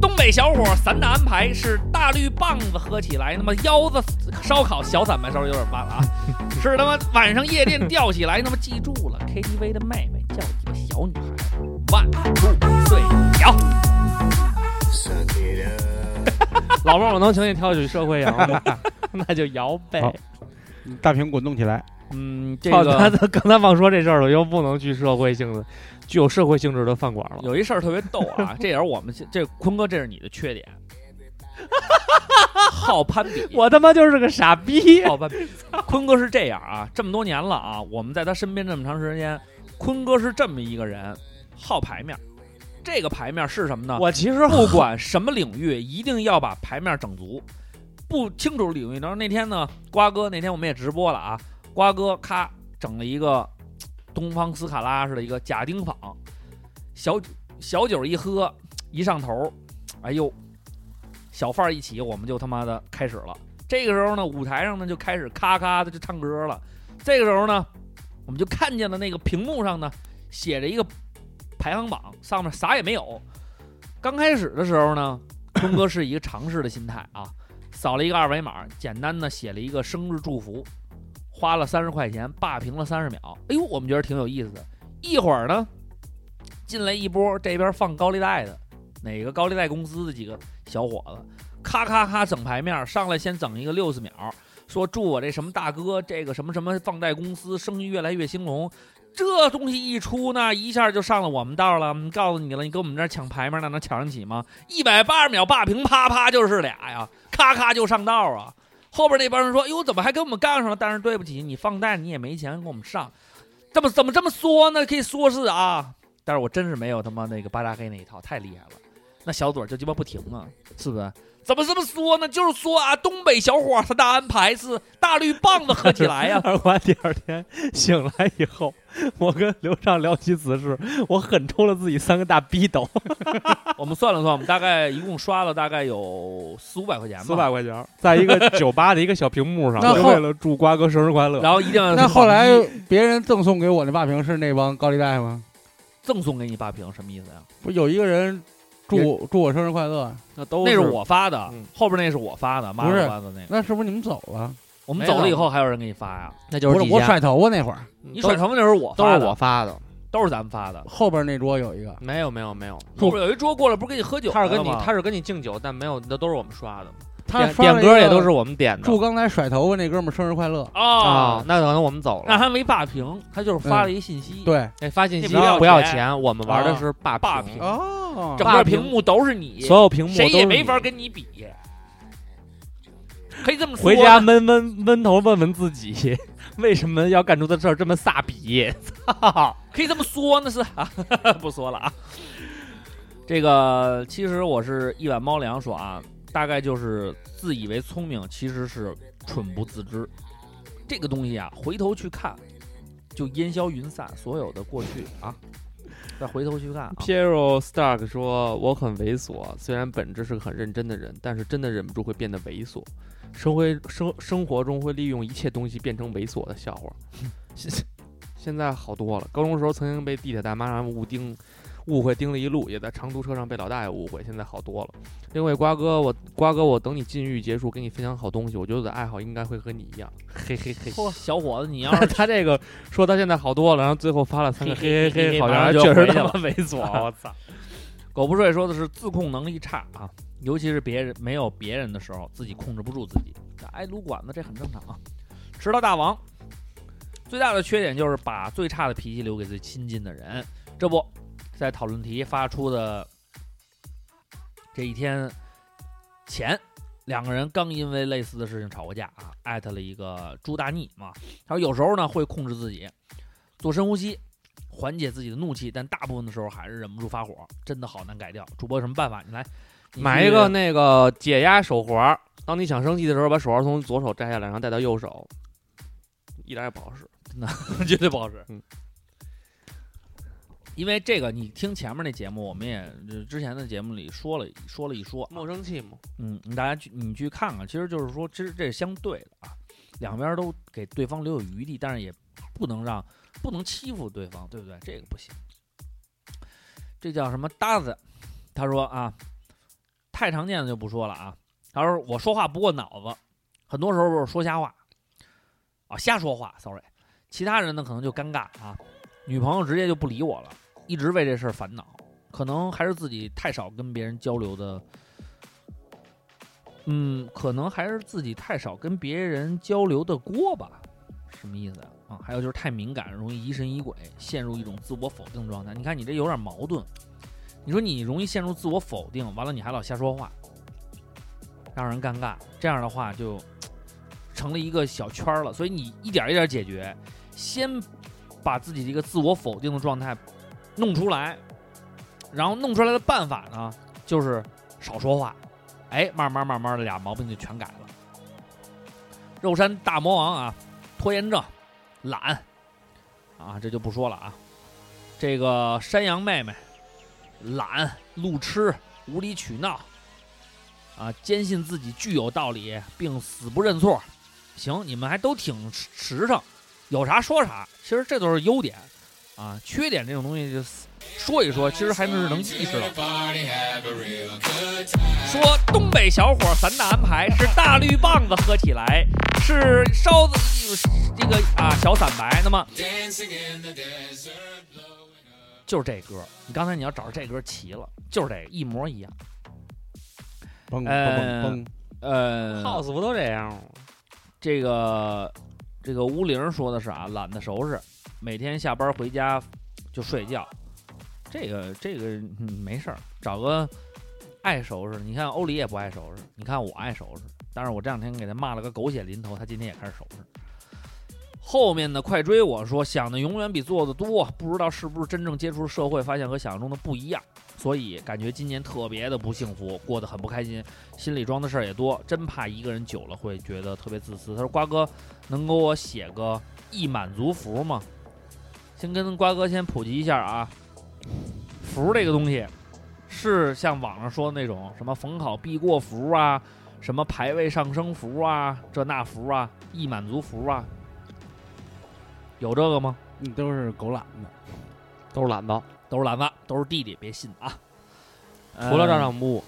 东北小伙散打安排是大绿棒子喝起来，那么腰子烧烤小散白稍微有点慢 了啊，是他妈晚上夜店吊起来，那么记住了，KTV 的妹妹叫你个小女孩，万兔岁摇。
老妹儿，我能请你跳起社会摇 吗？那就摇呗。
好大屏滚动起来，
嗯，这
操他
个
他刚才忘说这事儿了，又不能去社会性的、具有社会性质的饭馆了。
有一事儿特别逗啊，这也是我们这这坤哥，这是你的缺 点，好攀比。
我他妈就是个傻逼！
好吧，哦坤哥是这样啊，这么多年了啊，我们在他身边这么长时间，坤哥是这么一个人，好牌面儿。这个牌面儿是什么呢？
我其实
啊
不管什么领域，一定要把牌面儿整足。不清楚领域，然后那天呢，瓜哥那天我们也直播了啊，瓜哥咔整了一个东方斯卡拉似的一个假丁坊，小小酒一喝一上头，哎呦，小范儿一起，我们就他妈的开始了。这个时候呢，舞台上呢就开始咔咔的就唱歌了。这个时候呢，我们就看见了那个屏幕上呢写着一个排行榜，上面啥也没有。刚开始的时候呢，坤哥是一个尝试的心态啊， 扫了一个二维码，简单的写了一个生日祝福，花了三十块钱霸屏了三十秒。哎呦，我们觉得挺有意思的。一会儿呢，进来一波这边放高利贷的，哪个高利贷公司的几个小伙子，咔咔咔整牌面儿，上来先整一个六十秒，说祝我这什么大哥，这个什么什么放贷公司生意越来越兴隆。这东西一出呢，一下就上了我们道了。嗯告诉你了，你跟我们这儿抢牌面儿，那能抢得起吗？一百八十秒霸屏，啪啪就是俩呀，咔咔就上道啊。后边那帮人说：“哟，怎么还跟我们杠上了？”但是对不起，你放贷你也没钱跟我们上，这么怎么这么说呢？可以说是啊，但是我真是没有他妈那个巴扎黑那一套，太厉害了。那小嘴儿就鸡巴不停啊，是不是？怎么这么说呢？就是说啊，东北小伙儿他的安排是大绿棒子合起来呀、
二瓜第二天醒来以后，我跟刘畅聊起此事，我狠抽了自己三个大逼斗，
我们算了算，我们大概一共刷了大概有四五百块钱吧，
四百块钱，在一个酒吧的一个小屏幕上，
那
就
后
为了祝瓜哥生日快乐。
然后一定要
那后来别人赠送给我那霸屏是那帮高利贷吗？
赠送给你霸屏，什么意思呀、
不有一个人祝祝我生日快乐，
那都
那是我发的，
嗯
后边那是我发的，妈
不是
发的那个。
那是不是你们走了？
我们走了以后还有人给你发呀？
那
不是我甩头发那会儿，
你甩头发那时候我
都
发
是
的，
我发的，
都是咱们发的。
后边那桌有一个，
没有没有没有，
后边有一桌过来不是跟你喝酒
他
来
是
了
跟你
吗
他是跟你敬酒，但没有那都是我们刷的，
他
点
刷了
点
一
歌
个
也都是我们点的
祝刚才甩头发那哥们儿生日快乐。
啊
哦，。
那可能我们走
那
了。
还没霸屏，他就是发了一信息。，
对，
哎，发信息
那不要
不要
钱
钱，我们玩的
啊
是霸
霸
屏
屏
哦
整个屏幕都是你，
所有屏幕
谁
都
也
是
没
你
法跟你比。可以这么说，
回家闷闷闷头问问自己， 为什么要干出的事儿这么撒比？操！
可以这么说呢是啊，不说了啊。这个其实我是一碗猫粮说啊，大概就是自以为聪明，其实是蠢不自知。这个东西啊，回头去看，就烟消云散所有的过去啊。再回头去看啊，
Piero Stark 说：“我很猥琐，虽然本质是个很认真的人，但是真的忍不住会变得猥琐。生活生生活中会利用一切东西变成猥琐的笑话。现现在好多了。高中时候曾经被地铁大妈误盯，误会盯了一路，也在长途车上被老大爷误会。现在好多了。另外，瓜哥，我瓜哥，我等你禁欲结束，给你分享好东西。我觉得我的爱好应该会和你一样。嘿嘿嘿。”
嚯，小伙子，你要
然后
是
他这个说他现在好多了，然后最后发了三个嘿嘿嘿，好像还
就
确实
回去
他
了
妈猥琐，我操！
狗不睡说的是自控能力差啊，尤其是别人没有别人的时候，自己控制不住自己，挨撸管子这很正常啊。迟到大王最大的缺点就是把最差的脾气留给最亲近的人。这不，在讨论题发出的这一天前，两个人刚因为类似的事情吵过架啊，艾特了一个朱大逆嘛。他说有时候呢会控制自己，做深呼吸，缓解自己的怒气，但大部分的时候还是忍不住发火，真的好难改掉。主播有什么办法？你来，你
买
去
一个那个解压手环儿，当你想生气的时候，把手环从左手摘下来，然后戴到右手，一点也不好使。
绝对不好使。
嗯
因为这个，你听前面那节目，我们也呃之前的节目里说了说了一说，啊
莫生气嘛，
嗯，大家去你去看看，其实就是说，其实这是相对的啊，两边都给对方留有余地，但是也不能让不能欺负对方，对不对？这个不行。这叫什么搭子？他说啊，太常见的就不说了啊。他说我说话不过脑子，很多时候是说瞎话啊，瞎说话，sorry。其他人呢可能就尴尬啊，女朋友直接就不理我了，一直为这事儿烦恼，可能还是自己太少跟别人交流的。嗯，可能还是自己太少跟别人交流的锅吧，什么意思啊？啊还有就是太敏感，容易疑神疑鬼，陷入一种自我否定的状态。你看你这有点矛盾，你说你容易陷入自我否定，完了你还老瞎说话，让人尴尬。这样的话就成了一个小圈儿了。所以你一点一点解决，先把自己这个自我否定的状态弄出来，然后弄出来的办法呢，就是少说话。哎，慢慢慢慢的俩毛病就全改了。肉山大魔王啊，拖延症、懒啊，这就不说了啊。这个山羊妹妹，懒、路痴、无理取闹啊，坚信自己具有道理，并死不认错。行，你们还都挺实实诚，有啥说啥。其实这都是优点啊，缺点这种东西就说一说，其实还是能意识到。说东北小伙咱的安排是大绿棒子喝起来，是烧子这个啊小散白。那么就是这歌，你刚才你要找着这歌齐了，就是这个一模一样。
嘣
呃
嘣嘣！
呃
House 不都这样吗？
这个这个吴玲说的是啊，懒得收拾，每天下班回家就睡觉。这个这个、嗯、没事儿，找个爱收拾。你看欧里也不爱收拾，你看我爱收拾，但是我这两天给他骂了个狗血淋头，他今天也开始收拾。后面呢，快追我说想的永远比做的多，不知道是不是真正接触社会，发现和想象中的不一样，所以感觉今年特别的不幸福，过得很不开心。心里装的事儿也多，真怕一个人久了会觉得特别自私。他说：“瓜哥，能给我写个易满足符吗？”先跟瓜哥先普及一下啊，符这个东西是像网上说的那种什么逢考必过符啊，什么排位上升符啊，这那符啊，易满足符啊，有这个吗？
你嗯都是狗懒的，
都是懒子，
都是懒子，都是弟弟，别信啊。
除了照上不误，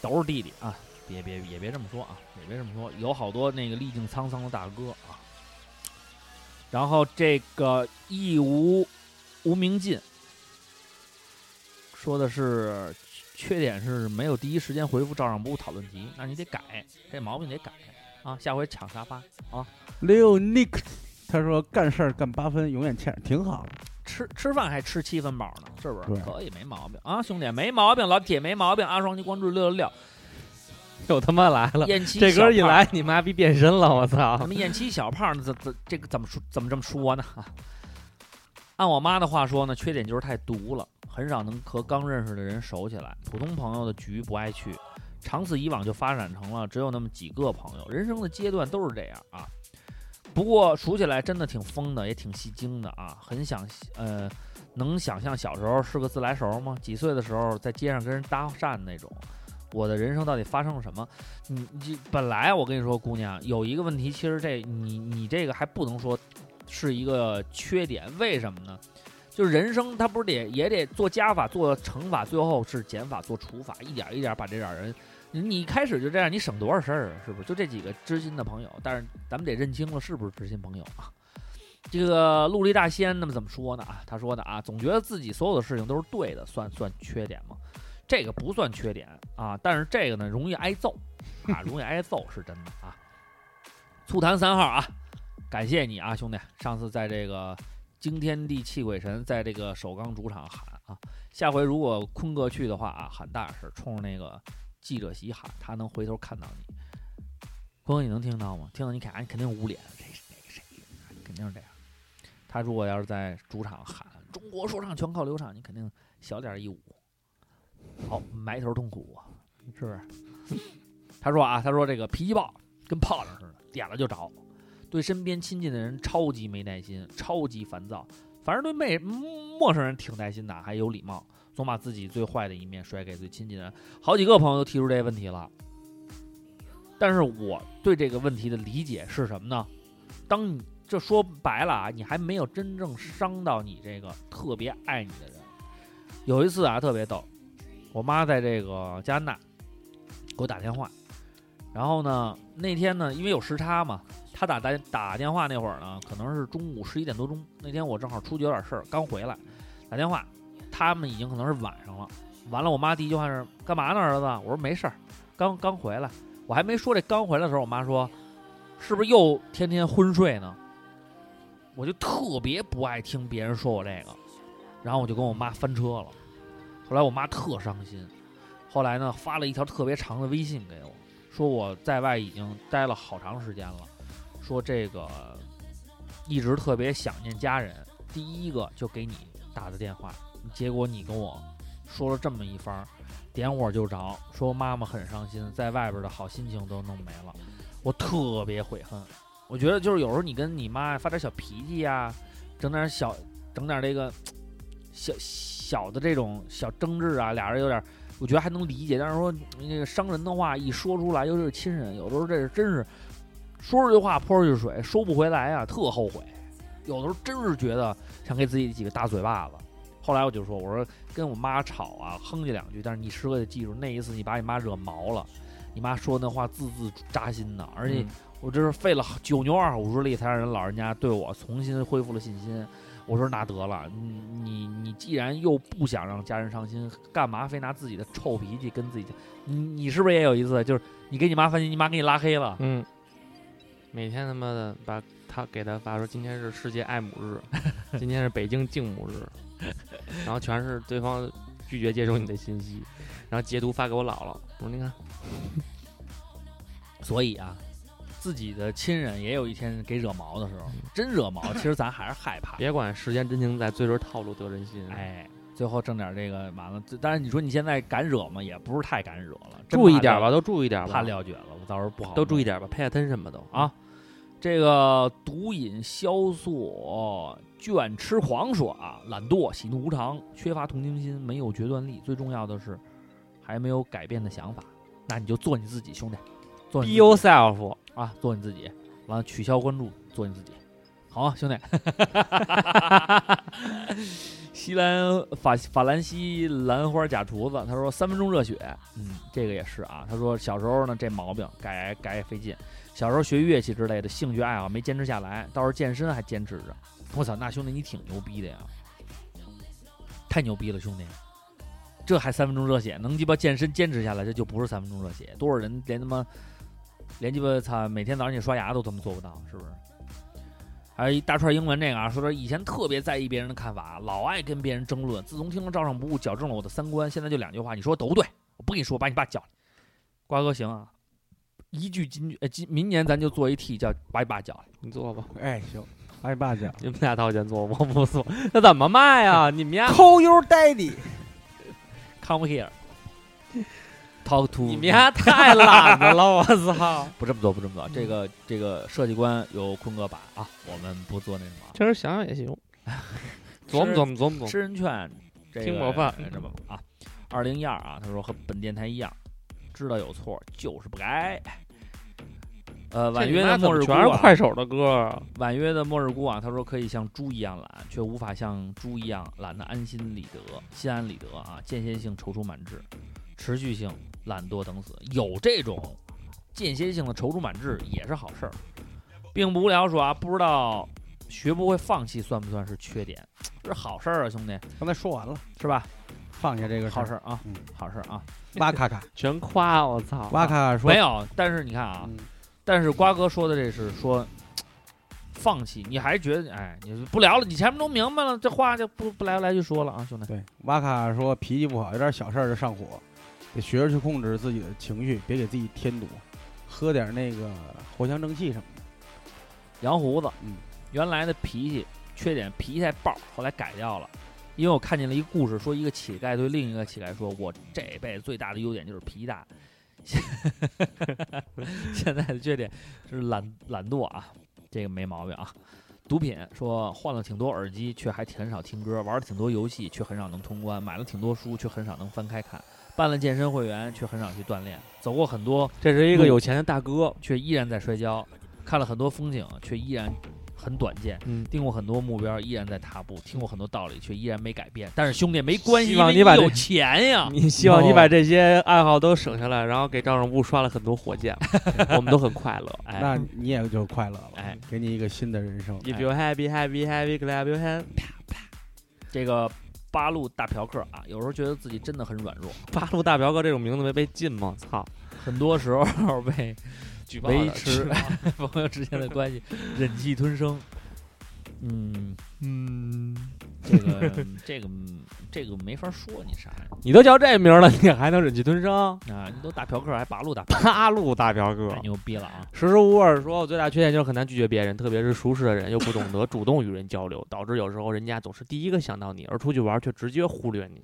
都是弟弟啊，别别也别这么说啊，也别这么说，有好多那个历尽沧桑的大哥啊。然后这个亦无无名尽说的是缺点是没有第一时间回复照上不误讨论题，那你得改这毛病得改啊，下回抢沙发啊，
Leo Nick，他说干事儿干八分，永远欠，挺好。
吃吃饭还吃七分饱呢，是不
对
是？可以没毛病啊，兄弟没毛病，老铁没毛病，阿双击关注六六六，
又他妈来了。
燕七
这
小
歌一
胖
来，你妈逼变身了，我
咱
操！
们燕七小胖怎怎这个怎么说怎么这么说呢？啊按我妈的话说呢，缺点就是太毒了很少能和刚认识的人熟起来，普通朋友的局不爱去，长此以往就发展成了只有那么几个朋友。人生的阶段都是这样啊。不过数起来真的挺疯的，也挺戏精的啊，很想呃，能想象小时候是个自来熟吗？几岁的时候在街上跟人搭讪那种。我的人生到底发生了什么？你嗯你本来我跟你说，姑娘有一个问题，其实这你你这个还不能说是一个缺点，为什么呢？就是人生它不是得也得做加法、做乘法，最后是减法、做除法，一点一点把这点人，你一开始就这样，你省多少事儿啊？是不是？就这几个知心的朋友，但是咱们得认清了是不是知心朋友啊？这个陆力大仙那么怎么说呢？啊，他说的啊，总觉得自己所有的事情都是对的，算算缺点吗？这个不算缺点啊，但是这个呢容易挨揍啊，容易挨揍是真的啊。醋坛三号啊，感谢你啊，兄弟，上次在这个惊天地泣鬼神，在这个首钢主场喊啊，下回如果坤哥去的话啊，喊大声，冲着那个记者席喊，他能回头看到你。坤哥，你能听到吗？听到你肯定肯定捂脸，这是那个谁，啊肯定是这样。他如果要是在主场喊“中国说唱全靠流畅”，你肯定小点一捂，好埋头痛苦啊，是不是？他说啊，他说这个脾气暴，跟炮仗似的，点了就着，对身边亲近的人超级没耐心，超级烦躁，反正对妹嗯陌生人挺耐心的，还有礼貌，总把自己最坏的一面甩给最亲近的人。好几个朋友都提出这个问题了，但是我对这个问题的理解是什么呢？当你这说白了啊，你还没有真正伤到你这个特别爱你的人。有一次啊，特别逗，我妈在这个加拿大给我打电话，然后呢，那天呢，因为有时差嘛，她打打打电话那会儿呢，可能是中午十一点多钟。那天我正好出去有点事儿，刚回来，打电话，他们已经可能是晚上了。完了，我妈第一句话是干嘛呢，儿子？我说没事儿，刚刚回来。我还没说这刚回来的时候，我妈说，是不是又天天昏睡呢？我就特别不爱听别人说我这个，然后我就跟我妈翻车了。后来我妈特伤心，后来呢发了一条特别长的微信给我，说我在外已经待了好长时间了，说这个一直特别想念家人，第一个就给你打的电话，结果你跟我说了这么一番儿，点火就着，说妈妈很伤心，在外边的好心情都弄没了，我特别悔恨。我觉得就是有时候你跟你妈发点小脾气呀、整点小整点这个小小的这种小争执啊，俩人有点，我觉得还能理解。但是说那个伤人的话一说出来，尤其是亲人，有的时候这是真是说出去话泼出去水，收不回来啊，特后悔。有的时候真是觉得想给自己几个大嘴巴子。后来我就说，我说跟我妈吵啊，哼唧两句，但是你时刻得记住，那一次你把你妈惹毛了，你妈说那话字字扎心呐，而且我这是费了九牛二虎之力才让人老人家对我重新恢复了信心。我说那得了，你你你既然又不想让家人伤心，干嘛非拿自己的臭脾气跟自己家？你你是不是也有一次，就是你给你妈发信息，你妈给你拉黑了？
嗯，每天他妈的把他给他发说今天是世界爱母日，今天是北京敬母日，然后全是对方拒绝接收你的信息，然后截图发给我姥姥，我说你看，
所以啊，自己的亲人也有一天给惹毛的时候，真惹毛，其实咱还是害怕。
嗯别管世间真情在，最是套路得人心。，
哎，最后挣点这个完了，这当然你说你现在敢惹吗？也不是太敢惹了，真
注意
怕
点
撂
吧，，都注意点吧
怕，撂蹶了，我到时候不好
都注
意。
意点吧，pay attention 吧都
啊。这个毒瘾、萧索、倦痴狂说啊，懒惰、喜怒无常、缺乏同情心、没有决断力，最重要的是还没有改变的想法。那你就做你自己，兄弟，做
Be
你自己
yourself，
啊，做你自己。完了，取消关注，做你自己。好啊，兄弟。 西兰法法兰西兰花假厨子，他说三分钟热血，嗯，这个也是啊。他说小时候呢这毛病改改也费劲，小时候学乐器之类的兴趣爱好没坚持下来，倒是健身还坚持着。我操，那兄弟你挺牛逼的呀，太牛逼了，兄弟！这还三分钟热血，能鸡巴健身坚持下来，这就不是三分钟热血。多少人连他妈连鸡巴操，每天早上你刷牙都他妈做不到，是不是？还有一大串英文这个啊，说说以前特别在意别人的看法，老爱跟别人争论。自从听了照上不误，矫正了我的三观。现在就两句话，你说都对，我不跟你说，把你爸叫来。瓜哥行啊，一句金句，呃，今明年咱就做一 T，叫把你爸叫来。
你做吧。
哎，行，挨骂去。
你们俩掏钱做，我不做，那怎么卖啊？你们 家
Call your daddy，
come here，
Talk to
你们家太懒子了，我操！
不这么做，不这么做。
嗯
这个这个设计官由坤哥把啊，我们不做那什么啊
确实想想也行，琢磨琢磨琢磨琢
吃人券，这个
听我饭
什么啊？二零一二啊，他说和本电台一样，知道有错就是不该。呃，
磨。
婉
这
约
你妈
的
怎
末
么
日孤
全是
啊，
快手的歌啊，
婉约的末日孤啊，他说可以像猪一样懒，却无法像猪一样懒得安心理得、心安理得啊，间歇性踌躇满志，持续性懒惰等死。有这种间歇性的踌躇满志也是好事儿，并不无聊说啊，不知道学不会放弃算不算是缺点？这是好事儿啊，兄弟，
刚才说完了，
是吧？
放下这个
好
事
事
儿。
儿啊
嗯，
好事儿啊，
哇咔咔，
全夸我操！
哇咔咔说
没有。但是你看啊，
嗯
但是瓜哥说的这是说放弃，你还觉得哎，你不聊了，你前面都明白了，这话就不不来来去说了啊，兄弟。
对，哇咔说脾气不好，有点小事儿就上火，得学着去控制自己的情绪，别给自己添堵，喝点那个藿香正气什么的。
杨胡子，
嗯，
原来的脾气缺点脾气太暴，后来改掉了。因为我看见了一个故事，说一个乞丐对另一个乞丐说：“我这辈子最大的优点就是脾气大， 现在的缺点是懒懒惰啊，这个没毛病啊。”毒品说换了挺多耳机，却还很少听歌；玩了挺多游戏，却很少能通关；买了挺多书，却很少能翻开看；办了健身会员，却很少去锻炼；走过很多
这是一个有钱的大哥，
却依然在摔跤；看了很多风景，却依然很短见；
嗯，
定过很多目标，依然在踏步；听过很多道理，却依然没改变。但是兄弟没关系，
希
因
望
为
你把这
有钱呀。
你希望你把这些爱好都省下来，然后给照相部刷了很多火箭， 我们都很快乐。哎
那你也就快乐了，
哎，
给你一个新的人生。
，If you happy, happy, happy, clap your hand。
这个八路大嫖客啊，有时候觉得自己真的很软弱，
八路大表哥这种名字没被禁吗？操！
很多时候被
举
维持 朋友之间的关系忍气吞声。嗯嗯，这个这个这个没法说你啥呀？
你都叫这名了，你还能忍气吞声？
啊，你都大嫖客还八路大嫖客，
八路大表哥
太，牛逼了啊！
时时无二说，我最大缺点就是很难拒绝别人，特别是熟识的人，又不懂得主动与人交流， 导致有时候人家总是第一个想到你，而出去玩却直接忽略你。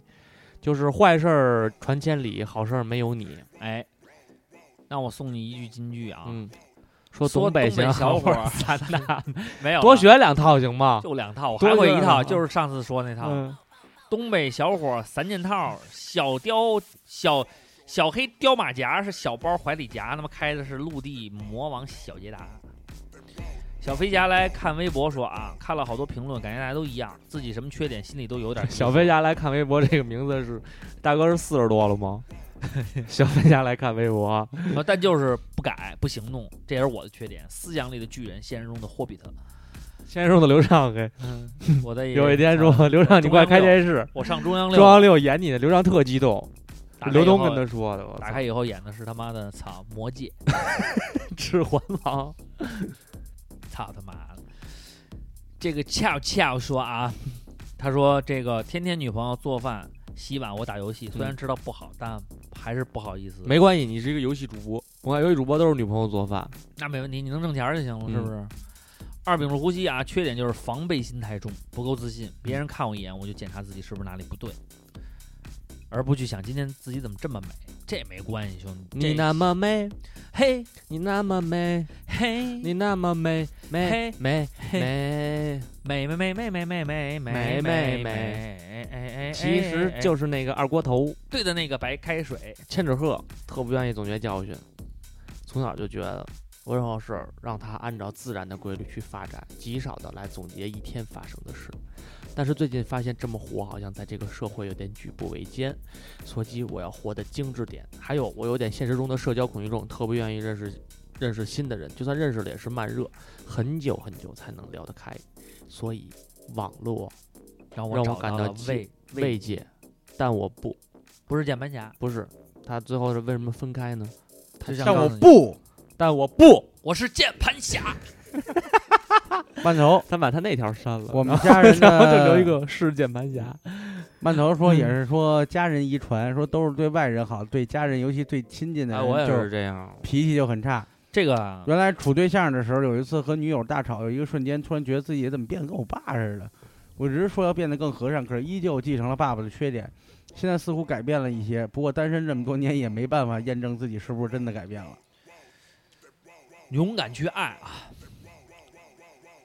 就是坏事儿传千里，好事儿没有你。
哎，那我送你一句金句啊，
嗯，说
说
东北
东北小
小
伙 儿
撒大，
没有
多
了
学两套行吗？
就两套，我
多
还会
学
一
两
套，
套
就是上次说那套。
嗯，
东北小伙三件套，小貂小小黑貂马甲是小包怀里夹，那么开的是陆地魔王小捷达。小飞侠来看微博说啊，看了好多评论，感觉大家都一样，自己什么缺点心里都有点儿。
小飞侠来看微博这个名字是，大哥是四十多 了吗？小飞侠来看微博啊，
说呃但就是不改不行动，这也是我的缺点。思想里的巨人，现实中的霍比特。
先说的刘畅给，
我啊在
有一天说 刘畅你快开电视，
我上中央
中央
六，
六演你的，刘畅特激动，
打开
刘
以
东
后
跟他说的，我
打
操，
开以后演的是他妈的操魔戒，
指环王，
操他妈的！这个俏俏说啊，他说这个天天女朋友做饭、洗碗，我打游戏，虽然知道不好，但还是不好意思。
嗯没关系，你是一个游戏主播，我看游戏主播都是女朋友做饭，
那没问题，你能挣钱就行了，
嗯
是不是？二饼是呼吸啊，缺点就是防备心太重，不够自信。别
嗯
人看我一眼，我就检查自己是不是哪里不对，而不去想今天自己怎么这么美。这没关系，兄弟。
你
这
那么美，
嘿
你那么美，
嘿，
你那么美，美
嘿
美
嘿美
美，
美美美美美美美
美
美
美
美
美
哎哎哎，
其实就是是那个二锅头。
对的那个白开水，
千纸鹤特不愿意总结教训，从小就觉得温柔事儿让他按照自然的规律去发展，极少的来总结一天发生的事。但是最近发现这么活好像在这个社会有点举步维艰，所以我要活得精致点。还有我有点现实中的社交恐惧症，特不愿意认识认识新的人，就算认识了也是慢热，很久很久才能聊得开。所以网络
让我
让
找
我感
到
到
了
激
慰
慰藉，但我不
不是键盘侠，
不是他最后是为什么分开呢？
就想
但
告
我
诉你，
不
但我不。
我是键盘侠。
慢头，
他把他那条删了，
我们家人
然后就
的
留一个是键盘侠。
慢头说也是说家人遗传，说都是对外人好，对家人尤其对亲近的
哎，
人
我也
就是
这样。
脾气就很差。
这个啊
原来处对象的时候，有一次和女友大吵，有一个瞬间突然觉得自己怎么变得跟我爸似的。我只是说要变得更和善，可是依旧继承了爸爸的缺点。现在似乎改变了一些，不过单身这么多年也没办法验证自己是不是真的改变了。
勇敢去爱啊！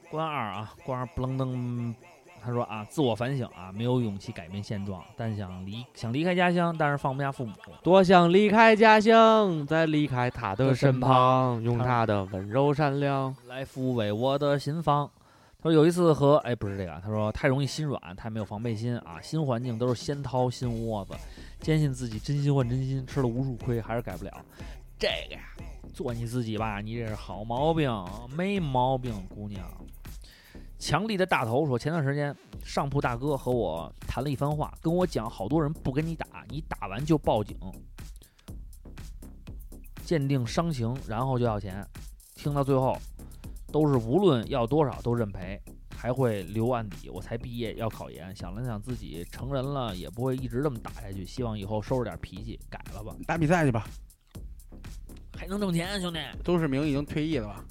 关二啊，关二不楞登，他说啊，自我反省啊，没有勇气改变现状，但想离想离开家乡，但是放不下父母。
多想离开家乡，再离开他的身旁，用他的温柔善良。
来抚慰我的心房。他说有一次和哎不是这个啊，他说太容易心软，太没有防备心啊，新环境都是先掏心窝子，坚信自己真心换真心，吃了无数亏还是改不了。这个呀，做你自己吧，你这是好毛病，没毛病，姑娘。强力的大头说，前段时间上铺大哥和我谈了一番话，跟我讲好多人不跟你打，你打完就报警，鉴定伤情，然后就要钱。听到最后，都是无论要多少都认赔，还会留案底。我才毕业要考研，想了想自己成人了也不会一直这么打下去，希望以后收拾点脾气，改了吧，
打比赛去吧，
还能挣钱，兄弟。
周世明已经退役了吧？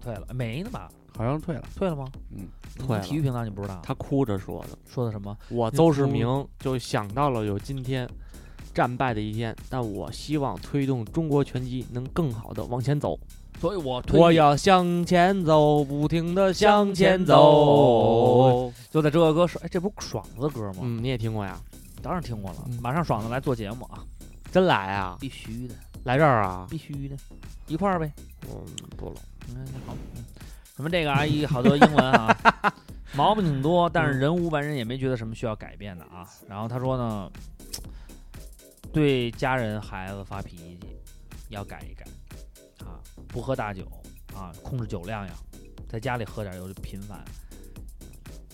退了没呢吧？
好像退了。
退了吗？
嗯，
你
退了
体育频道你不知道
他哭着说的
说的什么？：“
我邹市明就想到了有今天，战败的一天，但我希望推动中国拳击能更好的往前走。
所以我退役
我要向前走，不停的向前走。
就在这个歌手，哎，这不是爽子歌吗？”
嗯，你也听过呀？
当然听过了
嗯，
马上爽子来做节目啊，
真来啊？
必须的，
来这儿啊？
必须的，一块儿呗。
嗯，不了。
嗯，好，嗯什么这个阿姨好多英文啊，毛病挺多，但是人无完人，也没觉得什么需要改变的啊。然后他说呢，对家人孩子发脾气要改一改啊，不喝大酒啊，控制酒量呀，在家里喝点有点频繁。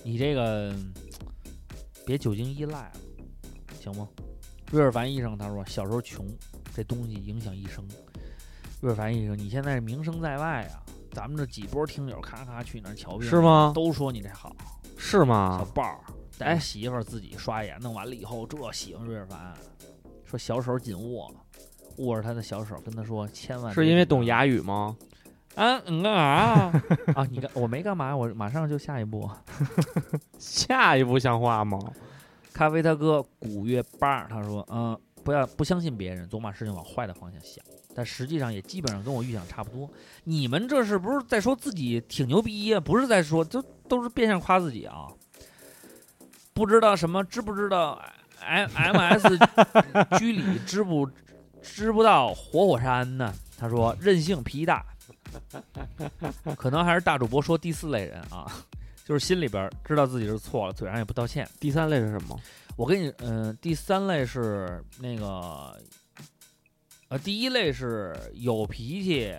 你这个别酒精依赖了，行吗？瑞尔凡医生他说，小时候穷，这东西影响一生。瑞尔凡医生，你现在名声在外啊，咱们这几波听友咔咔去那儿瞧病
是？吗？
都说你这好，
是
小
吗？
豹儿带媳妇儿自己刷牙，弄完了以后，这喜欢瑞尔凡，说小手紧握，握着他的小手，跟他说千万别
是因为
紧张
懂哑语吗？
啊嗯啊 啊！你干我没干嘛，我马上就下一步。
下一步像话吗？
咖啡他哥古月八，他说，嗯，不要不相信别人，总把事情往坏的方向想，但实际上也基本上跟我预想差不多。你们这是不是在说自己挺牛逼呀、不是在说，就都是变相夸自己啊。不知道什么，知不知道 M M S 居里知不知不到活火山呢？他说任性脾气大，可能还是大主播说第四类人啊，就是心里边知道自己是错了，嘴上也不道歉。
第三类是什么？
我跟你，嗯、第三类是那个，呃，第一类是有脾气，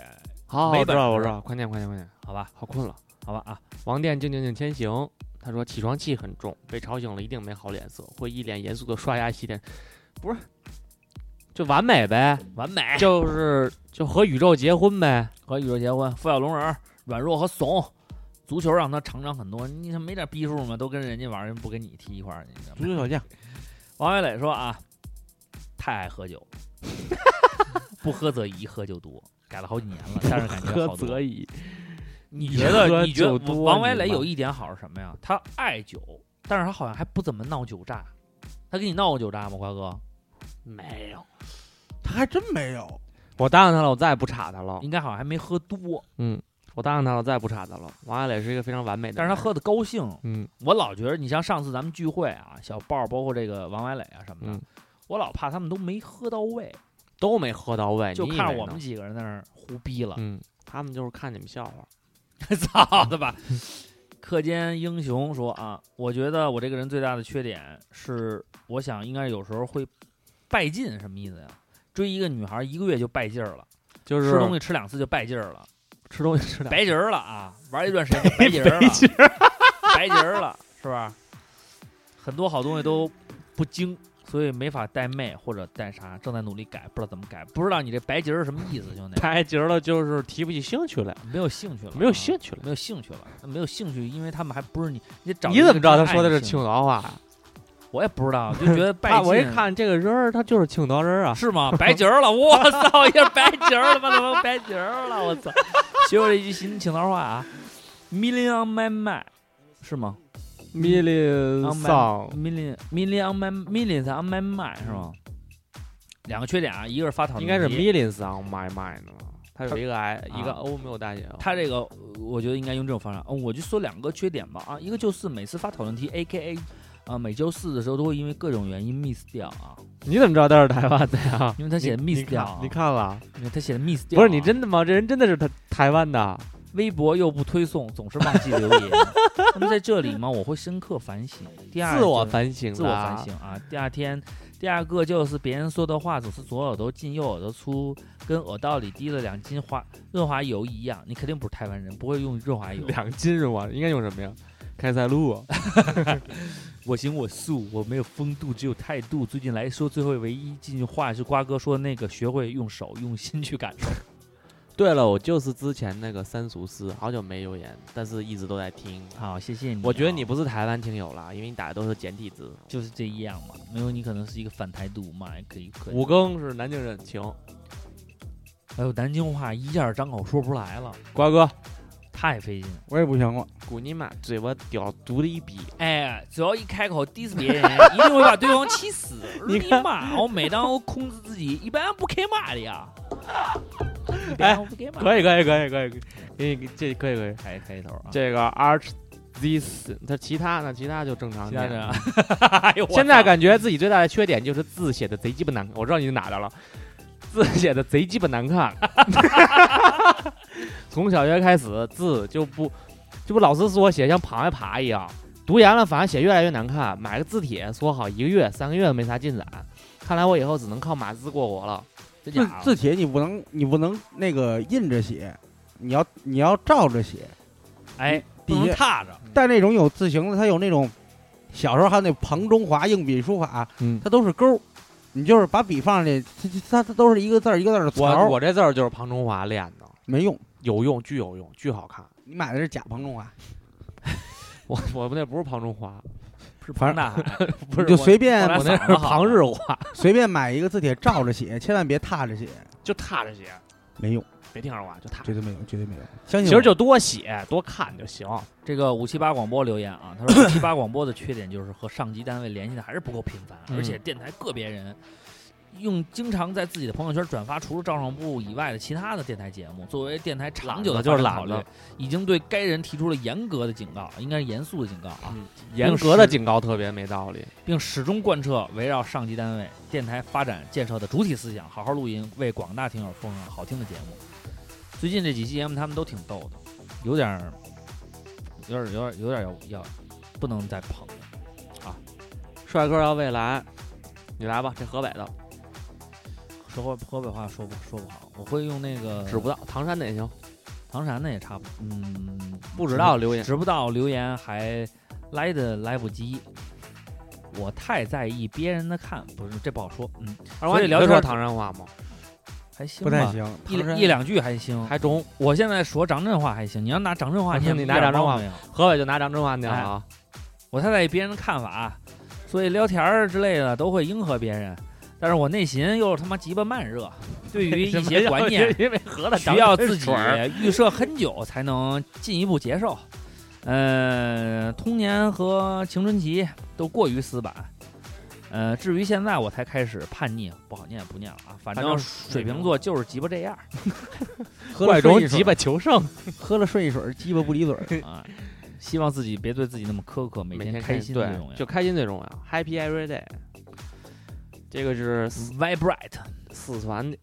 好，
没
我知
本
道，
事
我知道，快念，快念，快念，
好吧，
好困了。
好吧啊，
王殿静静静前行，他说起床气很重，被吵醒了一定没好脸色，会一脸严肃的刷牙洗脸，不是，就完美呗，
完美
就是就和宇宙结婚呗。
和宇宙结婚，富小龙人，软弱和怂，足球让他成长很多，你这没点逼数吗？都跟人家玩儿，人不跟你踢一块儿，你知道
足
吗？
球小将，
王伟磊说啊，太爱喝酒，不喝则已，喝就多，改了好几年了，但是感觉好
何
多。
则已，
你
你
觉
喝
得你觉
酒
得
多
王伟
你
磊
妈
有一点好是什么呀？他爱酒，但是他好像还不怎么闹酒诈。他给你闹过酒诈吗，瓜哥？
没有，
他还真没有。
我答应他了，我再也不查他了。
应该好像还没喝多，
嗯，我答应他了，再也不查他了。王亚磊是一个非常完美的
但
人，
是他喝的高兴。
嗯，
我老觉得，你像上次咱们聚会啊，小豹儿包括这个王伟磊啊什么的，
嗯
我老怕他们都没喝到位，
都没喝到位，
就
哎你以
看
为
我
呢
们几个人在那儿胡逼了。
嗯，他们就是看你们笑话。
操的吧！课间英雄说啊，我觉得我这个人最大的缺点是，我想应该有时候会拜劲，什么意思呀？追一个女孩一个月就拜劲儿了，
就是
吃东西吃两次就拜劲儿了，
吃东西吃点
白劲儿了啊！玩一段时 间就白劲儿了，白劲儿了，是吧？很多好东西都不精，所以没法带妹或者带啥，正在努力改，不知道怎么改，不知道你这白劲儿是什么意思，兄弟，
白节了，就是提不起兴趣来，
没有兴趣了，
没有
啊
兴趣了。
没有兴趣了，没有兴趣，因为他们还不是你，你得找。
你怎么知道他说的是青？岛话？
我也不知道，就觉得拜
啊，
金。
我一看这个人儿，他就是青岛人儿啊，
是吗？白节儿 了，我操，一下白节儿了，妈他妈白节儿了，我操！学会了一句新青岛话啊，million on my mind，是吗
million
？on my
song，
million million on my million on my mind 是吗？两个缺点啊，一个是发讨论
应该是
题
millions on my mind 了。他有一个 i，
啊
一个 o 没有大写。
他这个，呃我觉得应该用这种方式。嗯，我就说两个缺点吧啊，一个就是每次发讨论题，A K A，啊，每周四的时候都会因为各种原因 miss 掉啊，
你怎么知道他是台湾的呀？
因为他写
你
miss 掉啊
你看你看了？
因为他写的 miss 掉啊、
不是你真的吗？这人真的是台台湾的？
微博又不推送，总是忘记留言。 那么在这里嘛，我会深刻反省。第二，
自我反省，
自我反。省啊。第二天，第二个就是别人说的话总是左耳朵进右耳朵出，跟耳道里滴了两斤滑润滑油一样。你肯定不是台湾人，不会用润滑油。
两斤是啊吗？应该用什么呀？开塞露。
我行我素，我没有风度，只有态度。最近来说，最后唯一进话是瓜哥说那个学会用手用心去感受。
对了，我就是之前那个三俗师，好久没留言，但是一直都在听。
好，谢谢你啊、
我觉得你不是台湾听友啦，因为你打的都是简体字。
就是这样嘛，没有你可能是一个反台独嘛，也可以可以。
五更是南京人，请
哎呦，南京话一下张口说不出来了，
瓜哥，
太费劲了。
我也不行了。
古尼玛嘴巴屌毒的一逼，
哎，只要一开口 diss 别人，一定会把对方气死。
你
你妈！我每当我控制自己，一般不开骂的呀。一般我不开骂。
哎可以可以可以可以，给你这可以可以。
开开头啊，
这个 Arch this，他其他那其他就正常
其他
点。
人啊，哎呦我
现在
操
感觉自己最大的缺点就是字写的贼鸡巴难看，我知道你是哪的了，字写的贼鸡巴难 看。从小学开始，字就不就不老师说写像螃蟹爬一样，读研了反而写越来越难看。买个字帖说好一个月、三个月没啥进展，看来我以后只能靠码字过活了。真
字
假的？
字帖你不能你不能那个印着写，你要你要照着写。
哎，
底
不能
下
踏着。
但那种有字形的，它有那种小时候还有那旁中华硬笔书法，
嗯
它都是勾儿，你就是把笔放进去，它它它都是一个字儿一个字儿的槽
我
儿，
我这字儿就是庞中华练的，
没用。
有用，巨有用，巨好看。
你买的是假旁中华，
我我那不是庞中华，
是
反正
大海，
不是
你就
我
随便
我那是庞日华，
随便买一个字帖照着写，千万别踏着写，
就踏着写，
没用，
别听着我，啊就踏着
绝对没用，绝对没用。相信
其实
我
就多写多看就行。
这个五七八广播留言啊，他说五七八广播的缺点就是和上级单位联系的还是不够频繁，
嗯
而且电台个别人用经常在自己的朋友圈转发除了招商部以外的其他的电台节目，作为电台长久的
懒得就
发
是
展考
懒
虑
得，
已经对该人提出了严格的警告，应该是严肃的警告
嗯
啊，
严格的警告特别没道理。
并始终贯彻围绕上级单位、电台发展建设的主体思想，好好录音，为广大听友奉上好听的节目。最近这几期节目他们都挺逗的，有点儿，有点儿，有点儿，有点儿要要不能再捧了。啊
帅哥要未来，你来吧，这河北的
说河河北话说不说不好，我会用那个
指不到，唐山的也行，
嗯唐山的也差不多，嗯，
不知道留言。
知不到留言还来的来不及。我太在意别人的看，不是这不好说，嗯，
二
所
瓜，
以
你
聊
会
天
说
儿
唐山话吗？
还行
不
吧，
太行，
一
唐山
一两句还行。
还中，
我现在说张震话还行，你要拿张震话
不是
念，
你
一
拿
点
张震
毛
话
没有。
河北就拿张震华念了啊。
我太在意别人的看法，啊所以聊天儿之类的都会迎合别人，但是我内心又他妈鸡巴慢 热，对于一些观念，
因为河的
需要自己预设很久才能进一步接受。呃，童年和青春期都过于死板。呃，至于现在我才开始叛逆，不好念不念了啊，反
反
正
正
水瓶座就是鸡巴这样
喝了
怪
顺
中
一
急
水，
巴求胜，
喝了顺一水，鸡巴不离嘴 儿。
啊。希望自己别对自己那么苛刻，每
每
天
天
开心最重
对，
要。
就开心最重要，Happy 啊 every day。这个
嗯
是四
vibrate
四川的，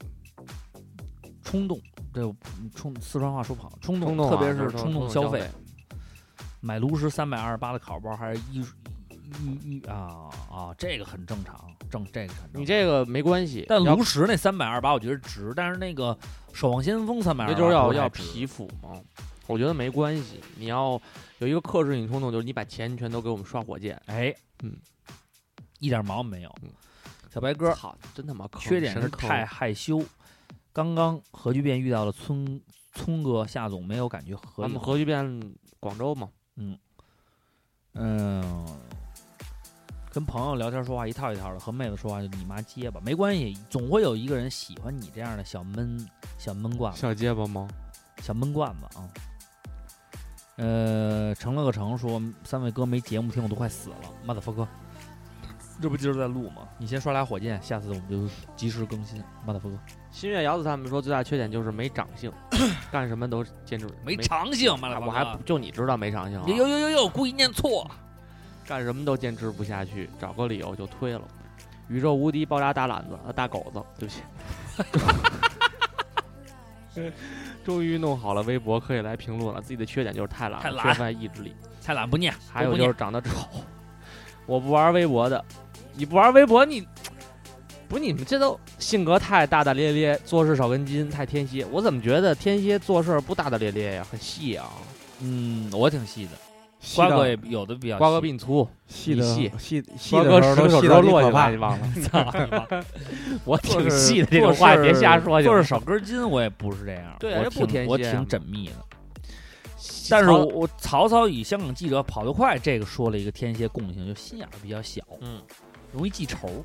冲动，这我冲四川话说不好，冲动，
冲动啊
特别是
都
冲动
动
消
费
费，。买炉石三百二十八的烤包还是一一一啊啊，这个很正常，正这个很正常
你这个没关系，
但
要
炉石那三百二十八，我觉得值，但是那个《守望先锋》三百二
这
十
就是要要皮肤嘛。我觉得没关系，你要有一个克制性冲动，就是你把钱全都给我们刷火箭。
哎，
嗯，
一点毛没有
嗯。
小白鸽
操，真他妈坑！
缺点是
真坑
太害羞。刚刚核聚变遇到了村村哥夏总，没有感觉合
咱
影
们。核聚变广州嘛，
嗯，跟朋友聊天说话一套一套的，和妹子说话就你妈结巴，没关系，总会有一个人喜欢你这样的小闷小闷罐子，
小结巴吗？
小闷罐子啊。呃，成了个成说三位哥没节目听，我都快死了，妈的发哥，这不今儿在录吗？你先刷俩火箭，下次我们就及时更新，妈的发哥，
新月瑶子他们说最大缺点就是没长性，干什么都坚持哎
没长性，妈的，
我还不就你知道没长性、啊，
呦呦呦呦，故意念错，
干什么都坚持不下去，找个理由就推了。宇宙无敌爆炸大懒子，呃，大狗子，对不起。 终于弄好了微博，可以来评论了。自己的缺点就是太懒
太
了，
懒
缺乏意志力，
太懒不念，
还
都
有
不
就
念
是长得丑。我不玩微博的，你不玩微博，你不是你们这都性格太大大咧咧，做事少根筋，太天蝎。我怎么觉得天蝎做事不大大咧咧呀，很细啊？
嗯，我挺细的，
细
瓜哥
的
也有的比较
瓜哥
细
比你粗，
细
你
的
细
细细
瓜
的
哥
时候
十个
都
手
细
指
到
头
你
落
可
下
怕
来，你。忘 了？ 我
我
挺细的这种话，别瞎说
就是
行吗。
手根筋，我也不是这样。
对啊
我
这不
挺
天
我
蝎
挺
啊
缜密的。但是我我曹操与香港记者跑得快，这个说了一个天蝎共性，就心眼儿比较小，
嗯，
容易记仇。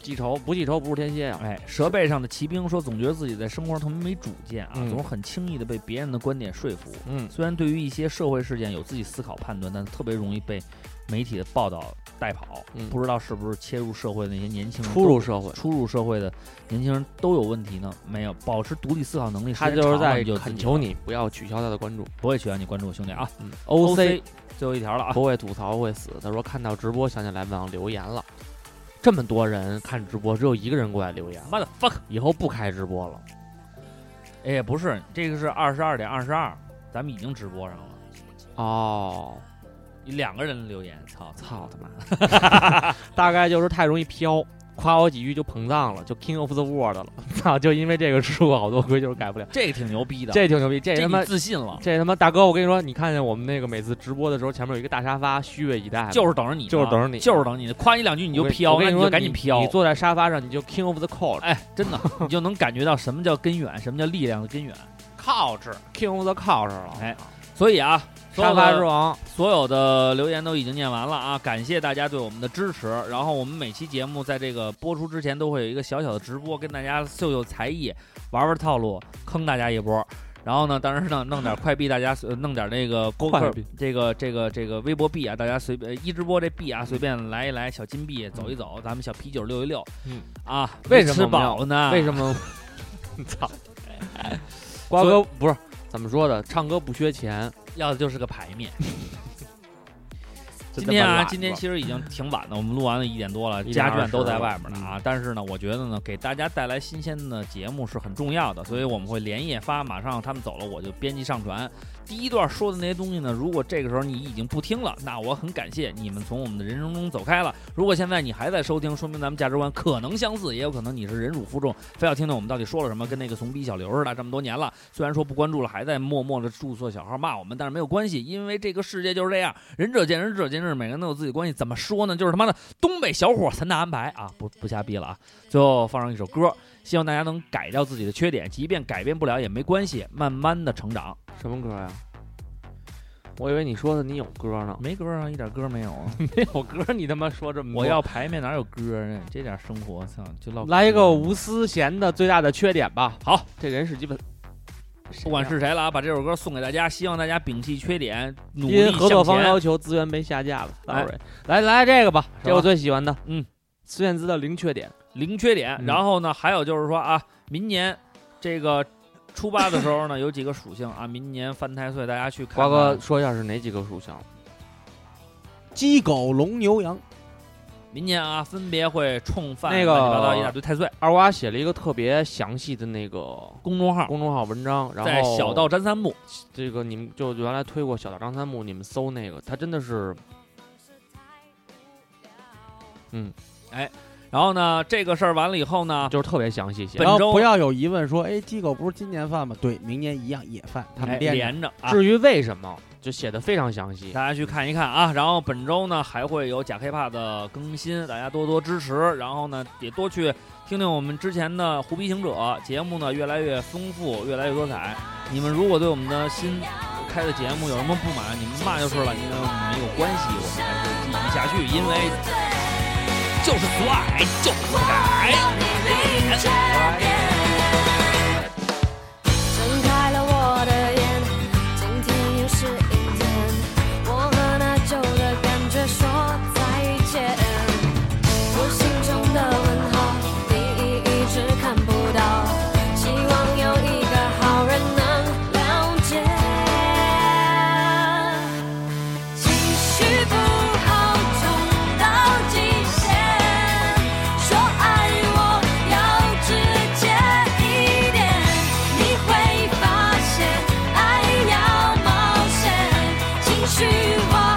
记仇不记仇不是天蝎呀、啊
哎，舌背上的骑兵说，总觉得自己在生活上特别没主见啊，
嗯
总是很轻易的被别人的观点说服。
嗯，
虽然对于一些社会事件有自己思考判断，但特别容易被媒体的报道带跑，
嗯
不知道是不是切入社会的那些年轻人
初入社会，
初入社会的年轻人都有问题呢？没有，保持独立思考能力，
他
时间
就是
长了
在
你就自
恳
己
求你不要取消他的关注。
不会取消你关注，兄弟啊。
嗯
OC
，OC
最后一条了啊，
不会吐槽会死。他说看到直播想起来网留言了，这么多人看直播，只有一个人过来留言了，
妈的 fuck！
以后不开直播了。
哎，不是，这个是二十二点二十二，咱们已经直播上了，
哦，
两个人留言，操操！
操他妈的！ 大概就是太容易飘，夸我几句就膨胀了，就 King of the World 了。 操，就因为这个吃过好多亏，就是改不 了。
这个挺牛逼的，
这挺牛逼，这
这
他妈
你自信了，
这他妈大哥，我跟你说，你看见我们那个每次直播的时候，前面有一个大沙发，虚位以待吗，
就是等着你，
就是等着你
就是等着你，夸你两句你就
我跟
飘，
我跟
那
你
你
说，
就赶紧飘
你。坐在沙发上，你就 King of the Couch，
哎，真的，你就能感觉到什么叫根源，什么叫力量的根源。
King of the Couch 了。
哎，所以啊，所有
沙
的
发之王，
所有的留言都已经念完了啊，感谢大家对我们的支持。然后我们每期节目在这个播出之前都会有一个小小的直播，跟大家秀秀才艺，玩玩套路，坑大家一波。然后呢，当然呢，弄点快币，大家呃弄点那个播
快
客
币，
这个这个这个微博币啊，大家随便一直播这币啊，随便来一来，小金币走一走，咱们小啤酒溜一溜，
嗯
啊，
为什么
吃
我们要
饱呢？
为什么？ 操！瓜哥不是怎么说的，唱歌不缺钱。
要的就是个牌面。
这
今天
他妈
啊，
懒
今天
吧
其实已经挺晚的，我们录完了一点多了，
1:20
家眷都在外面呢啊。但是呢，我觉得呢，给大家带来新鲜的节目是很重要的，所以我们会连夜发。马上他们走了，我就编辑上传。第一段说的那些东西呢，如果这个时候你已经不听了，那我很感谢你们从我们的人生中走开了。如果现在你还在收听，说明咱们价值观可能相似，也有可能你是忍辱负重，非要听听我们到底说了什么，跟那个怂逼小刘似的，这么多年了，虽然说不关注了，还在默默的注册小号骂我们，但是没有关系，因为这个世界就是这样，仁者见仁，智者见智，每个人都有自己关系。怎么说呢？就是他妈的东北小伙三大安排啊，不不瞎逼了啊。最后放上一首歌，希望大家能改掉自己的缺点，即便改变不了也没关系，慢慢的成长。
什么歌呀？我以为你说的你有歌呢，
没歌啊，一点歌没有 啊！
没有歌，你他妈说这么多
我要排面哪有歌呢？这点生活，操，就唠。
嗯来一个无私贤的最大的缺点吧。
好，
这人是基本，
不管是谁了啊，把这首歌送给大家，希望大家摒弃缺点，努力
因合作
向
方
前。
要求资源被下架了。
哎
sorry，来来这个吧，
是吧
这我最喜欢的，
嗯，
孙燕姿的零缺点，
零缺点。
嗯
然后呢，还有就是说啊，明年这个初八的时候呢，有几个属性啊，明年犯太岁，大家去看
瓜
看。
哥说一下是哪几个属相？
鸡狗龙牛羊，
明年啊，分别会冲犯
那个
乱七八糟一大堆太岁
二瓜写了一个特别详细的那个
公众号，
公众号文章，然后
在小道詹三木，
这个你们就原来推过小道张三木，你们搜那个，他真的是
然后呢，这个事儿完了以后呢，
就是特别详细写
本
然。后
周
不要有疑问说，哎，鸡狗不是今年犯吗？对，明年一样也犯，他
哎
们连着
连着啊，
至于为什么，就写的非常详细。
大家去看一看啊。然后本周呢还会有假 K 怕的更新，大家多多支持。然后呢也多去听听我们之前的《胡逼行者》节目呢，越来越丰富，越来越多彩。你们如果对我们的新开的节目有什么不满，你们骂就是了，你们没有关系，我们还是继续下去，因为
就是帅，就是改。
睁开了我的眼，今天又是一天，我和那旧的感觉说再见。我心中的问号，你一直看不到，希望有一个好人能了解。情绪不好，冲到极限。说爱我要直接一点，你会发现爱要冒险，情绪化